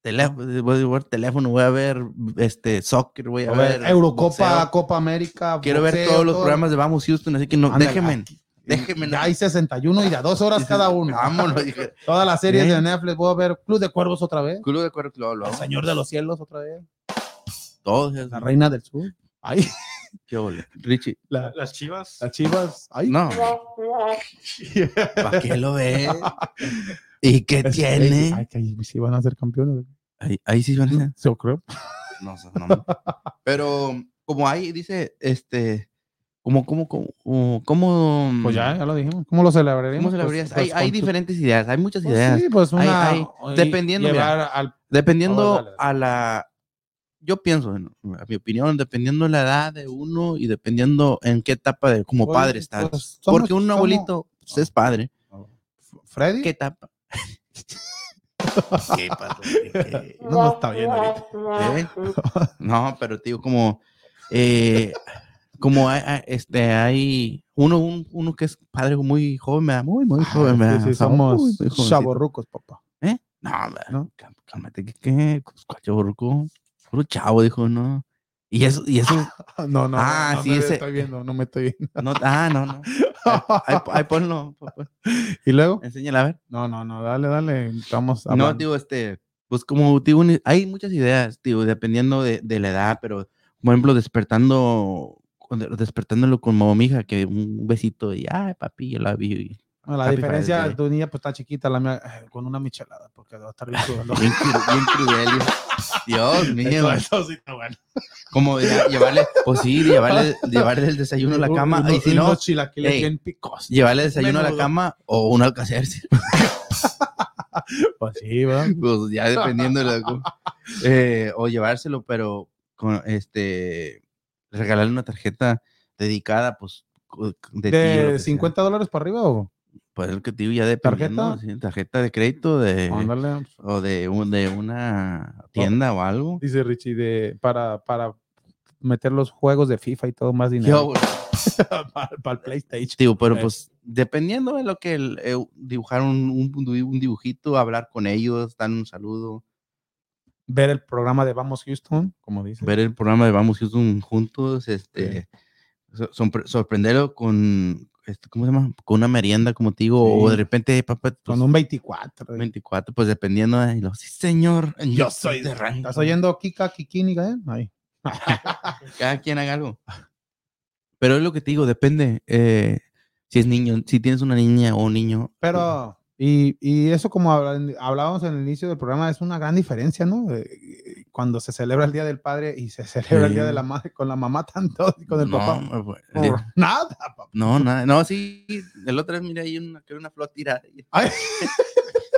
teléfono, voy a ver, teléfono, voy a ver este, soccer, voy a, A ver, ver, Eurocopa, boxeo. Copa América. Quiero ver boxeo, todos los todo. programas de Vamos Houston, así que no, Ándale, déjenme, déjenme. Ya hay 61 y de a dos horas cada uno. Vámonos. dije, Todas las series Bien. de Netflix. Voy a ver Club de Cuervos otra vez. Club de Cuervos, lo, lo El hago, Señor de los Cielos otra vez. todos esos, La Reina del Sur. Ay, qué ole. Richie, la- Las chivas. las chivas. Ay, no, ¿para qué lo (laughs) ves? ¿Y qué Es- tiene? Ay, que ahí sí van a ser campeones. Ahí, ahí sí van a ser. Yo creo. No, sé, no, no. Pero como ahí dice, este, como, como, como, como, como Pues ya, ya lo dijimos. ¿Cómo lo celebraremos? Mm. ¿cómo se la abrías? Pues- pues hay hay con tu- diferentes ideas, hay muchas Pues ideas. sí, pues Hay- una. hay- y- dependiendo, llevar al- Oh, Dependiendo dale, dale. a la, yo pienso, en, a mi opinión, dependiendo la edad de uno y dependiendo en qué etapa de, como pues- padre está. pues somos- Porque un somos- abuelito pues, es padre. Freddy. (laughs) ¿Qué etapa? ¿Qué pasó? ¿Qué? No nos está viendo ahorita. ¿Eh? No, pero te digo, como, eh, como hay, hay- este, hay uno, un- uno que es padre muy joven, ¿verdad? muy, muy Ah, joven, Sí, ¿verdad? sí, Chavo- somos muy, muy jovencito. chaborrucos, papá. ¿Eh? No, ¿verdad? ¿No? Cá- cálmate, ¿qué? qué? Pues, ¿Cuál chaborruco? Puro chavo, dijo, no. Y eso, y eso, (laughs) No, no. Ah, no sí, me ese- estoy viendo, no me estoy (laughs) viendo. no, ah, no, no. Ahí- Ahí, ahí ponlo, pon- pon- ¿Y luego? enséñala, a ver. No, no, no, dale, dale. Estamos No, hablando. digo, este, pues como digo, ni- hay muchas ideas, digo, dependiendo de, de la edad, pero, por ejemplo, despertando, cuando- despertándolo con mamá mi hija, que un besito y, ay, papi, yo la vi. y- No, la Happy diferencia Father's Day. de tu niña pues está chiquita, la mía eh, con una michelada, porque va a estar bien (laughs) sudando. Bien, cru- bien cruel. y- Dios (laughs) mío. Como ya- llevarle, pues sí, llevarle, llevarle el desayuno a la cama, Unos- y si no, unos chilaquiles ey. bien picos. llevarle el desayuno a la menudo. cama o un (laughs) alcacerse. Pues sí, (laughs) ¿verdad? pues ya dependiendo de (laughs) la co- eh, o llevárselo, pero con este regalarle una tarjeta dedicada, pues co- de, ti o lo que ¿De sea. 50 dólares para arriba o? pues el que te digo ya dependiendo, ¿Tarjeta? sí, tarjeta de crédito de Ándale, pues. o de un- de una tienda o algo. Dice Richie, de, para, para meter los juegos de FIFA y todo más Yo, dinero. güey, (laughs) para, el PlayStation. digo, pero Eh. pues dependiendo de lo que el- eh, dibujar un, un, un dibujito, hablar con ellos, dar un saludo, Ver el programa de Vamos Houston, como dice. ver el programa de Vamos Houston juntos, este, so- sorpre- sorprenderlo con, este, ¿cómo se llama? Con una merienda, como te digo, o Sí. de repente, "Eh, papá, pues, Con un 24. 24, pues dependiendo, de, y luego, sí, (laughs) señor, yo soy de rango". ¿Estás oyendo Kika Kikiniga, eh? Ahí. Cada quien haga algo. Pero es lo que te digo, depende, eh, si es niño, si tienes una niña o un niño. Pero, y, y eso como hablan- hablábamos en el inicio del programa, es una gran diferencia, ¿no? Eh, eh, Cuando se celebra el Día del Padre y se (laughs) celebra el Día de la Madre con la mamá tanto (laughs) y con el no, papá. eh, pues, por nada, papá. No, nada, no, sí, el otro día miré ahí una, que era una flor tirada. Ay, (laughs)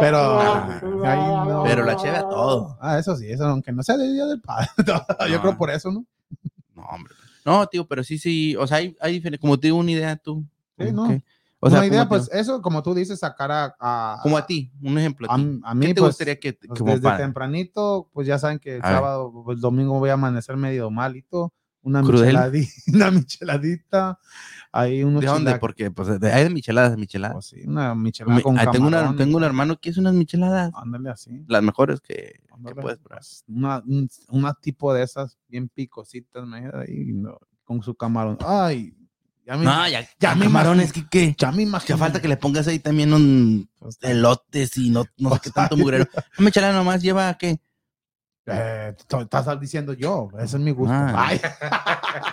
pero, Ah, ay, no. Pero la cheve a todo. Ah, eso sí, eso, aunque no sea el Día del Padre. (laughs) Yo No. creo por eso, ¿no? pues, No, hombre. No, tío, pero sí, sí. O sea, hay, hay diferentes. Como te digo una idea tú. Sí, como no. que O sea, una idea, como a pues ti, eso, como tú dices, sacar a. a como a ti, un ejemplo. a A, ti. a mí, ¿Qué te pues, gustaría que pues, como desde para- tempranito, pues ya saben que el A ver. sábado, pues, el domingo voy a amanecer medio malito. Una, Crudel. micheladi- (laughs) una micheladita. Ahí unos ¿De dónde? chilac- Porque pues de, hay de micheladas, de micheladas. pues, sí, una michelada Mi- con ah, tengo, una- camarón. Ah. tengo un hermano que es unas micheladas, Ándale así. las mejores que, que ándale. (laughs) pues, puedes probar. Una, un- una tipo de esas bien picositas, me dije, ahí, no, con su camarón. Ay, ya me, No, ya, ya me camarones, que, que ya me Pues, que imagino. falta que le pongas ahí también un elotes y no, (laughs) no sé qué tanto mugrero. Una michelada nomás lleva, ¿qué? Eh, to- estás diciendo yo, ese es mi gusto. Ah. (laughs) Ay,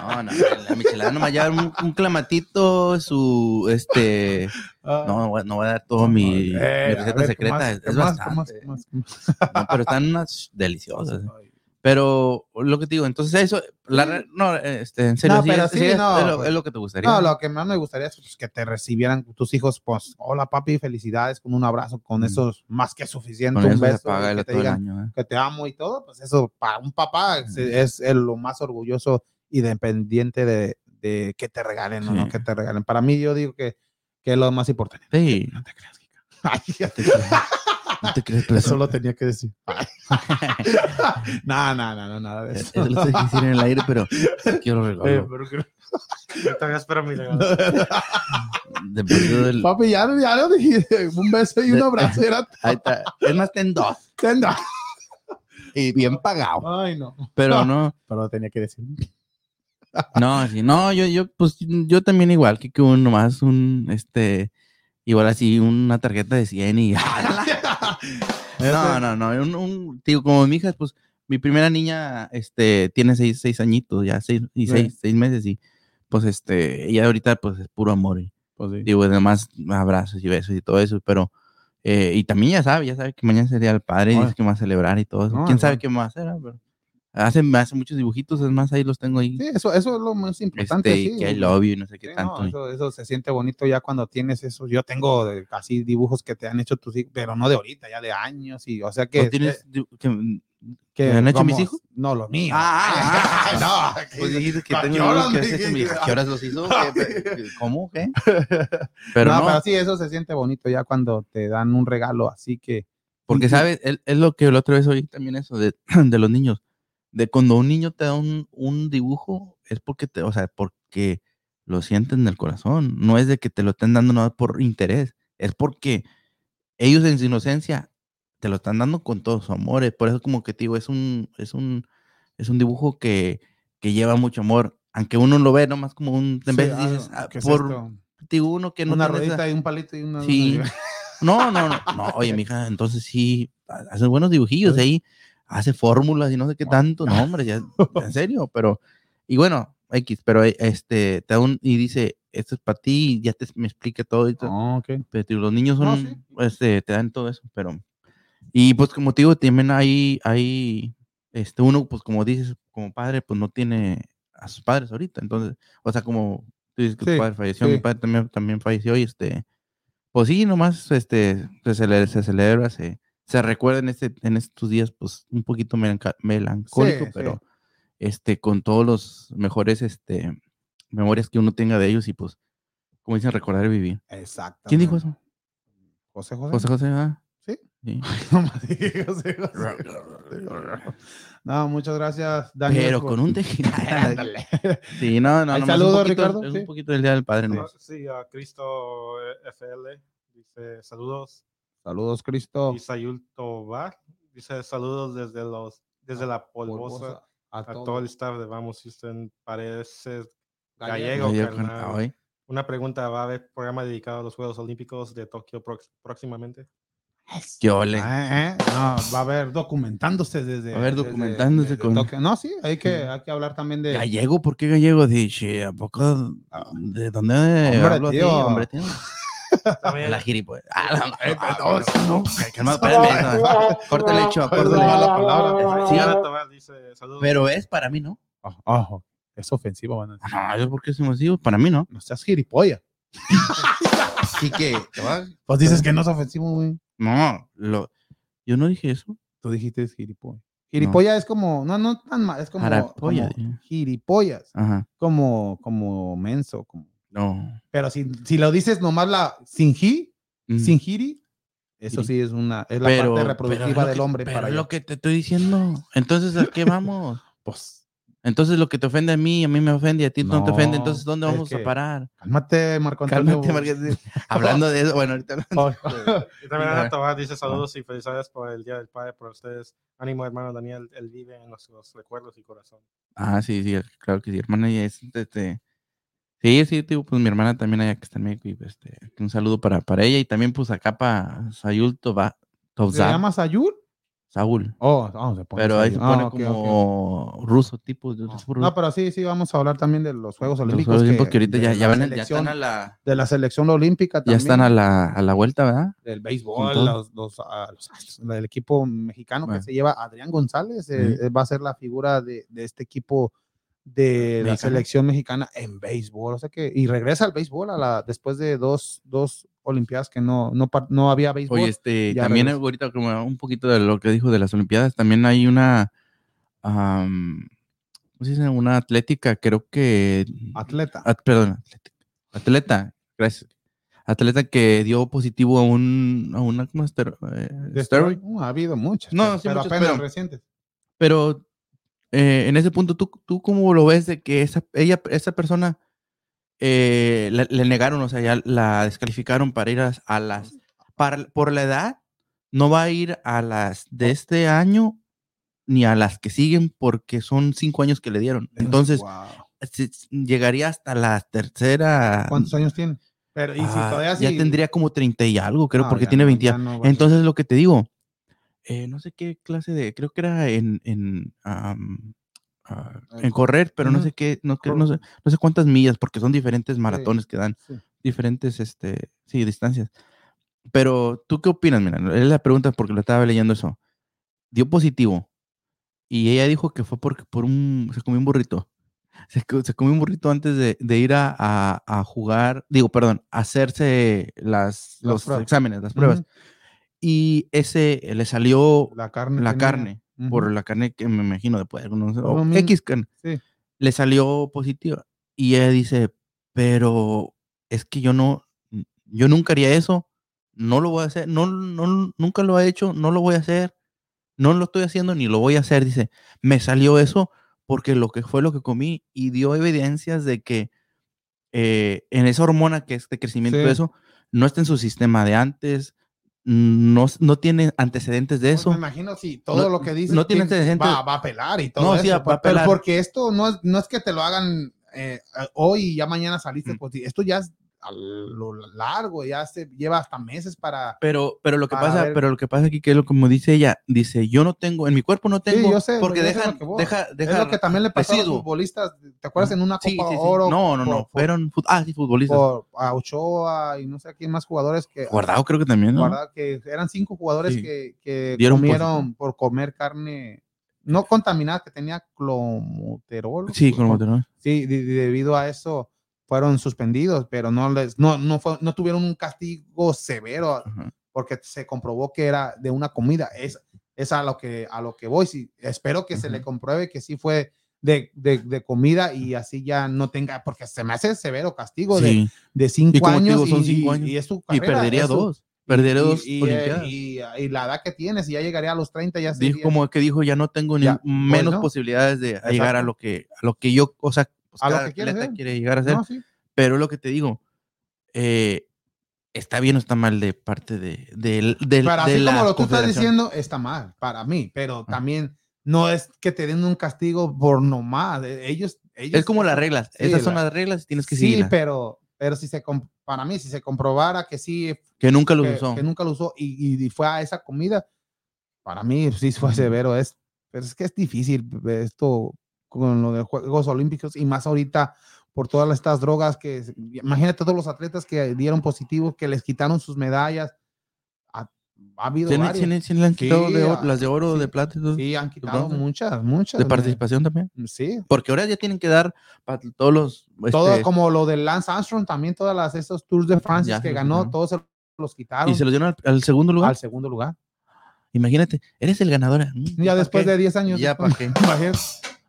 No, no, la michelada nomás lleva un, un clamatito, su, este, ah. no, voy- no voy a dar todo mi, mi Eh, a receta ver, ¿qué secreta, más? es, ¿Qué es más? ¿Qué bastante, más? ¿Qué más? ¿Qué más? pues, no, pero están unas deliciosas. Ay. Pero lo que te digo, entonces eso, la re- no, este, en serio, No, sí, pero es- sí, sí, es, no, es lo, pues. es lo que te gustaría. No, lo que más me gustaría es pues, que te recibieran tus hijos, pues, hola papi, felicidades, con un abrazo, con Mm. eso es más que suficiente, Con un eso se beso, apaga que el- te todo el digan año, ¿eh? que te amo y todo, pues eso para un papá es, es el- lo más orgulloso y dependiente de, de que te regalen o no Sí. que te regalen. Para mí yo digo que, que es lo más importante. (laughs) Sí. No te creas, Kika. Ay, ya te- No te crees, (laughs) pero eso eso, lo tenía que decir. (laughs) no, no, no, no, nada de eso. eso lo sé decir en el aire, (laughs) pero quiero Eh, regalo. pero que- Yo todavía espero mi regalo. (laughs) De perdido del- Papi, ya, ya lo dije, un beso y un De- abrazo, era eh, ahí está. Es más, ten dos. tenda. Y bien pagado. Ay, no. Pero no, Pero lo tenía que decir. no, sí, no, yo, yo, pues, yo también igual que, que un, nomás un, este, igual así, una tarjeta de 100 y... (laughs) No, no, no, un, un- digo, como mi hija, pues, mi primera niña, este, tiene seis, seis añitos ya, seis, y Sí. seis, seis meses y, pues, este, ella ahorita, pues, es puro amor y, Pues sí. digo, además, abrazos y besos y todo eso, pero, eh, y también ya sabe, ya sabe que mañana sería el padre y Ay. dice que va a celebrar y todo eso. No, ¿Quién sabe igual. qué más será? Pero hace, hace muchos dibujitos, es más, ahí los tengo ahí. Sí, eso, eso es lo más importante. este, y sí. que I love you y no sé qué Sí, no, tanto. y- eso, eso se siente bonito ya cuando tienes eso. Yo tengo de- así dibujos que te han hecho tus hijos, pero no de ahorita, ya de años. y O sea que. este, ¿No tienes dibu- que- mm, que- me han hecho vamos, mis hijos? No, los míos. (laughs) Ah, ah, ah. no. aquí- Pues dijiste que ¿A tengo qué un horas que me haces eso, dijiste? me dijo, ¿A qué horas (laughs) los hizo? ¿Qué- qué- ¿Cómo? ¿Qué? Pero pero no, no, pero sí, eso se siente bonito ya cuando te dan un regalo. Así que. porque sabes, es, es lo que la otra vez oí también eso de, (clears throat) de los niños. De cuando un niño te da un, un dibujo, es porque te, o sea, porque lo sienten en el corazón. No es de que te lo estén dando nada por interés. Es porque ellos en su inocencia te lo están dando con todo su amor. eh, Por eso como que te digo, es un, es un, es un dibujo que, que lleva mucho amor. Aunque uno lo ve nomás como un... En vez Sí, de dices, ah, "Ah, ¿qué es por, esto? digo uno que no una tiene esa- ruedita y un palito y una. Sí. una- No, no, no, no, oye, mija, entonces sí, ha- hace buenos dibujillos ahí, hace fórmulas y no sé qué tanto, no, hombre, ya, en serio, pero, y bueno, X, pero eh, este, te da un, y dice, esto es para ti, y ya te, me explica todo, y todo, (laughs) Ah, ok. pero te pues, digo, los niños son, No, sí. este, te dan todo eso, pero, y pues como te digo, también hay, hay, este, uno, pues como dices, como padre, pues no tiene a sus padres ahorita, entonces, o sea, como tú dices que tu Sí, padre falleció, mi sí. padre también, también falleció, y este, pues sí, nomás, este, se celebra, se, celebra, se, se recuerda en, este, en estos días, pues, un poquito melanca- melancólico, Sí, sí. pero, este, con todos los mejores, este, memorias que uno tenga de ellos, y pues, como dicen, recordar y vivir. Exacto. ¿Quién dijo eso? José José. José ah. José, ¿verdad? Sí. Sí. (laughs) No, más dije José José. No, muchas gracias, Daniel. Pero por- (laughs) con un tejido. Ándale. sí, no, no, Ahí nomás saludos, un poquito, Ricardo, es sí. un poquito el día del padre, Ah, ¿no? Sí, a Cristo eh, FL dice saludos. Saludos, Cristo. Y Sayul Tobar dice saludos desde los desde la polvosa a, a todos. todo el staff de Vamos Houston. Parece Gallego. Gallego. Ahí con- carnal. ah, oye. una pregunta. ¿Va a haber programa dedicado a los Juegos Olímpicos de Tokio prox- (laughs) próximamente? Qué ole. Ah, eh, No, va a haber documentándose desde. Va a haber desde- documentándose desde con- Tokio. No, sí, hay que, hay que hablar también de. Gallego, ¿por qué gallego? Dije, ¿a poco? ¿De dónde Hombre, hablo a ti, tío. hombre, tío? También- La gilipo. Ah, la- Eh, ah, no, pero- no. Calma, espérame, no. Córtale el hecho, Perdón, córtale. mala palabra. Sí, Sayula ah. eh, Tobar dice saludos. Pero es para mí, ¿no? Ojo, ojo, es ofensivo, van a decir. No, yo porque somos hijos, para mí, ¿no? No seas (laughs) gilipollas. Así que, Pues dices que no es ofensivo, güey. no, lo, yo no dije eso. Tú dijiste gilipollas. Gilipollas es como. No, no tan mal. Es como. Jarapolla, como dije. Gilipollas. Ajá. Como, como menso. Como, No. Pero si, si lo dices nomás la sin ji, Mm. sin jiri, eso Jiri. sí es una es la parte Pero- pero es reproductiva lo del que- hombre pero para es allá. lo que te estoy diciendo. Entonces, ¿a qué vamos? Pues, Entonces, lo que te ofende a mí, a mí me ofende, y a ti no, te ofende. No, Entonces, ¿dónde es vamos que- a parar? cálmate, Marco Antonio. (laughs) Cálmate, Marqués. (laughs) Hablando de eso, bueno, ahorita. Este, Y también Mira. Ana Tobar dice saludos y felicidades por el Día del Padre para ustedes. Ánimo, hermano Daniel. Él vive en nuestros recuerdos y corazón. Ah, sí, sí, claro que sí, hermana. Y es, este, sí, sí, digo, pues mi hermana también allá que está en México. Y, este, un saludo para, para ella y también, pues acá para Sayul Toba, ¿Se Tobzal, llama Sayur? Saúl. Oh, vamos a poner Pero ahí se Sayur. pone Ah, ok, ok. como ruso, tipo. de- No, tipo ruso. No, pero sí, sí, vamos a hablar también de los Juegos Los Olímpicos. Olímpicos que ahorita de ya, ya la van a- ya están selección- a la, De la selección olímpica ya también. están a la, a la vuelta, ¿verdad? Del béisbol, Entonces- los, los, ah, los astros, del equipo mexicano Bueno. que se lleva Adrián González, eh, eh, va a ser la figura de, de este equipo de la Mexicano. selección mexicana en béisbol. O sea que, y regresa al béisbol a la, después de dos, dos Olimpiadas que no, no, par- no había béisbol. Oye, este, ya también regresó. ahorita como un poquito de lo que dijo de las Olimpiadas, también hay una, am, ¿cómo se dice? Una atlética, creo que, atleta. at- perdón, atlética, atleta, gracias, atleta que dio positivo a un, a una, ¿cómo es? Ter- eh, steroid. Uh, ha habido muchas. No, pero, sí, pero muchas, apenas pero- recientes. Pero eh, en ese punto, ¿tú, ¿tú cómo lo ves de que esa, ella, esa persona eh, la- le negaron, o sea, ya la descalificaron para ir a, las- a las... para- por la edad, no va a ir a las de este año ni a las que siguen porque son cinco años que le dieron. Entonces, Guau. se- se- llegaría hasta la tercera... ¿cuántos años tiene? Pero, y si ah, todavía ya sí- tendría como 30 y algo, creo, No, porque ya tiene no, 20 ya años. no va a ser. Entonces, lo que te digo, eh, no sé qué clase de, creo que era en, en, am, ah, en En cor- correr, pero no Ujú. sé qué, no, que- no sé, no sé cuántas millas, porque son diferentes maratones que dan, Sí. diferentes, este, sí, distancias. Pero, ¿tú qué opinas? Mira, es la pregunta porque lo estaba leyendo eso. Dio positivo y ella dijo que fue porque por un, se comió un burrito. Se, co- se comió un burrito antes de, de ir a, a- a jugar, digo, perdón, a hacerse las, Las los pruebas. exámenes, las pruebas. Ujú. Y ese eh, le salió La carne. la tenía. carne, Ujú. por la carne que me imagino de puerco, no sé, Por o lo mismo. X carne, Sí. le salió positiva. Y ella dice, pero es que yo no, yo nunca haría eso, no lo voy a hacer, no, no, nunca lo he hecho, no lo voy a hacer, no lo estoy haciendo ni lo voy a hacer. Dice, me salió eso porque lo que fue lo que comí y dio evidencias de que eh, en esa hormona que es de crecimiento, Sí. eso, no está en su sistema de antes, no, no tiene antecedentes de Pues eso. me imagino si todo No- lo que dices no tiene tien- antecedentes. va, va a pelar y todo No, eso, sí, va a pues, pelar. pero porque esto no es, no es que te lo hagan eh, a- hoy y ya mañana saliste Mm. positivo. esto ya es a lo largo ya se lleva hasta meses para Pero, pero lo que para pasa, ver- pero lo que pasa aquí que es lo como dice ella, dice yo no tengo, en mi cuerpo no tengo, yo sé, porque yo sé dejan- lo que voy. deja, deja, es lo que también le pasó a residuo. Mm. los futbolistas te acuerdas en una copa sí, sí, sí. oro no, no, por- no, por- fueron, fut- ah, sí, futbolistas, por a Ochoa y no sé a quién más jugadores que guardado creo que también, ¿no? guardado, que eran cinco jugadores Sí. que, que Dieron comieron por comer carne no contaminada que tenía clomoterol Sí, con Clom- los botones. Sí, de- de- debido a eso fueron suspendidos, pero no les, no, no, fue- no tuvieron un castigo severo Ajá. porque se comprobó que era de una comida. Es, es a lo que a lo que voy. Sí, espero que se le Ujú. compruebe que sí fue de, de- de comida y así ya no tenga, porque se me hace severo castigo de, Sí, de Y cinco como te años, digo, son y, cinco y- años. y es su y carrera, perdería es su- dos, perdería dos y, y, eh, olimpiadas. y- y la edad que tienes, y ya llegaría a los 30, ya dijo sería- como que dijo ya no tengo ni Ya, menos bueno. posibilidades de llegar a Exacto. lo que a lo que yo, o sea, pues, A lo cada que quieres atleta ser. quiere llegar a ser, No, sí. pero es lo que te digo, eh, está bien o está mal de parte de del del- Pero de así la como lo tú estás confederación. diciendo, está mal para mí, pero Ah. también no es que te den un castigo por nomás. eh, Ellos, ellos Es como las reglas. Sí, Esas son la- las reglas y tienes que Sí, seguirlas. pero, pero si se com- para mí, si se comprobara que sí, que nunca lo que, usó. que nunca lo usó y, y- y fue a esa comida, para mí pues, sí fue Ujú. severo. Es, pero es que es difícil esto con lo de Juegos Olímpicos y más ahorita por todas estas drogas que se- imagínate todos los atletas que dieron positivos, que les quitaron sus medallas. Ha, ha habido ¿Tiene- varios. tiene- tiene- le han Sí, quitado de o- ah, las de oro, sí, de plata, y todo? Sí, han quitado bronce. muchas, muchas. de me- participación también. Sí. Porque ahora ya tienen que dar para todos los. Todo este, como lo de Lance Armstrong, también todas las esos Tours de France Ya se que los ganó, quitaron. todos se los quitaron y se los dieron al, al segundo lugar. al segundo lugar. Imagínate, eres el ganador. Mm, Ya ¿pa' después qué? de 10 años. Ya después- para qué. (laughs) imagínate.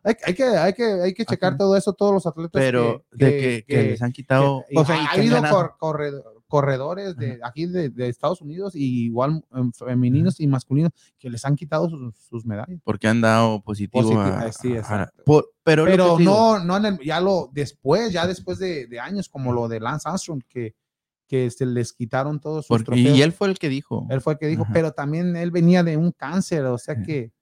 Hay, hay que, hay, que, hay que checar Ajá. todo eso, todos los atletas. Pero pues, que- de que, que les han quitado. o sea, y ha que han habido ganado. cor- corre- corredores de aquí de, de Estados Unidos y igual em, femeninos y masculinos que les han quitado sus, sus medallas. porque han dado positivo, Positivo, a- eh, sí, a- exacto. por- pero lo Pero que te digo, no, no en el- ya lo después, ya después de, de años, como lo de Lance Armstrong, que, que se les quitaron todos sus porque- trofeos. y él fue el que dijo Él fue el que dijo, Ajá. pero también él venía de un cáncer, o sea Ajá. que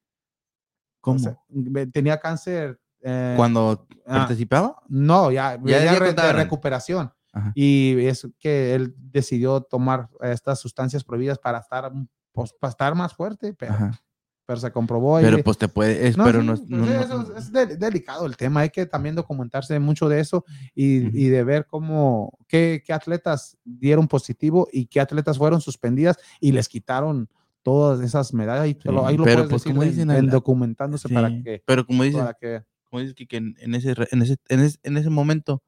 cómo o sea, ve- tenía cáncer. eh, cuando ah, participaba No, ya, Ya- ya, ya re- de contaron. recuperación. Ajá. Y es que él decidió tomar estas sustancias prohibidas para estar, pues, para estar más fuerte, pero, Ajá. pero se comprobó. y pero le- pues te puede es- no, pero sí, no, pues, no- no- es- es, de- delicado el tema, hay que también documentarse mucho de eso y, Ujú. y de ver cómo, qué, qué atletas dieron positivo y qué atletas fueron suspendidas y les quitaron todas esas medallas. Y te lo- Sí, ahí lo pero, puedes pues, decir como en- dicen, en al- documentándose sí, para que... pero como dices Para que como dices que, que en, en ese re- en ese en ese en ese momento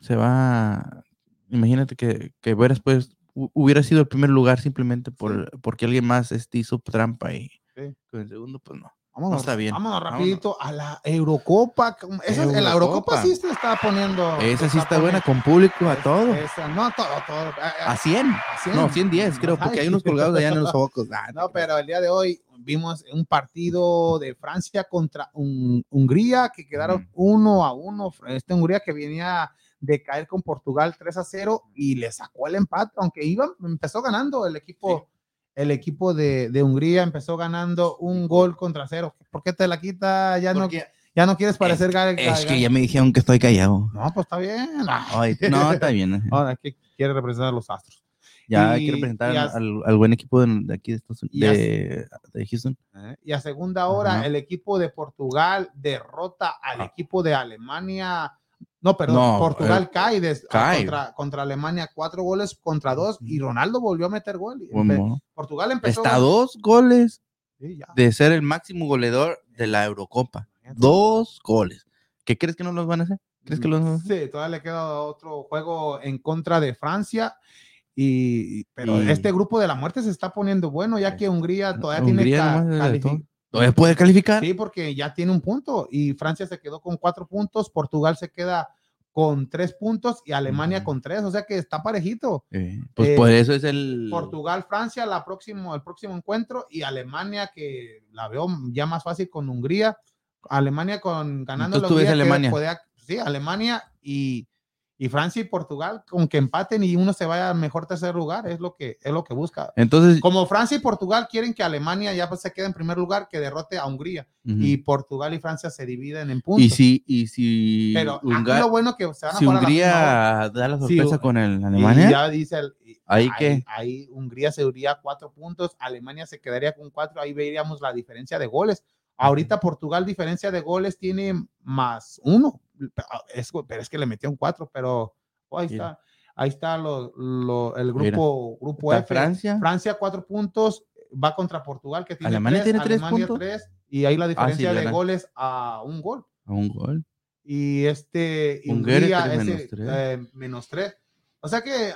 se va imagínate que que hubieras pues hu- hubiera sido el primer lugar simplemente por porque alguien más este hizo trampa y Sí. con el segundo pues no Vámonos, está bien. vámonos rapidito a la Eurocopa. como- Esa, en La Eurocopa Eurocopa. sí se está poniendo. esa se sí está buena poniendo- con público a todo Esa, no, todo, todo. a- a- a 100 a no 110 creo Ajá. porque hay unos colgados allá en (laughs) los focos Ah, te No, creas. pero el día de hoy vimos un partido de Francia contra Hun- Hungría que quedaron Mm. uno a uno. Este Hungría que venía de caer con Portugal 3 a 0 y le sacó el empate, aunque iba, empezó ganando el equipo. El equipo de, de Hungría empezó ganando un gol contra cero. ¿Por qué te la quita? Ya no, Porque- ya no quieres parecer Gary- es que Gary- ya me dijeron que estoy callado No, pues está bien. Ah, Ay, no está (laughs) bien eh. Ahora que quiere representar a los astros. Ya hay Y- que representar y al, as- al- al buen equipo de, de aquí de, Estados Unidos- Y as- de, de Houston. ¿eh? Y a segunda hora, Ajá. Ah. el equipo de Portugal derrota al equipo de Alemania. No, perdón, No, eh, Portugal cae, des- cae. Contra, contra Alemania, cuatro goles contra dos, y Ronaldo volvió a meter gol. y Buen empe- modo. Portugal empezó. Ah. Está a dos goles Sí, ya. de ser el máximo goleador de la Eurocopa. Dos goles. ¿Qué crees que no los van a hacer? ¿Crees que los Mm, van a hacer? Sí, todavía le queda otro juego en contra de Francia. Y, pero Y- este grupo de la muerte se está poniendo bueno, ya que Hungría todavía tiene Hungría ca- nomás le- califi- ¿Todavía puede calificar? Sí, porque ya tiene un punto y Francia se quedó con cuatro puntos, Portugal se queda con tres puntos y Alemania Ujú. con tres, o sea que está parejito. Eh, pues Eh, por eso es el... Portugal, Francia, la próximo, el próximo encuentro y Alemania que la veo ya más fácil con Hungría, Alemania con ganando Entonces tú ves Alemania. sí, Alemania y, y Francia y Portugal con que empaten y uno se vaya al mejor tercer lugar, es lo que es lo que busca. Entonces... Como Francia y Portugal quieren que Alemania ya pues, se quede en primer lugar, que derrote a Hungría ujú. y y, Portugal y Francia se dividen en puntos. si... Y si, pero aquí Hunga- lo bueno que se van a si jugar a la misma hora. Hungría da la Sí, sorpresa Hu- con el Y Alemania, ya dice el- y ¿ahí ahí, qué? ahí Hungría se iría a cuatro puntos, Alemania se quedaría con cuatro, ahí veríamos la diferencia de goles. Ahorita Portugal diferencia de goles tiene más uno, pero ah, es, pero es que le metieron cuatro, pero oh, ahí Mira. está, ahí está lo- lo- el Mira. grupo grupo Está F. Francia. Francia cuatro puntos, va contra Portugal que tiene Alemania tres, tiene tres Alemania puntos. Ah, tres, y ahí la diferencia de ganan. goles a un gol a un gol. y este y Hungría Hungría, tres ese, menos tres. eh, menos tres. O sea que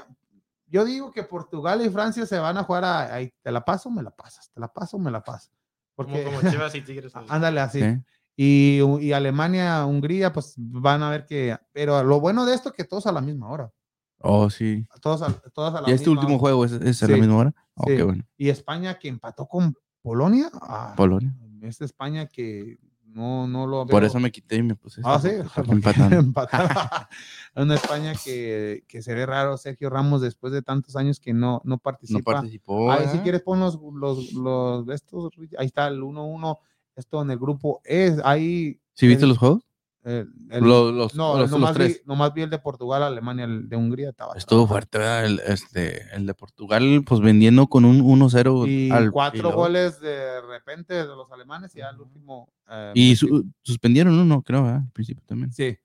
yo digo que Portugal y Francia se van a jugar a, ahí, te la paso, me la pasas, te la paso, me la pasas. Como, Porque (laughs) Ah, como Chivas y Tigres. ¿no? ándale así. ¿eh? Y, y Alemania, Hungría, pues van a ver que. Pero lo bueno de esto es que todos a la misma hora. Oh, sí. Todos a, todos a la ¿Y misma este último hora. juego es, es a la Sí, misma hora? Ah, sí. Ok, bueno. Y España que empató con Polonia. ah, Polonia. es España que no, no lo Por veo. eso me quité y me puse. Ah, sí. esta, (laughs) porque empatando. (laughs) Empatado. (laughs) una España que, que se ve raro, Sergio Ramos, después de tantos años que no, no No participa. participó. Ahí, ¿eh? si quieres, pon los, los, los de estos. Rich. Ahí está el 1-1. Esto en el grupo es ahí. ¿Sí viste el- los juegos? el- el- Los, los, no, los, los nomás, vi, tres. nomás vi el de Portugal, Alemania, el de Hungría. Estaba Estuvo fuerte, ¿verdad? El, este, el de Portugal, pues vendiendo con un 1-0 Y al cuatro piloto. goles de repente de los alemanes y al último. eh, Y pues, su- suspendieron uno, creo, ¿verdad? Al principio también. sí.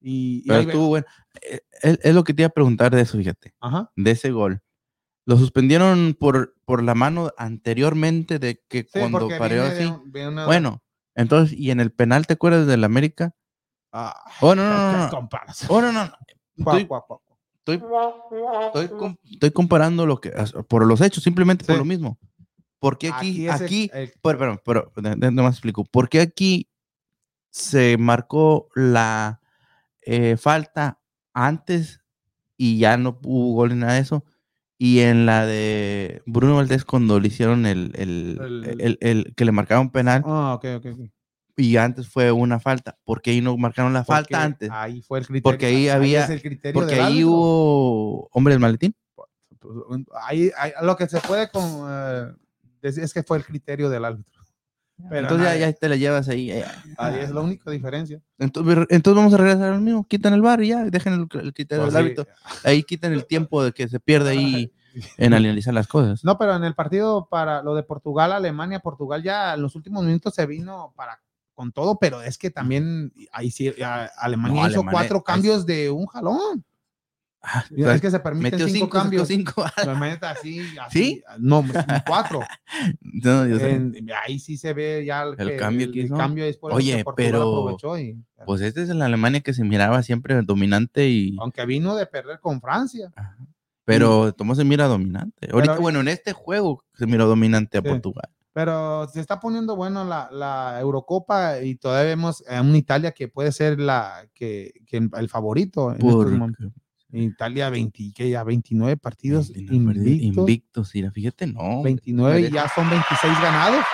Y, y Pero ahí ve- estuvo bueno. Eh, Es, es lo que te iba a preguntar de eso, fíjate. Ajá. De ese gol. Lo suspendieron por, por la mano anteriormente de que Sí, cuando porque pareó viene de así. un- de una- Bueno, entonces, ¿y en el penal te acuerdas del América? Ah, Oh, no, (laughs) no, no, no. comparas. Oh, no, no. no. Cuá, Estoy, cuá, cuá. estoy com- estoy comparando lo que por los hechos, simplemente por Sí. lo mismo. Porque aquí, es aquí, el- eh el- pero, pero, pero, de- de- nomás explico. Porque aquí se marcó la eh, falta antes y ya no hubo gol ni nada de eso. Y en la de Bruno Valdés, cuando le hicieron el, el, El- el- el- que le marcaron penal Ah, ok, ok. ok. y antes fue una falta, porque ahí no marcaron la falta Porque antes. Ahí fue el criterio. Porque ahí había- es el criterio Porque del ahí árbitro. hubo hombre del maletín. Ahí, ahí- lo que se puede con, eh, decir es que fue el criterio del árbitro. Pero Entonces ya, nadie- ya te la llevas ahí. eh. ahí es la única diferencia. Entonces, entonces vamos a regresar al mismo. Quitan el bar y ya, dejen el, el criterio Pues del sí. árbitro. Ahí quitan el tiempo de que se pierde ahí en analizar las cosas. No, pero en el partido para lo de Portugal, Alemania, Portugal ya en los últimos minutos se vino para con todo, pero es que también ahí sí a- Alemania No, hizo Alemania- cuatro ahí- cambios de un jalón. Ah, Es que se permiten metió cinco, cinco, cambios. cambios. cinco. (laughs) Alemania está así, así. ¿Sí? No, cuatro. No, yo sé. En- ahí sí se ve ya El cambio que el hizo. cambio es por el Oye, que Portugal pero- aprovechó y- Pues este es el Alemania que se miraba siempre dominante y aunque vino de perder con Francia. pero Tomás se mira dominante. Ahorita, Pero- bueno, en este juego se miró dominante a Sí. Portugal. Pero se está poniendo bueno la, la Eurocopa y todavía vemos a una Italia que puede ser la que, que el favorito. En estos Porque- momentos. Italia 20, que ya 29 partidos Argentina perdió- invictos, invictos, mira, fíjate, no. 29 y merece. ya son 26 ganados.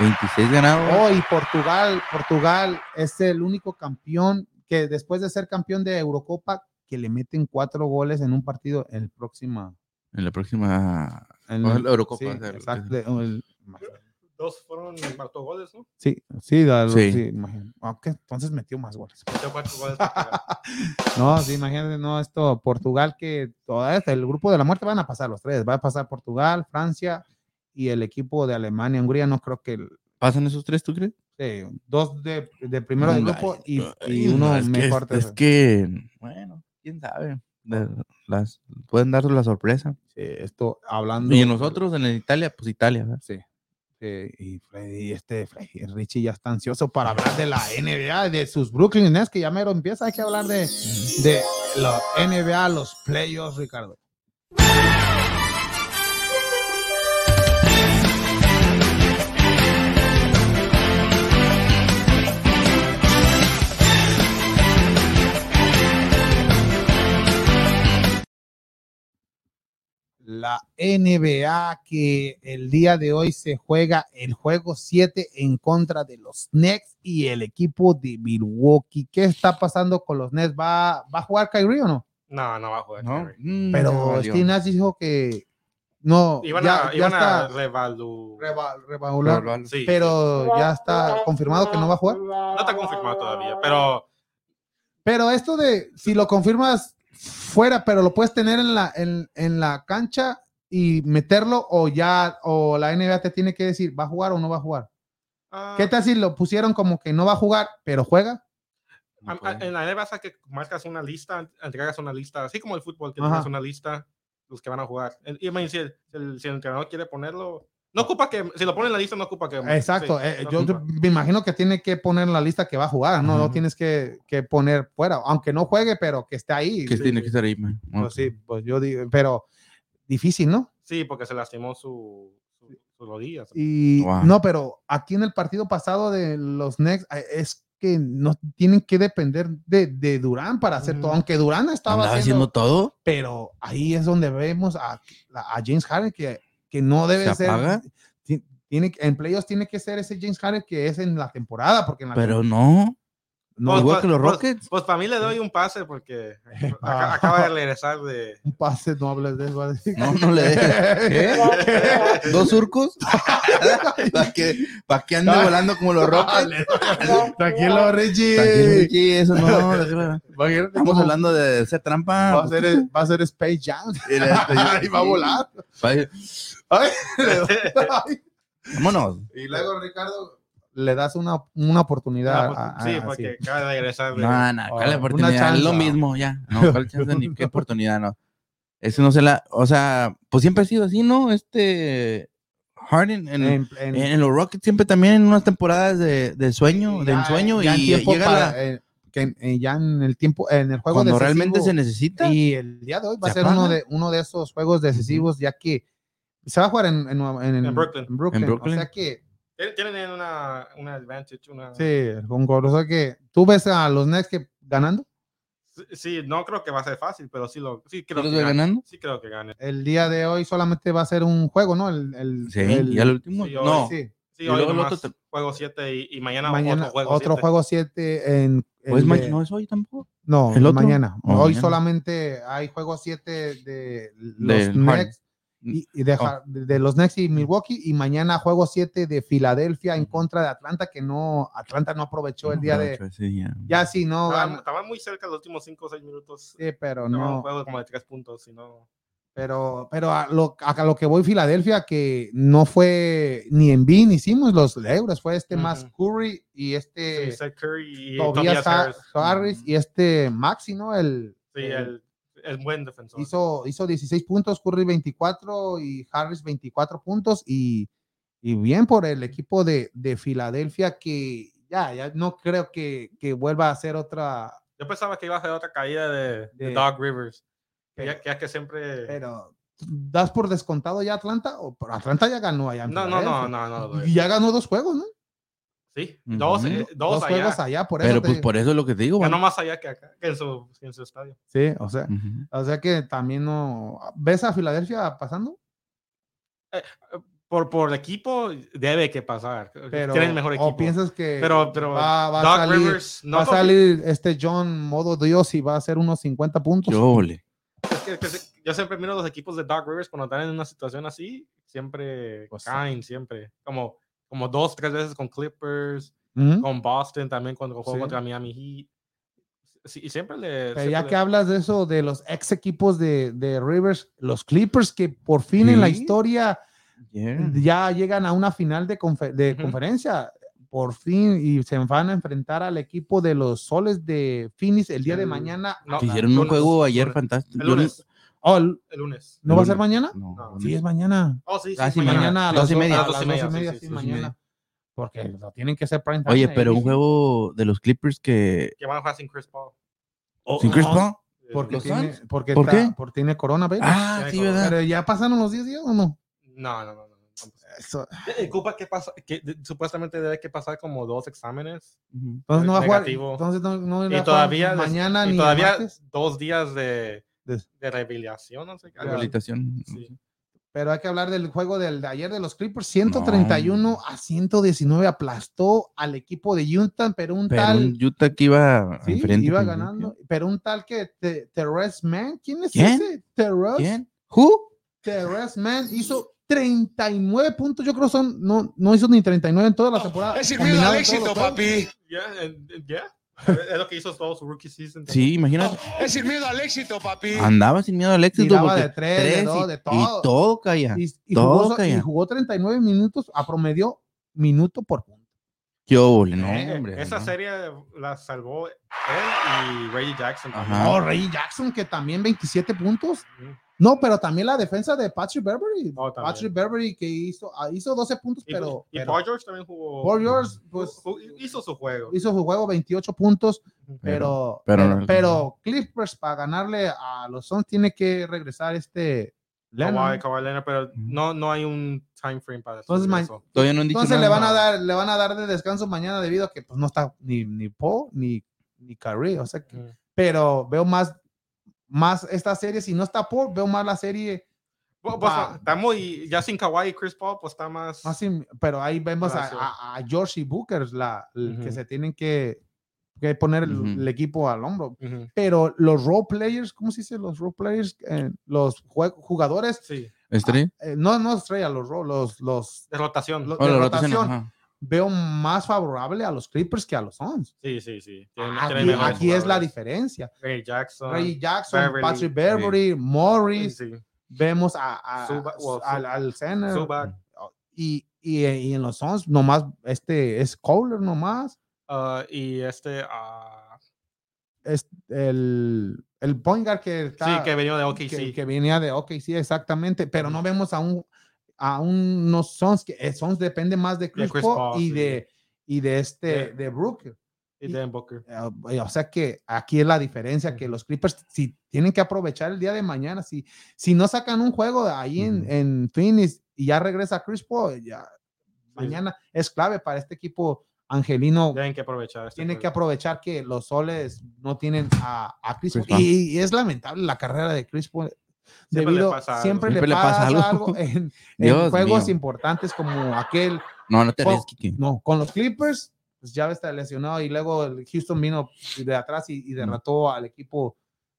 26 ganados. Oh, y Portugal, Portugal es el único campeón que después de ser campeón de Eurocopa que le meten cuatro goles en un partido en el próximo. En la próxima En O sea, la Eurocopa, sí, o sea, Oh, el- exacto, el- Dos fueron marcó goles, ¿no? sí, sí, la- Sí. sí, imagino. Aunque entonces metió más goles. Metió cuatro goles. ah, Portugal. No, sí, imagínate, no, esto, Portugal, que todavía hasta el grupo de la muerte van a pasar los tres, va a pasar Portugal, Francia y el equipo de Alemania, Hungría, no creo que, el- pasan esos tres, ¿tú crees? eh, dos de, de primero del Ay, grupo y, y ay, uno no, es que- mejor. es, tercero. que bueno, quién sabe. La- Las pueden darnos la sorpresa. Sí, eh, esto hablando. Y nosotros en Italia, pues Italia, ¿verdad? Sí. sí, y Freddy, este Freddy, Richie ya está ansioso para hablar de la NBA, de sus Brooklyn Nets, que ya mero empieza, hay que hablar de, de la NBA, los playoffs, Ricardo. la NBA que el día de hoy se juega el juego 7 en contra de los Nets y el equipo de Milwaukee. ¿Qué está pasando con los Nets? ¿Va, va a jugar Kyrie o no? No, no va a jugar. ¿No? Curry. Mm, ya Pero valió. Steve Nash dijo que no, Iban ya, a, ya iban está a revalu- reva- Pero revaluar, lo han- Sí. pero ya está confirmado que no va a jugar. No está confirmado todavía, pero Pero esto de si lo confirmas fuera, pero lo puedes tener en la, en, en la cancha y meterlo o ya, o la NBA te tiene que decir, ¿va a jugar o no va a jugar? ah, ¿Qué tal si lo pusieron como que no va a jugar, pero juega? a- a- en la NBA pasa que marcas una lista, entregas una lista, así como el fútbol, que Ajá. entregas una lista los que van a jugar. El- Y me dice, el- el- si el entrenador quiere ponerlo, no ocupa que, si lo pone en la lista, no ocupa que. Ah. Exacto. sí, eh, no yo ocupa. me imagino que tiene que poner en la lista que va a jugar, no lo Ajá. tienes que, que poner fuera, aunque no juegue, pero que esté ahí. que Sí, tiene sí. que estar ahí, man. Pues Ok. sí, pues yo digo, pero difícil, ¿no? Sí, porque se lastimó su, su, su rodilla. Y Wow. no, pero aquí en el partido pasado de los Next es que no tienen que depender de, de Durán para hacer todo, Ujú. aunque Durán estaba Andaba haciendo, haciendo todo. pero ahí es donde vemos a, a James Harden que, que no debe ¿Se ser apaga? ti- tiene, que- en playoffs tiene que ser ese James Harden que es en la temporada, porque en la Pero no. no, igual pa- que los pues- Rockets. Pues para mí le doy un pase porque (laughs) Ah. aca- acaba de regresar de. un pase, no hables de eso. va a decir. No, no (laughs) le dejes. ¿Eh? ¿Qué? ¿Dos surcos? ¿Para que, pa' que ande Ah. volando como los Rockets? Tranquilo, Richie. Tranquilo, Ricky, eso (laughs) no. déjalo. Imagínate Estamos cómo hablando de hacer Va a, trampa. ser, va a ser Space Jam. (laughs) Y la- y va a (laughs) volar. Vaya, Ay, (laughs) Vámonos. Y luego, Ricardo, le das una, una oportunidad. a- a- pues, sí, a- porque ah, sí. acaba de regresar de. No, no, ¿cuál una oportunidad? Es lo chance. mismo, ya. No, (laughs) ¿cuál chance ni qué oportunidad? No. Eso no se la. O sea, pues siempre ha sido así, ¿no? Este. Harden en, En- en- En, en los Rockets siempre también en unas temporadas de, de sueño, de ya- ensueño ya en y tiempo llega para, la- eh, que, eh, ya en el tiempo, en el juego cuando decisivo. realmente se necesita. Y el día de hoy va a Se ser uno apaga. de, uno de esos juegos decisivos, ya que se va a jugar en, en, Nueva- en- En Brooklyn. Brooklyn. En Brooklyn. O sea que Tien- Tienen una, una advantage, una... Sí, un gol. O sea que tú ves a los Nets que ganando Sí, sí, no creo que va a ser fácil, pero sí, lo, sí creo ¿Los que ve gane. ganando? Sí creo que gane. el día de hoy solamente va a ser un juego, ¿no? El, el- Sí, el- y al último. Sí, yo- no, sí. Sí, Y hoy luego el nomás otro te- juego 7 y, y mañana, Mañana otro juego. siete. juego 7 en... ¿O es el ma- de- Pues, no es hoy tampoco. No, ¿El otro? mañana. Oh, Hoy mañana. solamente hay juego 7 de los Del Harden. Nets y, y de, Oh. Har- de los Nets y Milwaukee y mañana juego 7 de Filadelfia en contra de Atlanta que no Atlanta no aprovechó el día de Aprovecho ese día. ya sí no Estaban, gana. estaban muy cerca los últimos 5 o 6 minutos. Sí, pero Estaban no. Un juego como de 3 puntos, si no... Pero, pero a lo, a lo que voy Filadelfia, que no fue ni en ni hicimos los euros, fue este más Ujú. Curry y Sí, este Seth Curry y Tobias Tobias Ha- Harris. Harris y este Maxi, ¿no? El, Sí, el- el, el buen defensor. hizo, hizo 16 puntos, Curry 24 y Harris 24 puntos y, y bien por el equipo de, de Filadelfia que ya, ya no creo que, que vuelva a ser otra, Yo pensaba que iba a ser otra caída de, de De- Doc Rivers. Que pero- ya, que ya que siempre... pero ¿das por descontado ya Atlanta? O, Atlanta ya ganó allá. en no, no, no, Filadelfia. no, no. no. Y ya ganó dos juegos, ¿no? Sí, Ujú. dos, eh, dos, dos allá. juegos allá, por eso. Pero pues te- por eso es lo que te digo. Ganó bueno. más allá que acá, que en su, en su estadio. Sí, o sea, Ujú. o sea que también no. ¿Ves a Filadelfia pasando? Por, por equipo debe que pasar. Pero, Pues Tienen mejor equipo. ¿O piensas que pero, pero va, va a Doc salir, Rivers no va a confía- salir este John modo Dios y va a hacer unos 50 puntos? Yo, (laughs) ole. es que- que se- yo siempre miro los equipos de Doc Rivers cuando están en una situación así, siempre Pues sí. caen, siempre. Como, como dos, tres veces con Clippers, Ujú. con Boston también cuando jugó Sí. contra Miami Heat. Sí, y siempre le... Pero siempre ya le- que hablas de eso, de los ex equipos de, de Rivers, los Clippers que por fin en la Sí. historia Yeah. ya llegan a una final de, confe- de Ujú. conferencia, por fin, y se van a enfrentar al equipo de los Soles de Phoenix el día de El- mañana. no, Que hicieron un lunes, juego ayer lunes. fantástico. El Yo no- lunes. Oh, ¿No El lunes. va a ser lunes. mañana? No, No. no. Sí, es mañana. Oh, sí, sí, Ah, sí, mañana, a las Dos y do- media. a Dos las y dos media, y sí, media, sí, sí, sí, sí, mañana. media. Porque lo tienen que hacer prime time. Oye, en pero un ABC. juego de los Clippers que. Que van a jugar sin Chris Paul. Oh, ¿Sin Chris no, Paul? Porque, ¿Los tiene, Suns? porque, ¿Por está- qué? porque tiene coronavirus. Ah, sí, ¿verdad? pero ya pasaron los 10 días o no? No, no, no. no, no. Eso- Eh, eh, Cupa, ¿qué pasa? Que de- supuestamente debe que pasar como dos exámenes. Ujú. Entonces no va a jugar. Negativo. Entonces no, no va a Y jugar todavía les- mañana ni Y el todavía martes. dos días de, De- de rehabilitación, no sé qué. algo así. Rehabilitación. Sí. Pero hay que hablar del juego del de ayer de los Clippers. 131 a 119 aplastó al equipo de Utah, pero un Pero tal. un Utah que iba sí, enfrente. iba con ganando. Utah. Pero un tal que Te- Terrence Mann. ¿Quién es ¿Quién? ese? Terrence. ¿Quién? ¿Who? Terrence Mann hizo 39 puntos. Yo creo que son. No, no hizo ni 39 en toda la temporada. combinado en todos los juegos. Yeah, and- and- (laughs) yeah. Es lo que hizo todo su rookie season. Sí, imagínate. Es sin miedo al éxito, papi. Andaba sin miedo al éxito. Tiraba porque de tres, de dos, y, de y todo. todo caía. Y, y Todo jugó, so- y calla. jugó 39 minutos a promedio minuto por punto. Qué óvole, no, Eh, hombre. Esa no. serie la salvó él y Reggie Jackson. también. Ajá. No, Ray Oh, Jackson, que también 27 puntos. Ujú. No, pero también la defensa de Patrick Beverly. No, también. Patrick Beverly que hizo, ah, hizo 12 puntos, Y, pues, pero, y pero Paul George también jugó. Paul George, pues, ju- ju- hizo su juego. hizo su juego 28 puntos, Pero- pero, pero pero, no- pero Clippers para ganarle a los Suns tiene que regresar este Kawhi, Leonard. Pues, Kawhi Leonard, pero no, no hay un time frame para Entonces, hacer ma- eso. Todavía no han dicho Entonces le nada. van a dar, le van a dar de descanso mañana debido a que pues, no está ni, ni Paul ni, ni Kyrie. O sea que Ujú. pero veo más, más esta serie. Si no está Paul, veo más la serie. Bu- Pues, Va. Está muy, ya sin Kawhi y Chris Paul, pues está más. Más sin- pero ahí vemos a, Gracias. a, a George y Booker, la, l- Ujú. que se tienen que, que poner el, Ujú. el equipo al hombro. Ujú. Pero los role players, ¿cómo se dice? Los role players, eh, los jue- jugadores, Sí, ¿Estrella? eh, no, no estrella, los, ro- los, los de rotación. Lo- Oh, de la rotación, rotación. ajá. veo más favorable a los Clippers que a los Suns. Sí, sí, sí. Tienen- tienen Aquí, mejores aquí es la jugadores. diferencia. Ray Jackson. Ray Jackson, Beverly. Patrick Beverly, Morris, Sí, sí. vemos a, a- Zubac, well, al, al center Zubac, y, y, eh, y en los Suns nomás este es Kohler nomás ah, y este. ah, es el el point guard que está sí, que venido de que, OKC. que venía de OKC exactamente pero no vemos a un a unos Suns que el Suns depende más de Chris, Chris Paul Paul, y sí. de y de este De- de Brooker y Dan Booker. Ah, o sea que aquí es la diferencia que los Clippers si tienen que aprovechar el día de mañana si si no sacan un juego ahí en, Ujú. en Phoenix y ya regresa Chris Paul ya mañana. Es clave para este equipo angelino. Tienen que aprovechar. este Tiene que juego. aprovechar que los soles no tienen a, a Crispo. Crispo. Y, y es lamentable la carrera de Crispo. Siempre le debido- pasa algo. siempre, Siempre le pasa algo, (laughs) en, en Dios juegos mío. importantes como aquel No, no te Con- rías, Kike. no, con los Clippers, pues ya está lesionado y luego el Houston vino de atrás y, y derrotó al equipo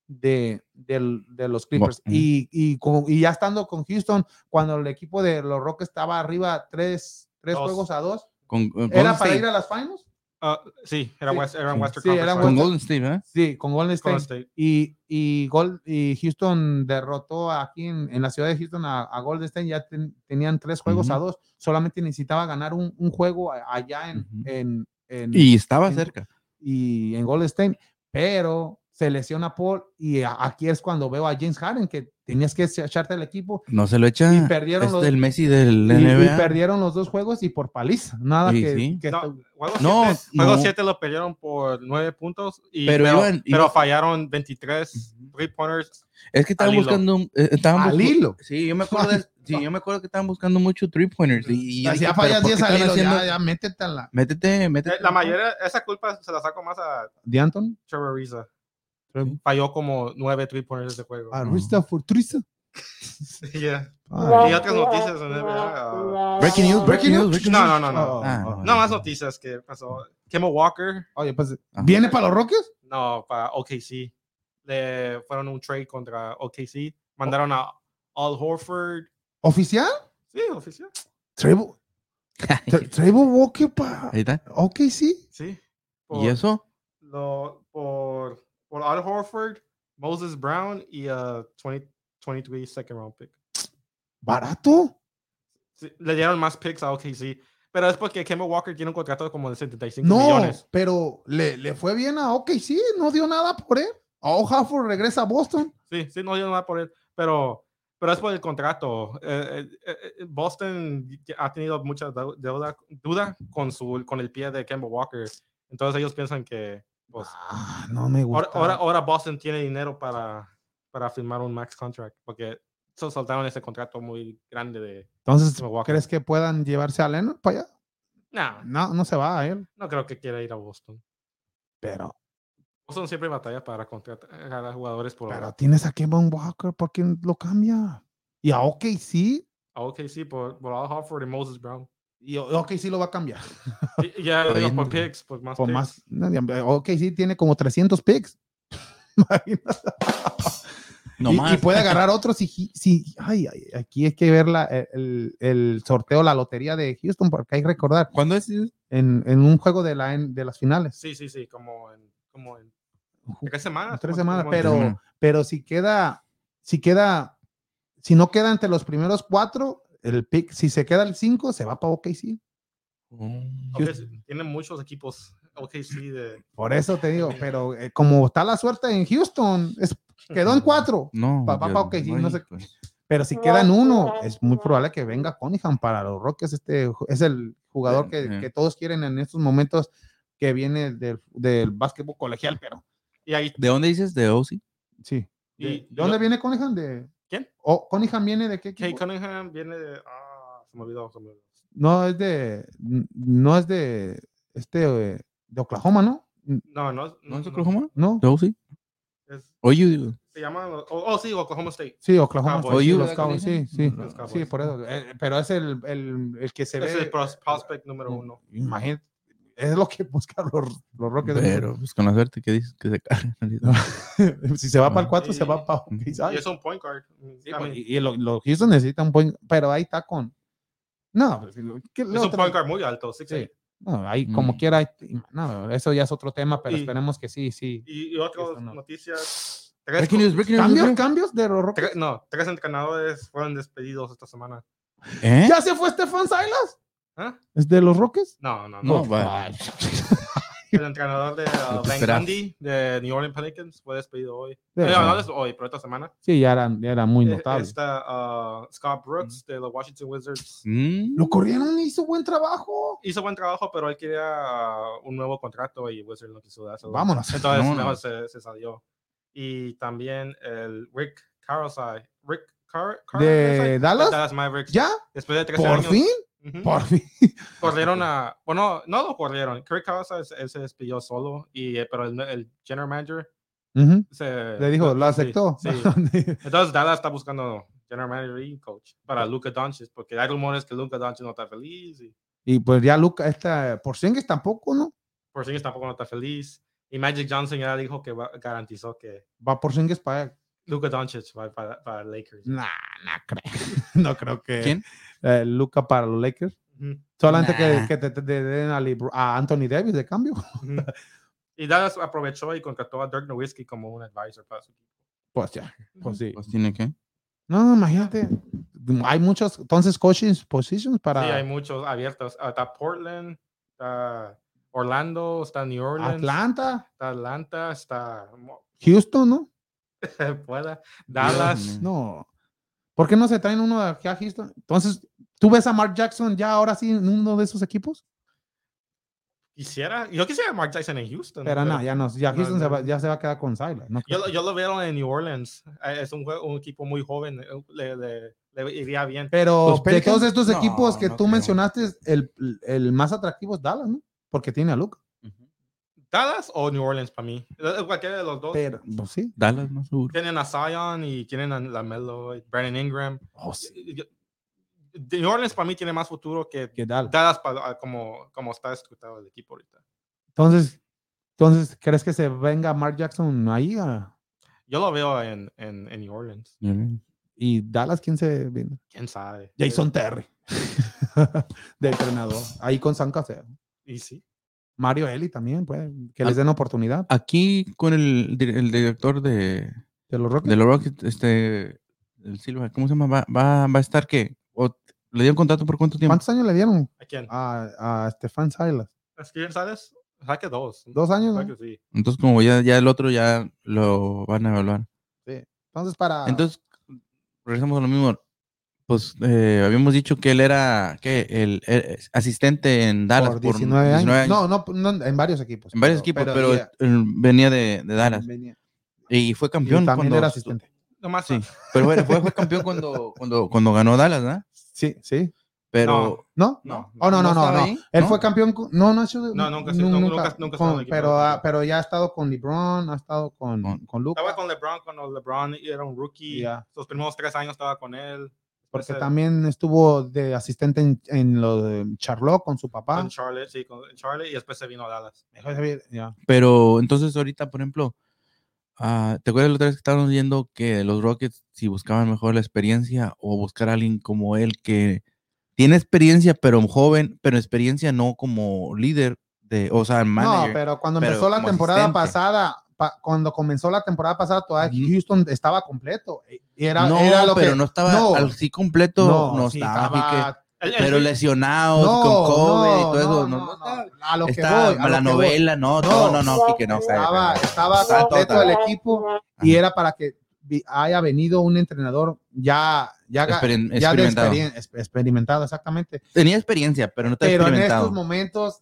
de, del- de los Clippers. Ujú. Y, y, con- y ya estando con Houston, cuando el equipo de los Rockets estaba arriba tres, tres Dos. juegos a dos, Con, con ¿era Golden para State. ir a las finals? Ah, sí, era, Sí. West, era en Western Sí, era Con Conference. Golden State, ¿verdad? Sí, con Golden State. Golden State. Y, y, Gol- y Houston derrotó aquí en, en la ciudad de Houston a, a Golden State. Ya ten- tenían tres juegos Ujú. a dos. Solamente necesitaba ganar un, un juego a- allá en, Ujú. en, en- Y estaba Sí. cerca. y en Golden State, pero se lesiona Paul y a- aquí es cuando veo a James Harden que tenías que echarte el equipo No se lo echa. Y perdieron es los- el Messi del y, y NBA. perdieron los dos juegos y por paliza, nada Sí, que, sí. que- No, juego No, 7 juego no. siete lo perdieron por 9 puntos, y, Pero pero, iban- pero iban- fallaron 23 three-pointers. Es que estaban Al hilo. buscando. un- eh, estaban al buscu- hilo. Sí, yo me acuerdo. de- sí, yo me acuerdo que estaban buscando mucho three pointers. Y, y yo Ah, Si dije, ya "¿Pero fallas por qué 10 al están hilo, haciendo- ya, ya métete a la Métete, Eh, métete. La mayoría, esa culpa se la saco más a de Anthony. Trevor Ariza. Falló como 9 three-pointers de juego. A Rista Fortrisa. (laughs) Yeah. Ah, Y otras noticias, ¿no? ¿verdad? Breaking news, breaking news, breaking No, news. no, no, no. oh, Ah, oh. no. No más noticias que pasó. Kemba Walker, Oye, pues, Ajá. (laughs) ¿viene para los Rockets? no, para OKC. Le fueron un trade contra OKC. Mandaron a Al Horford. ¿Oficial? Sí, oficial. Trevor Eh. Tre- Trevor Walker para... Ahí está. Ok, sí. Sí. ¿Y eso? Lo, por, por Al Horford, Moses Brown y a 20, 23 second round pick. Barato. Sí, le dieron más picks a OKC. Pero es porque Kemba Walker tiene un contrato como de 75 No, millones. pero le, le fue bien a OK, sí, no dio nada por él. O Hafford regresa a Boston. Sí, sí, no dio nada por él, pero, pero es por el contrato. Eh, eh, eh, eh, Boston ha tenido mucha deu- deuda, duda con, su, con el pie de Kemba Walker. Entonces ellos piensan que pues, Ah, no me ahora, gusta. ahora, ahora Boston tiene dinero para, para firmar un max contract, porque so- soltaron ese contrato muy grande de Entonces, Kemba Walker. ¿crees que puedan llevarse a Leonard para allá? Nah, No, no se va a él. no creo que quiera ir a Boston. Pero, Boston siempre batalla para contratar a jugadores por... pero tienes a Kevin Walker, ¿por qué lo cambia? Y a OK, sí. a OKC por, por Al Horford y Moses Brown. Y OK, sí lo va a cambiar. Y- y ya Está digo, por bien. picks, por más Por picks. más, OK, sí tiene como 300 picks. (laughs) Imagínate. No y, pues, y más. puede agarrar otro si, Hi- si ay, ay, aquí hay que ver la- el, el sorteo, la lotería de Houston, porque hay que recordar, ¿Cuándo es? en, en un juego de, la, en- de las finales, Sí, sí, sí, como en, como en tres semanas. tres como- semanas, como en- pero, Ujú. pero si queda, si queda, si no queda entre los primeros cuatro, el pick, si se queda el cinco, se va para OKC. Oh. Ok, sí, tienen muchos equipos. Ok, sí, de... Por eso te digo, pero eh, como está la suerte en Houston, es, quedó en cuatro, No. Papá, Dios pa, ok, sí, no sé- mío, hijo. pero si queda en uno, es muy probable que venga Cunningham para los Rockets, este ju- es el jugador que, Ujú. que todos quieren en estos momentos que viene del, del básquetbol colegial, pero Y ahí... ¿De dónde dices? ¿De OC? sí. Y, ¿De, de dónde yo- viene Cunningham? ¿De ¿Quién? O Cunningham viene de qué Kay equipo? Cunningham viene de... Ah, se me olvidó, se me olvidó. No es de n- no es de este eh, de Oklahoma, ¿no? N- No, no, ¿No es no, Oklahoma? No. ¿De OC? es- Oye, digo. se llama... los- Oh, oh, sí, Oklahoma State. Sí, Oklahoma. Cowboys. sí, Oyu, los ¿verdad que Cowboys, sí, dicen? sí. Los Sí, Mm, Cowboys. por eso. eh, pero es el, el, el que se Es el ve. pros- prospect número Mm. uno. Imagínate, es lo que (laughs) buscan los, los Rockets. Pero, pues con la suerte que dices que se (laughs) cargan. ahorita. (laughs) si se va ah. para el 4, se Sí. va para. Y Y es un point guard. mm, I mean, pues, Y, y lo- los Houston necesitan buen. Pero ahí está con. No, pues, ¿qué- es lo un otro? point guard muy alto, sí, Sí. No, ahí Mm. como quiera. ahí- No, eso ya es otro tema, pero Y- esperemos que sí, (laughs) sí. Y, y otras Esto no. noticias... Tres, Breaking news, breaking news, Cambios, breaking cambios de los Rockets. tres- no, tres entrenadores fueron despedidos esta semana. news. ¿Eh? ¿Ya se fue Stefan Silas? ¿Eh? ¿Es de los Rockets? No, no, no. No, (laughs) va. Ay, pues, El entrenador de uh, Van esperas. Gundy de New Orleans Pelicans fue despedido hoy. de este, Eh, verdad. no, no es hoy, pero esta semana. Sí, ya era, ya era muy Eh, notable. Está uh, Scott Brooks de los Washington Wizards. Mm. Lo corrieron, hizo buen trabajo. Hizo buen trabajo, pero él quería uh, un nuevo contrato y Wizards no quiso dárselo. (laughs) Vámonos. Entonces No, no. mejor se, se salió. Y también el Rick Carlside. Rick Car Carlside ¿De Dallas? Mavericks. ¿Ya? Después de 13 ¿Por años. fin? Ujú. Por fin. (laughs) Corrieron a. Bueno, no lo corrieron. Kirk Cousins él se despidió solo, y, eh, pero el, el general manager Ujú. se. Le dijo, lo sí, aceptó. sí. Entonces Dallas está buscando general manager y coach para Luca Doncic, porque hay rumores que Luca Doncic no está feliz y (laughs) y pues ya Luca, esta Porzingis tampoco, ¿no? Porzingis tampoco no está feliz. Y Magic Johnson ya dijo que va- garantizó que Va Porzingis para. Luca Doncic va para, para Lakers. Nah, no creo. (laughs) no creo que. ¿Quién? eh, Luca para los Lakers. Ujú, Solamente Nah. que, que te, te- te den a, Lebr- a Anthony Davis de cambio. (laughs) ujú. y Dallas aprovechó y contrató a Dirk Nowitzki como un advisor para su equipo. Pues ya, pues sí. Pues tiene que. No, imagínate. Hay muchos, entonces, coaching positions para Sí, hay muchos abiertos. Ah, Está Portland, está Orlando, está New Orleans, Atlanta, está Atlanta, está Mo- (laughs) Houston, ¿no? Puebla, Dallas. mío. No. ¿Por qué no se traen uno de aquí a Houston? Entonces, ¿tú ves a Mark Jackson ya ahora sí en uno de esos equipos? Quisiera, yo quisiera a Mark Jackson en Houston. Pero no, ya no. Ya No, Houston se no. va- ya se va a quedar con Silas. No Yo, creo. lo- yo lo veo en New Orleans. Eh, Es un, jue- un equipo muy joven. eh, Le, le- le iría bien. Pero Los de todos Pelicans, estos no, equipos que no tú creo. mencionaste, el, el más atractivo es Dallas, ¿no? Porque tiene a Luca. Dallas o New Orleans para mí. Eh, Cualquiera de los dos. Pero, pues sí. Dallas, no seguro. Tienen a Zion y tienen a Lamelo, y Brandon Ingram. Oh, sí. Yo- yo- New Orleans para mí tiene más futuro que ¿Qué tal? Dallas para, ah, como, como está estructurado el equipo ahorita. Entonces, entonces, ¿crees que se venga Mark Jackson ahí? ah, a- Yo lo veo en, en, en New Orleans. ¿Y Dallas quién se viene? ¿Quién sabe? Jason Terry, (laughs) de entrenador. Ahí con San Casero. Eh, Y sí. Mario Eli también, pues, que Ah. les den oportunidad. Aquí con el, dir- el director de, De los Rockets. de los Rockets, este, el Silva, ¿cómo se llama? ¿Va, va, va a estar qué? ¿O ¿Le dieron contrato por cuánto tiempo? ¿Cuántos años le dieron ¿A quién? a, a Stefan Silas? ¿A Steven Silas? O sea que dos. Dos años, O sea ¿no? que sí. Entonces, como ya, ya el otro ya lo van a evaluar. Entonces, para. Entonces, regresamos a lo mismo. Pues eh, habíamos dicho que él era ¿qué? El, eh, asistente en Dallas por 19, años. No, no, no, en varios equipos. en varios equipos, pero, yeah, él venía de, de Dallas venía. y fue Y campeón. también cuando, era asistente. Nomás Sí. Pero fue, fue- fue campeón cuando, cuando, cuando ganó (laughs) Dallas, ¿verdad? Sí, sí. Pero ¿No? No. Oh, no, no, no. estaba no. ahí, Él ¿no? fue campeón. con- No, no, ha sido- No, nunca ha nu- sido- nunca- nunca ha estado en con- equipo de pero, los ah, Rockets. pero ya ha estado con LeBron, ha estado con, Con- con Luka. Estaba con LeBron cuando LeBron era un rookie. Ya. Los primeros tres años estaba con él. Porque Ese- también estuvo de asistente en, en lo de Charlotte con su papá. Con Charlotte, sí, con Charlotte. Y después se vino a Dallas. Ya. Pero entonces ahorita, por ejemplo, ah, ¿te acuerdas la otra vez que estábamos viendo que los Rockets, si buscaban mejor la experiencia o buscar a alguien como él que tiene experiencia, pero joven, pero experiencia no como líder, de, o sea, manager? No, pero cuando pero empezó la como temporada asistente. pasada, pa- cuando comenzó la temporada pasada, todavía Ujú. Houston estaba completo. eh, Y era, No, era lo pero que. no estaba no. así completo, no, sí, estaba, así que- El- el- pero lesionado, con COVID y todo eso, no, no estaba- A lo que estaba voy, a la lo que voy. novela, no, No. no, no, no, Quique, no, está bien, Estaba, está bien. estaba Está completo total. el equipo y era para que vi- haya venido un entrenador ya, ya, ga- Experim- ya de experimentado. experien- es- experimentado, exactamente. Tenía experiencia, pero no te Pero en experimentado. estos momentos.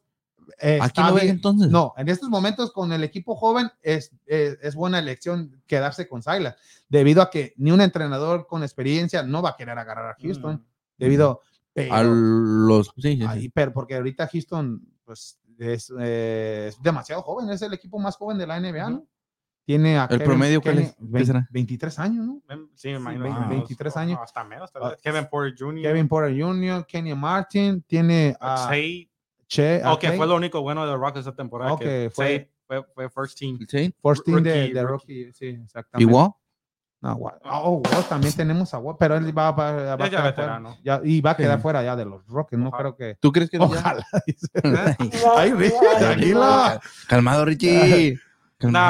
eh, ¿A está quién lo ves bien. entonces? No, en estos momentos con el equipo joven es, eh, es, es buena elección quedarse con Silas, debido a que ni un entrenador con experiencia no va a querer agarrar a Mm, Houston, Mm. debido pero, A los. Sí, sí, sí. ahí, pero porque ahorita Houston pues, es, eh, es demasiado joven, es el equipo más joven de la NBA, ¿no? Tiene a ¿El promedio cuál es? vein- ¿Qué será? 23 años, ¿no? Mem- Sí, me imagino. veinte- que unos- 23 no, años. hasta menos. tal Ah, vez. Kevin Porter Jr. Kevin ah, Porter Jr., Kenya Martin, tiene a Tate. Che, a Oh, que Clay, fue lo único bueno de los Rockets esta temporada. Oh, que que fue- Tate fue, fue first team. Sí. first team de, rookie, de rookie. rookie, sí, ¿Y exactamente. Wall? No, Wa- oh, Wall, también tenemos a Wall, pero él va, va- va a Ya, ya quedar fuera. veterano. Ya- y va a quedar Sí. fuera ya de los Rockets, no creo Ojalá. que. ¿Tú crees que no? Ojalá. (laughs) dice. Ay, Tranquila. (laughs) Calmado, Richie. Nah,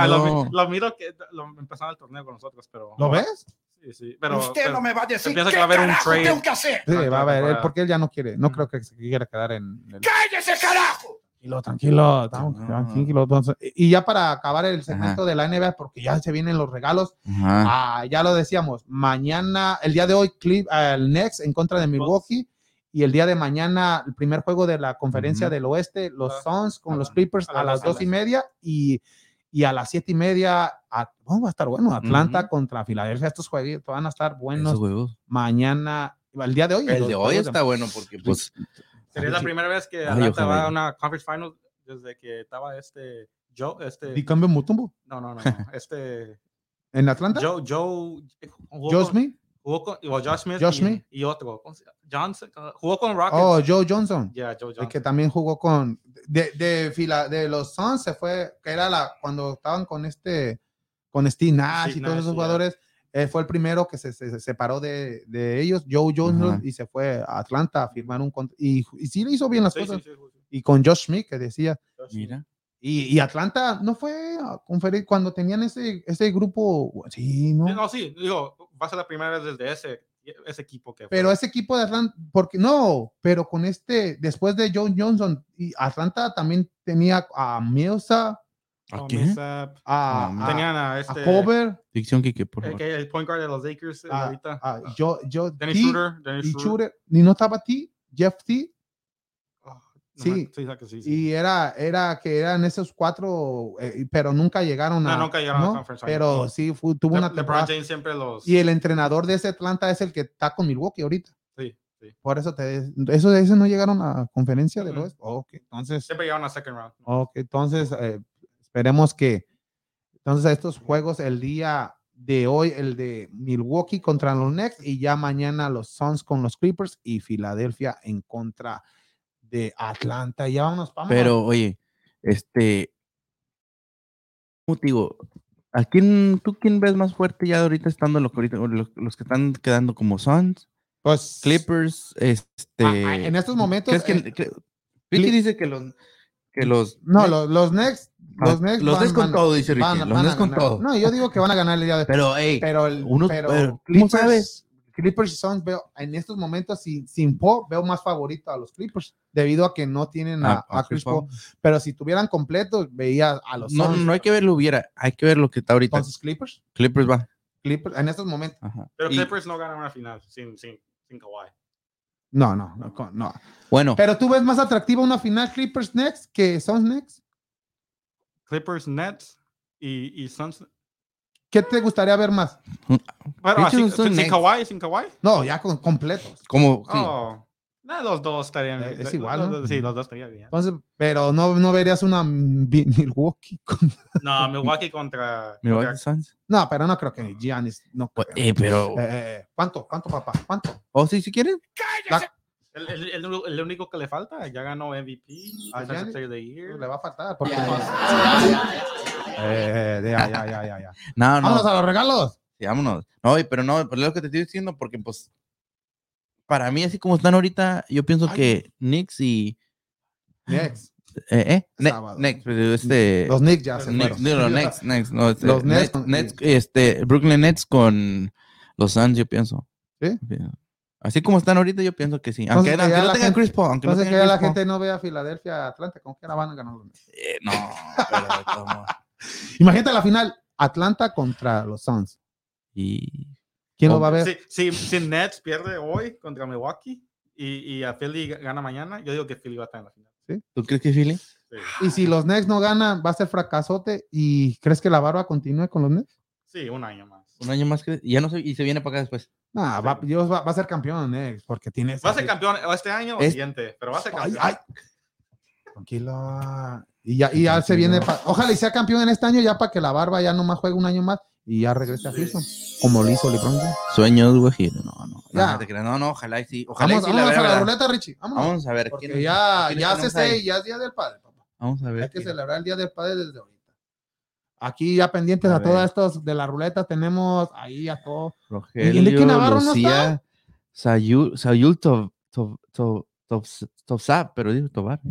Calmado. lo, mi- lo miro que lo, empezaba el torneo con nosotros, pero. ¿Lo ves? Sí, sí. Pero, Usted pero- no me va a decir piensa qué que va a haber un carajo trade. tengo que hacer. Sí, Ojalá. va a ver, él, Ojalá. porque él ya no quiere, no creo que se quiera quedar en. el- ¡Cállese, carajo! Tranquilo, tranquilo, estamos- No. tranquilo. entonces. Y y ya para acabar el segmento de la NBA, porque ya se vienen los regalos, Ajá. ah, ya lo decíamos, mañana, el día de hoy, Clip, el Next en contra de Milwaukee. Y el día de mañana, el primer juego de la conferencia Ujú. del oeste, los Ah, Suns con ah, los Clippers a a las las dos, a dos y las- media y, y a las siete y media, a- oh, va a estar bueno, Atlanta Ujú. contra Filadelfia. Estos juegos van a estar buenos Esos huevos. mañana. al día de hoy. El de Los hoy juegos está bueno porque pues Sería la primera vez que Ay, Atlanta ojalá. va a una conference final desde que estaba este Joe, ¿Y este cambio Mutombo? no, no, no, (laughs) no, este ¿En Atlanta? Joe Joe jugó Joe con- Smith. jugó con- o Josh Smith, Josh y, Smith. y otro, ¿cómo se llama? Johnson, uh, jugó con Rockets. Oh, Joe Johnson. yeah, Joe El Johnson. que también jugó con. De, de, fila, de los Suns se fue, que era la. Cuando estaban con este. Con Steve Nash Steve y todos Nash, esos ya. jugadores. eh, fue el primero que se, se- se separó de, de ellos, Joe Johnson, Ajá. y se fue a Atlanta a firmar un contrato. Y, y sí le hizo bien las Sí, sí, cosas. sí, sí, sí. Y con Josh Smith, que decía. Josh Smith. pues, mira, Y, y Atlanta no fue a conferir cuando tenían ese, ese grupo. Sí, Sí, no. No, sí, digo, va a ser la primera vez desde ese, ese equipo que fue. Pero ese equipo de Atlanta, porque no, pero con este, después de Joe Johnson, y Atlanta también tenía a Millsap, ¿a Con qué? Millsap, a, No, a- Tenían a Ah, a este Cover, Dicción que por Eh, el, favor. que- el point guard de los Lakers eh, Ah, ahorita. a yo, yo, Dennis T, Schroeder, Dennis y Schroeder. Schroeder, y no estaba T, Jeff T, Ah, no Sí. me- sí, que sí, sí. y era, era que eran esos cuatro, eh, pero nunca llegaron No, a, nunca llegaron a ¿no? Conference Finals, pero no. sí fue- tuvo Le- una LeBron temporada, James siempre los. y el entrenador de ese Atlanta es el que está con Milwaukee ahorita, sí, sí. por eso te, eso, esos no llegaron a conferencia del Ujú. oeste, ok, entonces, Siempre llegaron a second round. Ok, entonces eh, esperemos que entonces a estos juegos el día de hoy el de Milwaukee contra los Knicks y ya mañana los Suns con los Clippers y Filadelfia en contra de Atlanta. Ya vámonos, vámonos. Pero oye, este ¿cómo te digo? ¿A quién tú quién ves más fuerte ya ahorita estando los que ahorita- los, los que están quedando como Suns, pues Clippers, este ah, ah, en estos momentos ¿crees que, eh, que- Ricky dice que los que los no, los, los Knicks, los Knicks Ah, los van- Nets con van- todo dice Ricky, van- los van a Nets con ganar. todo. No, yo digo que van a ganar el día de Pero hey, pero el unos- pero pero, ¿cómo Clippers, sabes? Clippers y Suns veo en estos momentos sin, sin Paul veo más favorito a los Clippers debido a que no tienen Ah, a, a Chris Paul. pero si tuvieran completos veía a los No, Suns. no hay que ver lo hubiera, hay que ver lo que está ahorita. entonces Clippers, Clippers va. Clippers en estos momentos Ajá. Pero Y- Clippers no ganan una final sin, sin, sin Kawhi. no, no, no, con- no. bueno, Pero tú ves más atractiva una final Clippers Next que Suns Next. Clippers, Nets y, y Suns. ¿Qué te gustaría ver más? Pero Clippers así, son sin, sin Nets. Kawhi, sin Kawhi. No, ya con completos. como sí, Oh. Nah, los dos estarían. Eh, es los- igual, los- ¿no? los- Sí, los dos estarían (laughs) bien. Entonces, pero no, no verías una Mi- Milwaukee. con- No, Milwaukee contra. Milwaukee contra- Suns. No, pero no creo que Giannis. No creo. Pues, eh, pero Eh, ¿Cuánto? ¿Cuánto, papá? ¿Cuánto? o sí si quieren. El, el, el, el único que le falta, ya ganó MVP. ¿A Defensive Giannis? Player of the Year. Ah, Le va a faltar. Porque Eh, eh, ya, ya, ya, ya, ya. Ah, No, no, Vámonos a los regalos. sí, vámonos. No, y- pero no, pero es lo que te estoy diciendo porque pues para mí así como están ahorita, yo pienso Ay. que Knicks y Next. eh, eh, Ne- Sábado. Knicks, pero este Los Knicks ya se Knicks, fueron. no, los Knicks, Knicks, no, este, Los Nets Nets- con- Nets, este Brooklyn Nets con los Suns, yo pienso. ¿Sí? Así como están ahorita, yo pienso que sí. Aunque, Entonces, que aunque ya no la tengan gente- Chris Paul, aunque no Entonces que tengan ya Chris la Paul. gente no vea Filadelfia Atlanta, ¿con qué la van a ganar? los Knicks? Eh, no, pero como- Imagínate la final, Atlanta contra los Suns. Y ¿Quién lo Oh, va a ver? Si, si, si Nets pierde hoy contra Milwaukee y, y a Philly gana mañana, yo digo que Philly va a estar en la final. ¿Tú crees que Philly? Y si los Knicks no ganan, va a ser fracasote. ¿Y crees que la barba continúe con los Knicks? Sí, un año más. Un año más que. Ya no sé, y se viene para acá después. Nah, va, yo- va, va a ser campeón Knicks porque tiene. Va a ser campeón o este año o Es- siguiente, pero va a ser Ay, campeón. ay. Tranquilo. Y ya, y ya se viene. pa- Ojalá y sea campeón en este año, ya para que la barba ya nomás juegue un año más y ya regrese a Pues, Houston, como lo hizo LeBron. James. Sueños, güey. No, no. Ya. No, te creas. no, no, ojalá y sí. Ojalá Vamos, y sí la vámonos a vea, la ¿verdad? ruleta, Richie. Vámonos. Vamos a ver. Porque quién- ya, quién ya se tenemos ahí. sé, ya es día del padre, papá. Vamos a ver. Hay que quién- celebrar el Día del Padre desde ahorita. Aquí ya pendientes a, A ver. todas estas de la ruleta tenemos ahí a todo. Rogelio, Enrique Navarro no Lucía, Sayul, Sayul Tov- Tov- Tov- Tov- Tovsap, pero dijo Tobar. ¿eh?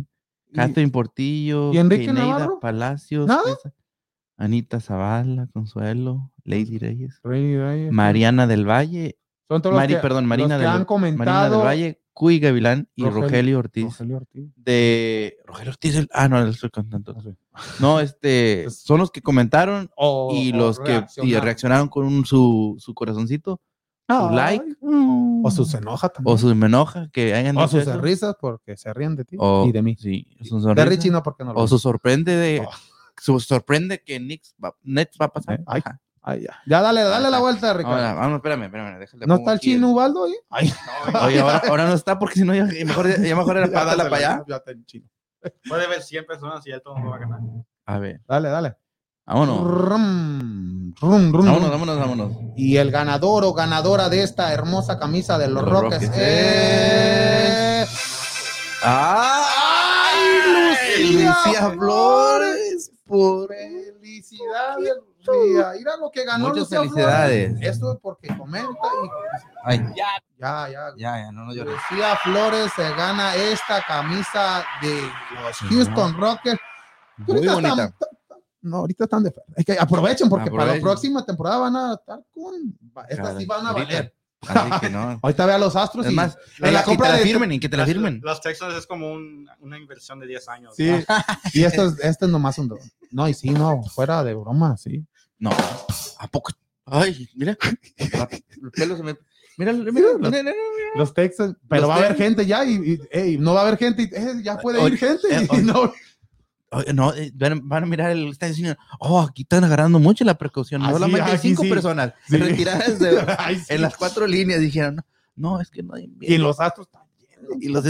Y- Catherine Portillo. ¿Y Enrique Keneida Navarro? Palacios. ¿Nada? esa- Anita Zavala, Consuelo, Lady Reyes. Rey, Rey, Mariana del Valle. son todos los Mari, que- perdón, los Marina que del, han Marina del comentado. Valle, Cuy Gavilán y Rogelio- Rogelio Ortiz. Rogelio Ortiz. de Rogelio Ortiz. el- ah, no, le estoy contando. No, este, Pues- son los que comentaron O- y o los que y reaccionar. reaccionaron con un- su, su corazoncito, su Ay. like, O sus enojas también. o su me enoja, que hayan O dicho sus eso. risas porque se ríen de ti O- y de mí. Sí, su De sonrisa. Richie no porque no lo o su sorprende de, Oh. Eh, su sorprende que Nix va, Nets va a pasar. Ay. Ajá. Ahí ya. Ya dale, dale la vuelta, Ricardo. Ah, Ahora, vamos, espérame, espérame. déjale, ¿No pongo está el aquí chino Ubaldo ahí? Ay, (laughs) Oye, ahora, ahora no está porque si no, ya ya mejor, ya mejor era (laughs) ya para dásela, para allá. ya está el chino. Puede ver 100 personas y ya todo el mundo va a ganar. A ver, Dale, dale. vámonos. Rum, rum, rum. Vámonos, vámonos, vámonos. Y el ganador o ganadora de esta hermosa camisa de los, Los Rockets, Rockets es... ¡Ay, Lucía Lucía Flores! Por... e-. Felicidades, Lucía. Mira lo que ganó Muchas Lucía Flores. felicidades. Eso es porque comenta Ay, y ya, ya. ya, ya, no nos llores. Lucía Flores se gana esta camisa de los Houston Rockets. Que Muy ahorita bonita. están- no, ahorita están de fe- Es que aprovechen porque para Aprovechen. la próxima temporada van a estar con. va- Estas sí van a Ahorita. valer. Así (laughs) que no. Ahorita ve a los Astros. Es y- más, en la que te compra la de- firmen y que te la firmen. Las Texans es como un- una inversión de 10 años. Sí. Y esto es, esto es nomás un. do- No, y sí, no, fuera de broma, sí. No. ¿A poco? Ay, mira. El pelo se me... Mira, mira, mira, mira, mira. Los Texans. Pero Los va a haber Texans. gente ya y, y, ey, no va a haber gente. y, eh, ya puede Oye, ir gente. eh, y oye. no- Oye, no, eh, van, van a mirar el están diciendo, oh, aquí están agarrando mucho la precaución. Ah, sí, Solamente aquí cinco sí. personas Sí. retiradas de- (laughs) (laughs) Ay, sí. en las cuatro líneas dijeron, no, no, es que no hay Y en los Astros también. Y los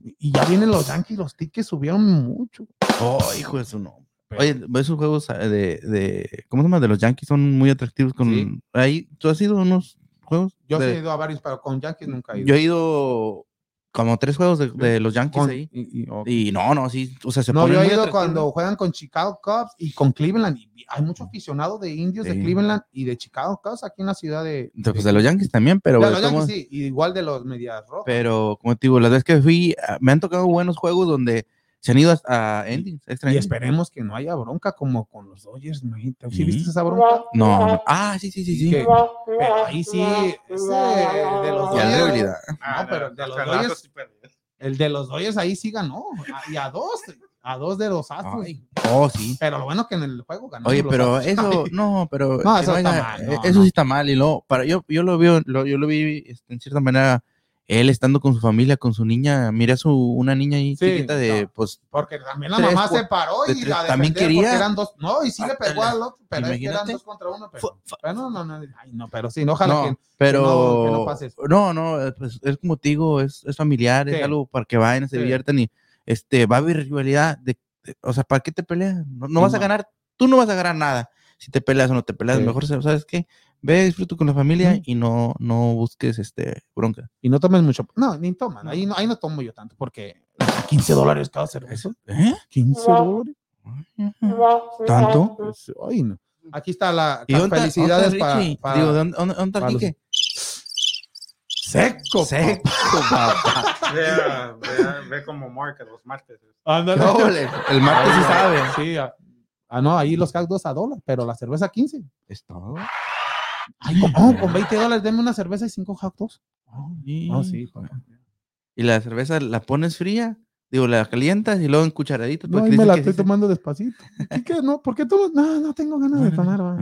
Y ya vienen los Yankees, los tickets subieron mucho. Oh, hijo de su nombre. Oye, esos juegos eh, de, de ¿cómo se llama? De los Yankees son muy atractivos con Sí. ahí. ¿Tú has ido a unos juegos? Yo sí de- he ido a varios, pero con Yankees nunca he ido. yo he ido como a tres juegos de, de los Yankees Con- ahí. y- y- ok. Y no, no, sí, o sea, se no, ponen yo he muy ido atractivos. cuando juegan con Chicago Cubs y con Cleveland. y hay muchos aficionados de indios Sí. de Cleveland y de Chicago Cubs aquí en la ciudad de. De, pues, de los Yankees también, pero de güey, los como- Yankees, sí, y igual de los Medias Rojas. pero como te digo, las veces que fui, ah, me han tocado buenos juegos donde se han ido a, a endings, extra y innings. esperemos que no haya bronca como con los Dodgers, imagínate. ¿Sí Sí. viste esa bronca? No, no. ah, sí, sí, sí, sí. Que- Ya Pero ahí sí, ese de los Ya la Dodgers, debilidad. Ah, No, pero de los Fernando Dodgers- sí perdió. el de los Dodgers ahí sí ganó. a- Y a dos, a dos de los Astros. Ay, Oh, sí. Pero lo bueno que en el juego ganó. Oye, los pero Astros. eso, no, pero No, que eso está haya- mal, eh, no, eso no. sí está mal y luego, para yo, yo lo veo, lo- yo lo vi este, en cierta manera, él estando con su familia, con su niña, mira su una niña ahí Sí, chiquita de, no. pues, Porque también la Tres, mamá cua- se paró de y tres- la también también quería. Ah, quería. Eran dos, no, y sí le pegó al otro, pero es que eran Imagínate. dos contra uno. Pero, Fu- fu- pero no, no, no, ay, no, pero sí, no, ojalá no, que. pero no- que no pase eso. no, no, eh, pues, es como te digo, es, es familiar, es Sí. algo para que vayan, se Sí. diviertan y este va a haber rivalidad de, de- o sea, ¿para qué te peleas? No, no vas a Simón. ganar, tú no vas a ganar nada si te peleas o no te peleas, Sí. mejor sabes qué, ve, disfruta con la familia Ujú. y no no busques este bronca. Y no tomes mucho. No, ni toman. Ahí no, ahí no tomo yo tanto, porque a 15 dólares cada cerveza. ¿Eh? 15 dólares. ¿Tanto? Pues, ay, no. Aquí está la ¿Y dónde- felicidades dónde para. Richie? Digo, ¿dónde, dónde, dónde está para el los- Quique? Seco. pues. (laughs) Seco, (laughs) papá. Vea- vea- Ve como marca los martes. Ándale. No, ole, el martes sí sabe. Sí, ah, ah, no, ahí los cactus a dólar, pero la cerveza 15. ¿Es todo? Ay, con, oh, con 20 dólares, deme una cerveza y 5 cactus. Oh, Ah, sí. ¿Y la cerveza la pones fría? Digo, la calientas y luego en cucharaditas. No, porque ahí me dicen la que estoy sí se- tomando despacito. ¿Y qué? No, ¿por qué tomas? No, no tengo ganas de tomar. va.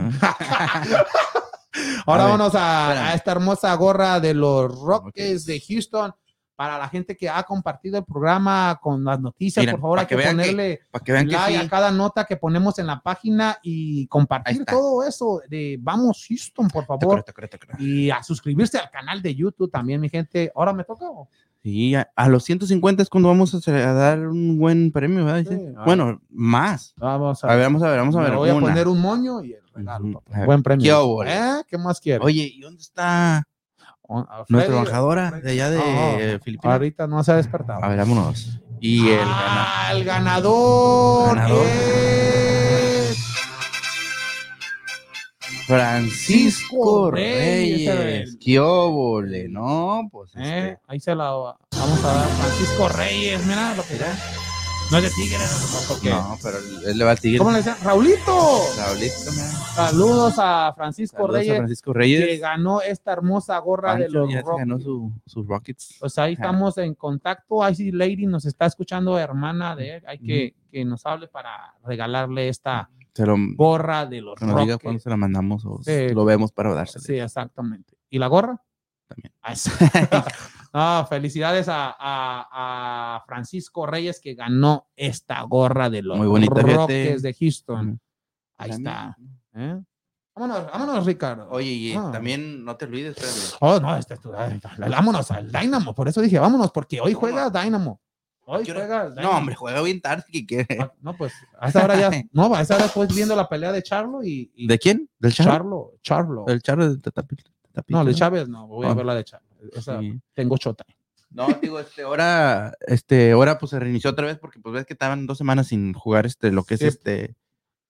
Ahora A ver, vámonos a, espérame. a esta hermosa gorra de los Rockets de Houston. Para la gente que ha compartido el programa con las noticias, Miren, por favor, para hay que que, vean que- ponerle Para que vean que like sí. a cada nota que ponemos en la página y compartir está. todo eso de Vamos Houston, por Te creo, favor. te creo, te creo. Y a suscribirse al canal de YouTube también, mi gente. Ahora me toca. o? Sí, a, a los 150 es cuando vamos a, hacer- a dar un buen premio, ¿verdad? Dice. Sí, a bueno, más. Vamos A ver, vamos a ver, vamos a me ver. voy a una. poner un moño y el regalo. Ujú, papá. a ver. Buen premio. ¿Qué hubo? ¿Eh? ¿Qué más quieres? Oye, ¿y dónde está O- a Freddy, nuestra embajadora de allá de Ah, Filipinas? Ahorita no se ha despertado. A ver, vámonos. Y el ganador. Ah, el ganador, Ganador. es Francisco Francisco Reyes. Reyes. ¡Qué óvole! No, pues. ¿Eh? este, Ahí se la vamos a dar. Francisco Reyes, mira lo que da. No es de Tigres. ¿por qué? No, pero él le va a seguir. ¿Cómo le decían? Raulito. Saulito, mira. Saludos Saludos a Francisco a Reyes, Francisco que Reyes. ganó esta hermosa gorra de Pancho los ya se ganó Rockets. su- sus Rockets. Pues ahí Ajá. estamos en contacto. Ahí sí, Lady nos está escuchando, hermana de él. Hay que que nos hable para regalarle esta Se lo, gorra de los que nos diga Rockets. cuándo se la mandamos o Sí. lo vemos para dársela. Sí, exactamente. ¿Y la gorra? También. Ah, sí. (laughs) (laughs) Ah, felicidades a, a- a Francisco Reyes que ganó esta gorra de los Muy bonita, fíjate. Rockets de Houston. Ujú. Ahí También. está. ¿eh? Vámonos, vámonos, Ricardo. Oye, y eh, Ah. también no te olvides, espérame. Oh, no, este, tú- ay, la- vámonos al Dynamo. Por eso dije, vámonos, porque hoy juega Dynamo. Hoy ¿Qué hora? juega el No, Dynamo. hombre, juega bien tarde que quiere. Ah, No, pues a esa hora ya. No, a esa hora pues viendo la pelea de Charlo y. (laughs) y ¿De quién? ¿Del Charro? Charlo, Charlo. ¿Del Charro de Tatapil- Tatapil- no, de Chávez no, voy a Ah. ver la de Charlo. Esa, Sí. Tengo chota. (laughs) No, digo, este, ahora, este, ahora pues se reinició otra vez porque pues ves que estaban dos semanas sin jugar este, lo que Sí. es este,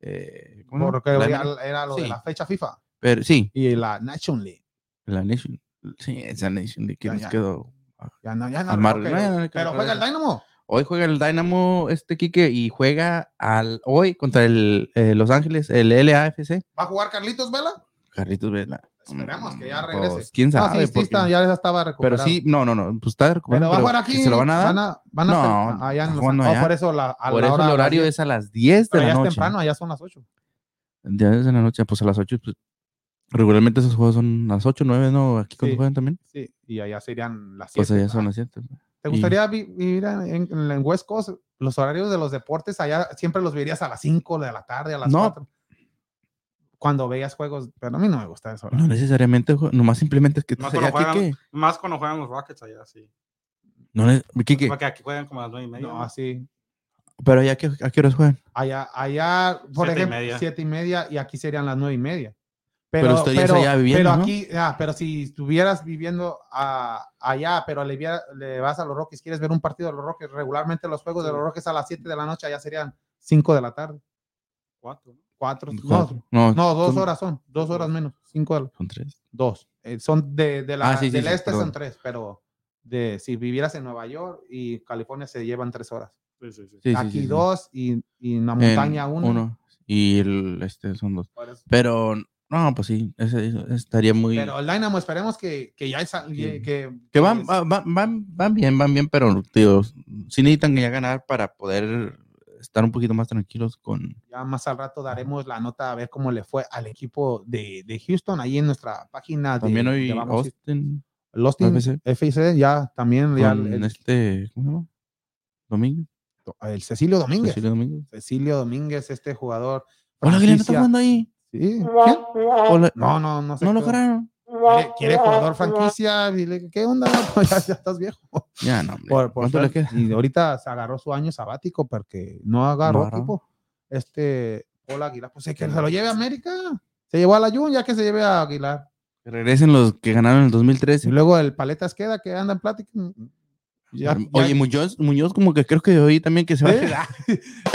eh, ¿cómo se llama? Porque La era, Nation- era lo Sí. de la fecha FIFA pero, sí, y la Nation League. la Nation, sí, esa Nation de que Ya, nos Ah, ya. quedó. Ya no, ya no. Al mar- ok, no, ya no le pero creo. juega el Dynamo. Hoy juega el Dynamo, este Quique, y juega al, hoy contra el eh, Los Ángeles, el LAFC. ¿Va a jugar Carlitos Vela? Carlitos Vela. Esperemos que ya Mm, regrese. pues, ¿Quién No, sabe? Ah, sí, sí, porque- está, ya estaba recuperado. pero sí, no, no, no, pues está Pero recuperando, va a pero jugar aquí. ¿Se lo van a dar? Van a, van a No, no, allá en está Los jugando Ángeles. allá. por eso, la, a Por la eso hora el de las horario 10. es a las 10 de Pero la ya es noche. temprano, allá son las 8. Ya desde la noche, pues a las 8, pues, regularmente esos juegos son las 8, 9, ¿no? Aquí cuando Sí. juegan también. Sí, y allá serían las 7. Pues allá son las 7. ¿Te y- gustaría vi- vivir en, en- en West Coast? Los horarios de los deportes allá siempre los verías a las 5 de la tarde, a las No. 4. Cuando veías juegos, pero a mí no me gusta eso. No necesariamente, jue- nomás simplemente es que Más estás allá, cuando juegan- Quique. Más cuando juegan los Rockets allá, sí. No ne- Quique, Porque aquí juegan como a las nueve y media. No, así. pero allá qué- a qué horas juegan. Allá, allá, por Siete y ejemplo, media. 7 y media y aquí serían las 9 y media. Pero estarías allá viviendo, pero ¿no? aquí, ah, pero si estuvieras viviendo ah, allá, pero le, viera- le vas a los Rockies, quieres ver un partido de los Rockies, regularmente los juegos de los Rockies a las 7 de la noche, allá serían 5 de la tarde, Cuatro. ¿no? 4, no, Cuatro. No, no, dos son- horas son, dos horas menos, 5 de la Son tres. dos. Eh, son de, de la, Ah, sí, sí, del sí, este perdón. son tres, pero de si vivieras en Nueva York y California se llevan tres horas. Sí, sí, sí. Sí, sí, Aquí sí, sí. dos y, y en la En montaña uno. uno. Y el, este son dos. Por eso. Pero, no, pues sí, ese- ese estaría muy. Pero el Dynamo, esperemos que, que ya esa- que, que- pues, que van, va- va- van, van bien, van bien, pero, tío, sí necesitan ya ganar para poder estar un poquito más tranquilos con, ya más al rato daremos la nota a ver cómo le fue al equipo de, de Houston ahí en nuestra página. de- También de, hoy Vamos Houston. Austin Los Team FC. FC, ya también ya con el, este, ¿cómo se llama? Domingo. el Cecilio Domínguez. Cecilio Domingo. Cecilio Domínguez, este jugador. Hola, que no está franquicia. jugando ahí. Sí. ¿quién? ¿Quién? Hola- No, no, no sé. no lo qué- agarraron. Quiere, quiere jugador franquicia, dile, ¿qué onda? (laughs) ya, ya estás viejo. Ya, no. hombre. Por- por ¿Cuánto le suerte. queda? Y ahorita se agarró su año sabático porque no agarró agarró. tipo. Este, Paul Aguilar, pues es que se lo lleve a América. Se llevó a la Jun, ya que se lleve a Aguilar. Que Regresen los que ganaron en el Y 2013. luego el Paletas queda, que anda en plática. mm, Ya, Oye, ya- Muñoz, Muñoz, como que creo que hoy también que se va Ah, a ¿Eh? quedar.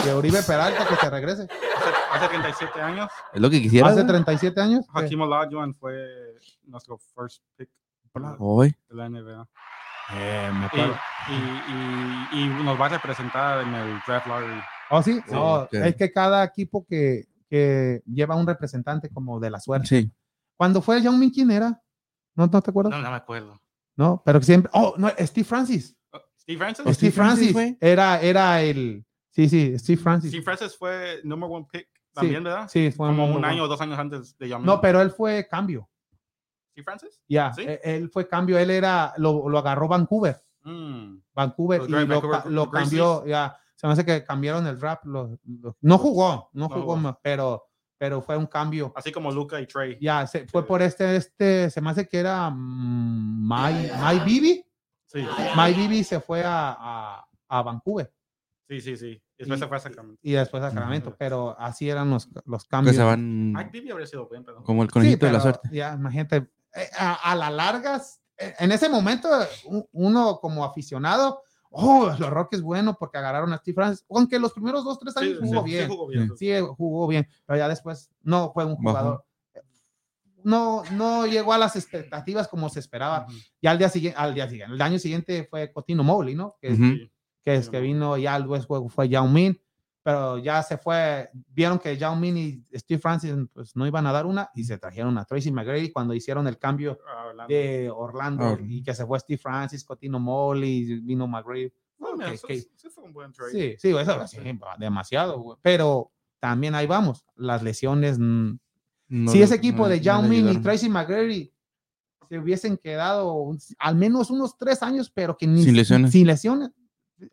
que Uribe Peralta, que se regrese. Hace, hace 37 años, Es lo que quisiera. Hace güey. 37 años. que- Hakim Olajuwon fue nuestro first pick de Hoy. la NBA. Eh, me Y, acuerdo. y, y, y nos va a representar en el draft lottery. Oh, sí, Sí, no, ok. es que cada equipo que, que lleva un representante como de la suerte. Sí. Cuando fue John Min, ¿quién era? ¿No, no te acuerdas? no me acuerdo. No, pero siempre. Oh, no, Steve Francis. Steve Francis. Steve Oh, Steve Francis Francis fue. era, era el. Sí, sí, Steve Francis. Steve Francis fue number one pick también, ¿verdad? Sí, fue Como muy un bueno. año o dos años antes de Yamin. No, pero él fue cambio. Steve Francis. Ya, ¿Sí? e- él fue cambio. Él era, lo, lo agarró Vancouver. Mm. Vancouver Los y Grand lo, Vancouver ca- lo Grizzlies. cambió. Ya, se me hace que cambiaron el rap. lo- lo- no jugó, no No jugó, jugó. ma- pero, pero fue un cambio. Así como Luca y Trey. Ya, se, fue Sí. por este, este, se me hace que era mm, Mike Mike Bibby. Sí, Mike Bibby se fue a, a, a Vancouver sí, sí. sí. Y después Y- se fue a Sacramento. y después a Sacramento, pero así eran los, los Que cambios. se van Mm. Mike Bibby habría sido bien, pero. como el Sí, conejito de la pero suerte. Ya, imagínate, eh, a, a la larga, s- eh, en ese momento, u- uno como aficionado, oh, los Rockets bueno porque agarraron a Steve Francis, aunque los primeros dos, tres años jugó bien, Sí, jugó bien. sí eh, jugó bien, pero ya después no fue un Bajó. jugador. eh, No, no llegó a las expectativas como se esperaba. Ujú. Ya al día siguiente, al día siguiente, el año siguiente fue Cotino Mowgli, ¿no? Que, Ujú. Sí. que es que vino ya al West fue, fue Yao Min, pero ya se fue, vieron que Yao Min y Steve Francis pues no iban a dar una y se trajeron a Tracy McGrady cuando hicieron el cambio Ah, Orlando. de Orlando Ah. y que se fue Steve Francis, Cotino Molly, vino McGrady. No, mira, que- eso- que- eso- eso fue un buen trade. Sí, sí, eso sí, demasiado, güey. pero también ahí vamos, las lesiones. mm. No si le- ese equipo no le- de Yao no le Min y ayudaron. Tracy McGrady se hubiesen quedado un- al menos unos tres años, pero que ni Sin lesiones. sin lesiones,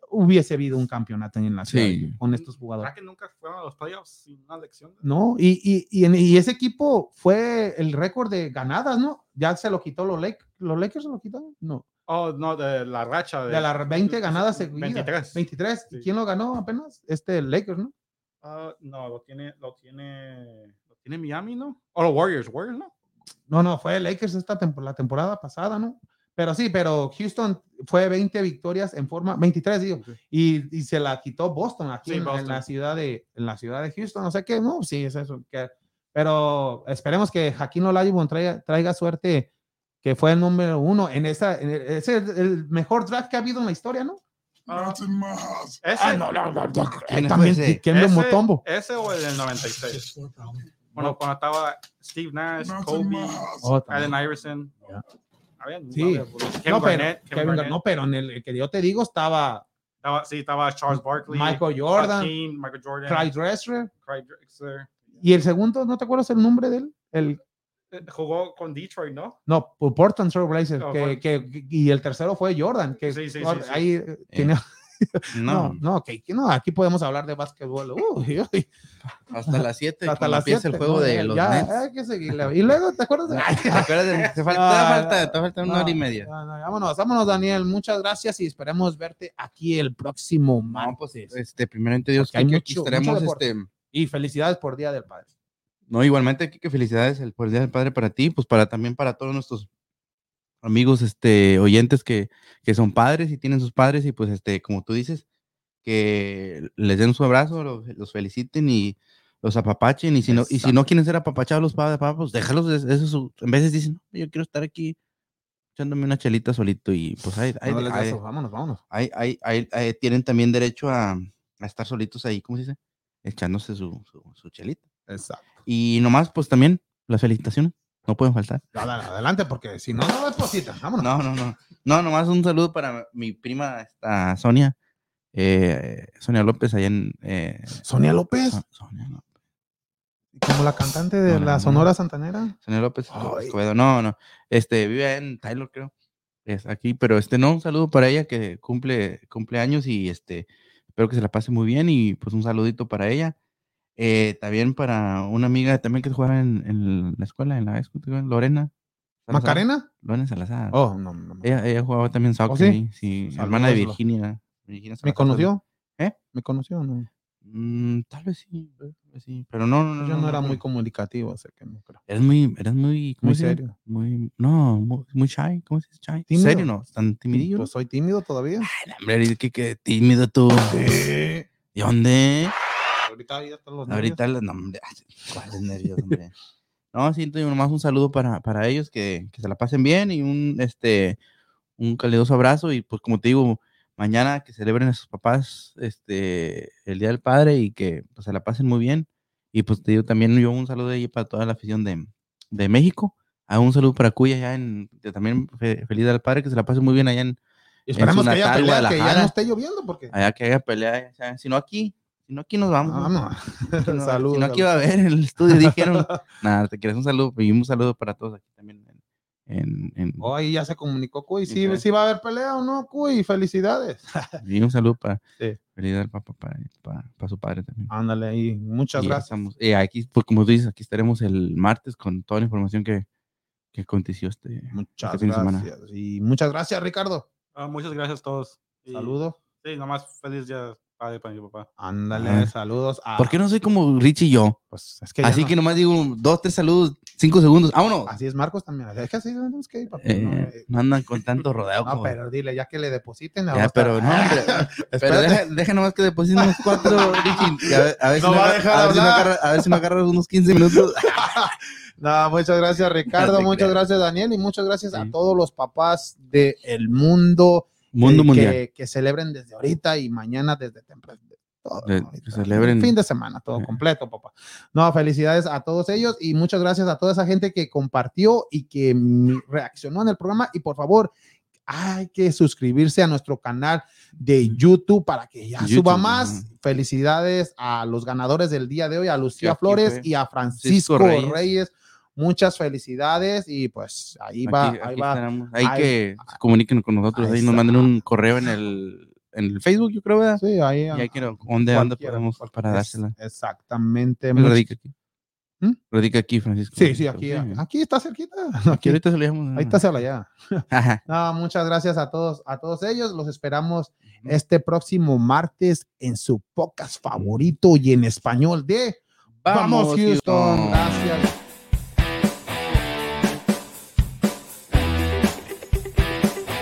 hubiese habido un campeonato en la ciudad Sí. con estos Mm, ¿Verdad jugadores. que nunca fueron a los playoffs sin una lección? ¿No? Y, y, y, en- y ese equipo fue el récord de ganadas, ¿no? Ya se lo quitó los Lakers. ¿Los Lakers se lo quitaron? No. Oh, no, de la racha. De las 20 ganadas seguidas. 23. 23. Sí. ¿Quién lo ganó apenas? Este Lakers, ¿no? Ah, no, lo tiene, lo tiene, lo tiene Miami, ¿no? O los Warriors, Warriors, ¿no? No, no, fue Lakers esta tempo- la temporada pasada, ¿no? Pero sí, pero Houston fue 20 victorias en forma, 23 digo, Ok. y, y se la quitó Boston aquí Sí, en, en la Boston. ciudad de, en la ciudad de Houston, o sea que no, sí, es eso. que- pero esperemos que Jaquín Olajuwon traiga, traiga suerte, que fue el número uno en esa, en el- ese es el mejor draft que ha habido en la historia, ¿no? Ah, Ese, ¿Quién Eh, fue también, ese? Dikembe ese- Mutombo. Ese o el del 96. Bueno, cuando estaba Steve Nash, Kobe, Oh, también. Allen Iverson. Ya. Había un Sí. par de bulos. Kevin no, pero, Garnett, Kevin Kevin Gar- Garnett. no, pero en el, el que yo te digo estaba Estaba- sí, estaba Charles Barkley, Michael Jordan, Hakeem, Michael Jordan, Clyde Drexler. Clyde Drexler. Y el segundo, ¿no te acuerdas el nombre de él? El, Eh, Jugó con Detroit, ¿no? no, por Portland Trail Blazers. Oh, que, Portland. que- y el tercero fue Jordan. Que Sí, sí, sí, Gord- sí. ahí eh, tenía- No, no, no, que- que no, aquí podemos hablar de básquetbol. uy, uy, hasta las 7. hasta las empieza el siete, juego ¿no? de Ya, los ya, Nets. (laughs) hay que seguirle. Y luego, ¿te acuerdas? (laughs) de- (laughs) Ay, ¿te acuerdas de- te falta, No, falta, te falta una No, hora y media. no, no, vámonos, vámonos, Daniel. Muchas gracias y esperemos verte aquí el próximo No, martes. pues, este, primeramente Dios, Porque hay Kike, aquí mucho- estaremos, mucho deporte. este, Y felicidades por Día del Padre. no, igualmente, Kike, felicidades el, por el Día del Padre para ti, pues para también para todos nuestros amigos, este, oyentes que, que son padres y tienen sus padres y pues, este, como tú dices, que les den su abrazo, los, los feliciten y los apapachen y si no, y si no quieren ser apapachados los padres, papá, pues déjalos, es- eso es su- en veces dicen, "No, yo quiero estar aquí echándome una chelita solito y pues ahí, ahí- No les ahí- beso, vámonos, vámonos. hay, hay, hay- eh, tienen también derecho a, a estar solitos ahí, ¿cómo se dice? Echándose su, su, su chelita. Exacto. Y nomás, pues también las felicitaciones, no pueden faltar. Adelante, porque si no, no depositan. Vámonos. (laughs) No, no, no. No, nomás un saludo para mi prima esta, Sonia. eh, Sonia López, allá en. eh, Sonia López, So- Sonia, no, como la cantante de No, la no. Sonora Santanera. Sonia López. Ay. Escobedo, No, no. Este, vive en Tyler, creo. Es aquí, pero este, no, un saludo para ella que cumple, cumple años y este, espero que se la pase muy bien y pues un saludito para ella. Eh, también para una amiga también que juega en, en la escuela, en la high school, creo, en Lorena. Salazar. ¿Macarena? Lorena Salazar. Oh, no, no. no. Ella, ella jugaba también soccer, ¿Oh, sí? Pues, ahí, sí, Saludos, hermana de Lor- Virginia. Virginia ¿Me Salazar también. conoció? ¿Eh? ¿Me conoció? No. Pues Mm, tal vez sí, tal vez sí, pero no, no, no. Yo no era muy pero comunicativo, así que no creo. Eres muy, eres muy, ¿cómo Muy se dice? serio. Muy, no, muy, muy shy. ¿Cómo se dice shy? Tímido. ¿Serio no? ¿Tan timidillo? Pues soy tímido todavía. no? Hombre, eres que, que tímido tú. ¿Y dónde? Ahorita ya están los Ahorita, los- no, hombre, ay, cuáles nervios, hombre. No, siento nomás un saludo para, para ellos, que, que se la pasen bien y un, este, un calidoso abrazo. Y pues como te digo, mañana que celebren a sus papás este, el Día del Padre y que pues, se la pasen muy bien. Y pues te digo también yo un saludo ahí para toda la afición de, de México. Ah, un saludo para Cuya, ya en, que también fe- feliz Día del Padre, que se la pasen muy bien allá en, Y esperemos en que su haya natal, pelea, que ya Guadalajara. no esté lloviendo, porque. allá que haya pelea. o sea, Si no aquí, si no aquí nos vamos. ¿no? Vamos. (laughs) Si no, (laughs) Saludos. si no, aquí iba a ver en el estudio, dijeron. Nada, te quieres un saludo. Y un saludo para todos aquí también. En, en- en- (laughs) Oh, ahí ya se comunicó Cuy. Sí, Ujú. sí va a haber pelea o no, Cuy. Felicidades. y un saludo para. Sí. Feliz al papá, para, para- para su padre también. Ándale ahí. Muchas Y gracias. estamos- eh, aquí, pues como tú dices, aquí estaremos el martes con toda la información que, que aconteció este. Muchas Este fin de semana. gracias. Y muchas gracias, Ricardo. Ah, muchas gracias a todos. Y- Saludos. Sí, nomás feliz día padre para mi papá. Ándale, Ah. saludos. A, ¿Por qué no soy como Rich y yo? Pues es que ya Así no- que nomás digo dos, tres saludos, cinco segundos. ¡Vámonos! Así es, Marcos también. Es que así tenemos que ir, papi, Eh, ¿no? no, Eh, andan con tanto rodeo. No, como- pero dile, ya que le depositen. Ya, vamos a- pero no, hombre. Pero Espérate. deja, deja nomás que depositen unos cuatro, Richie, que a ver, a ver No si va a agarra- dejar a ver si no hablar. agarra- a ver si no agarras unos 15 minutos. (laughs) No, muchas (laughs) gracias Ricardo, te muchas creas. gracias Daniel y muchas gracias a Sí. todos los papás del mundo, Mundo eh, mundial. Que, que celebren desde ahorita y mañana desde temprano. Todo, De- ¿no? que celebren. Eh. Fin de semana, todo Ajá. completo, papá. No, felicidades a todos ellos y muchas gracias a toda esa gente que compartió y que mm, reaccionó en el programa. Y por favor, hay que suscribirse a nuestro canal de YouTube para que ya YouTube, suba más. ajá. Felicidades a los ganadores del día de hoy, a Lucía aquí Flores fue y a Francisco, Reyes. Reyes. Muchas felicidades y pues ahí va, Aquí- ahí aquí va. estaremos. Ahí Ahí- que se comuniquen con nosotros, ahí ahí nos está. manden un correo en el en el Facebook, yo creo, ¿verdad? Sí, ahí. Y ajá, hay que dónde, dónde cualquiera, podemos cualquiera. para Es- dársela. Exactamente. Pues much- radica aquí. ¿Mm? Radica aquí, Francisco. Sí, sí, Francisco, aquí, sí. aquí está cerquita. Aquí Aquí, ahorita se lo dejamos. ahí está hacia allá. Ajá. No, muchas gracias a todos, a todos ellos. Los esperamos este próximo martes en su podcast favorito y en español de Vamos, Houston. Gracias.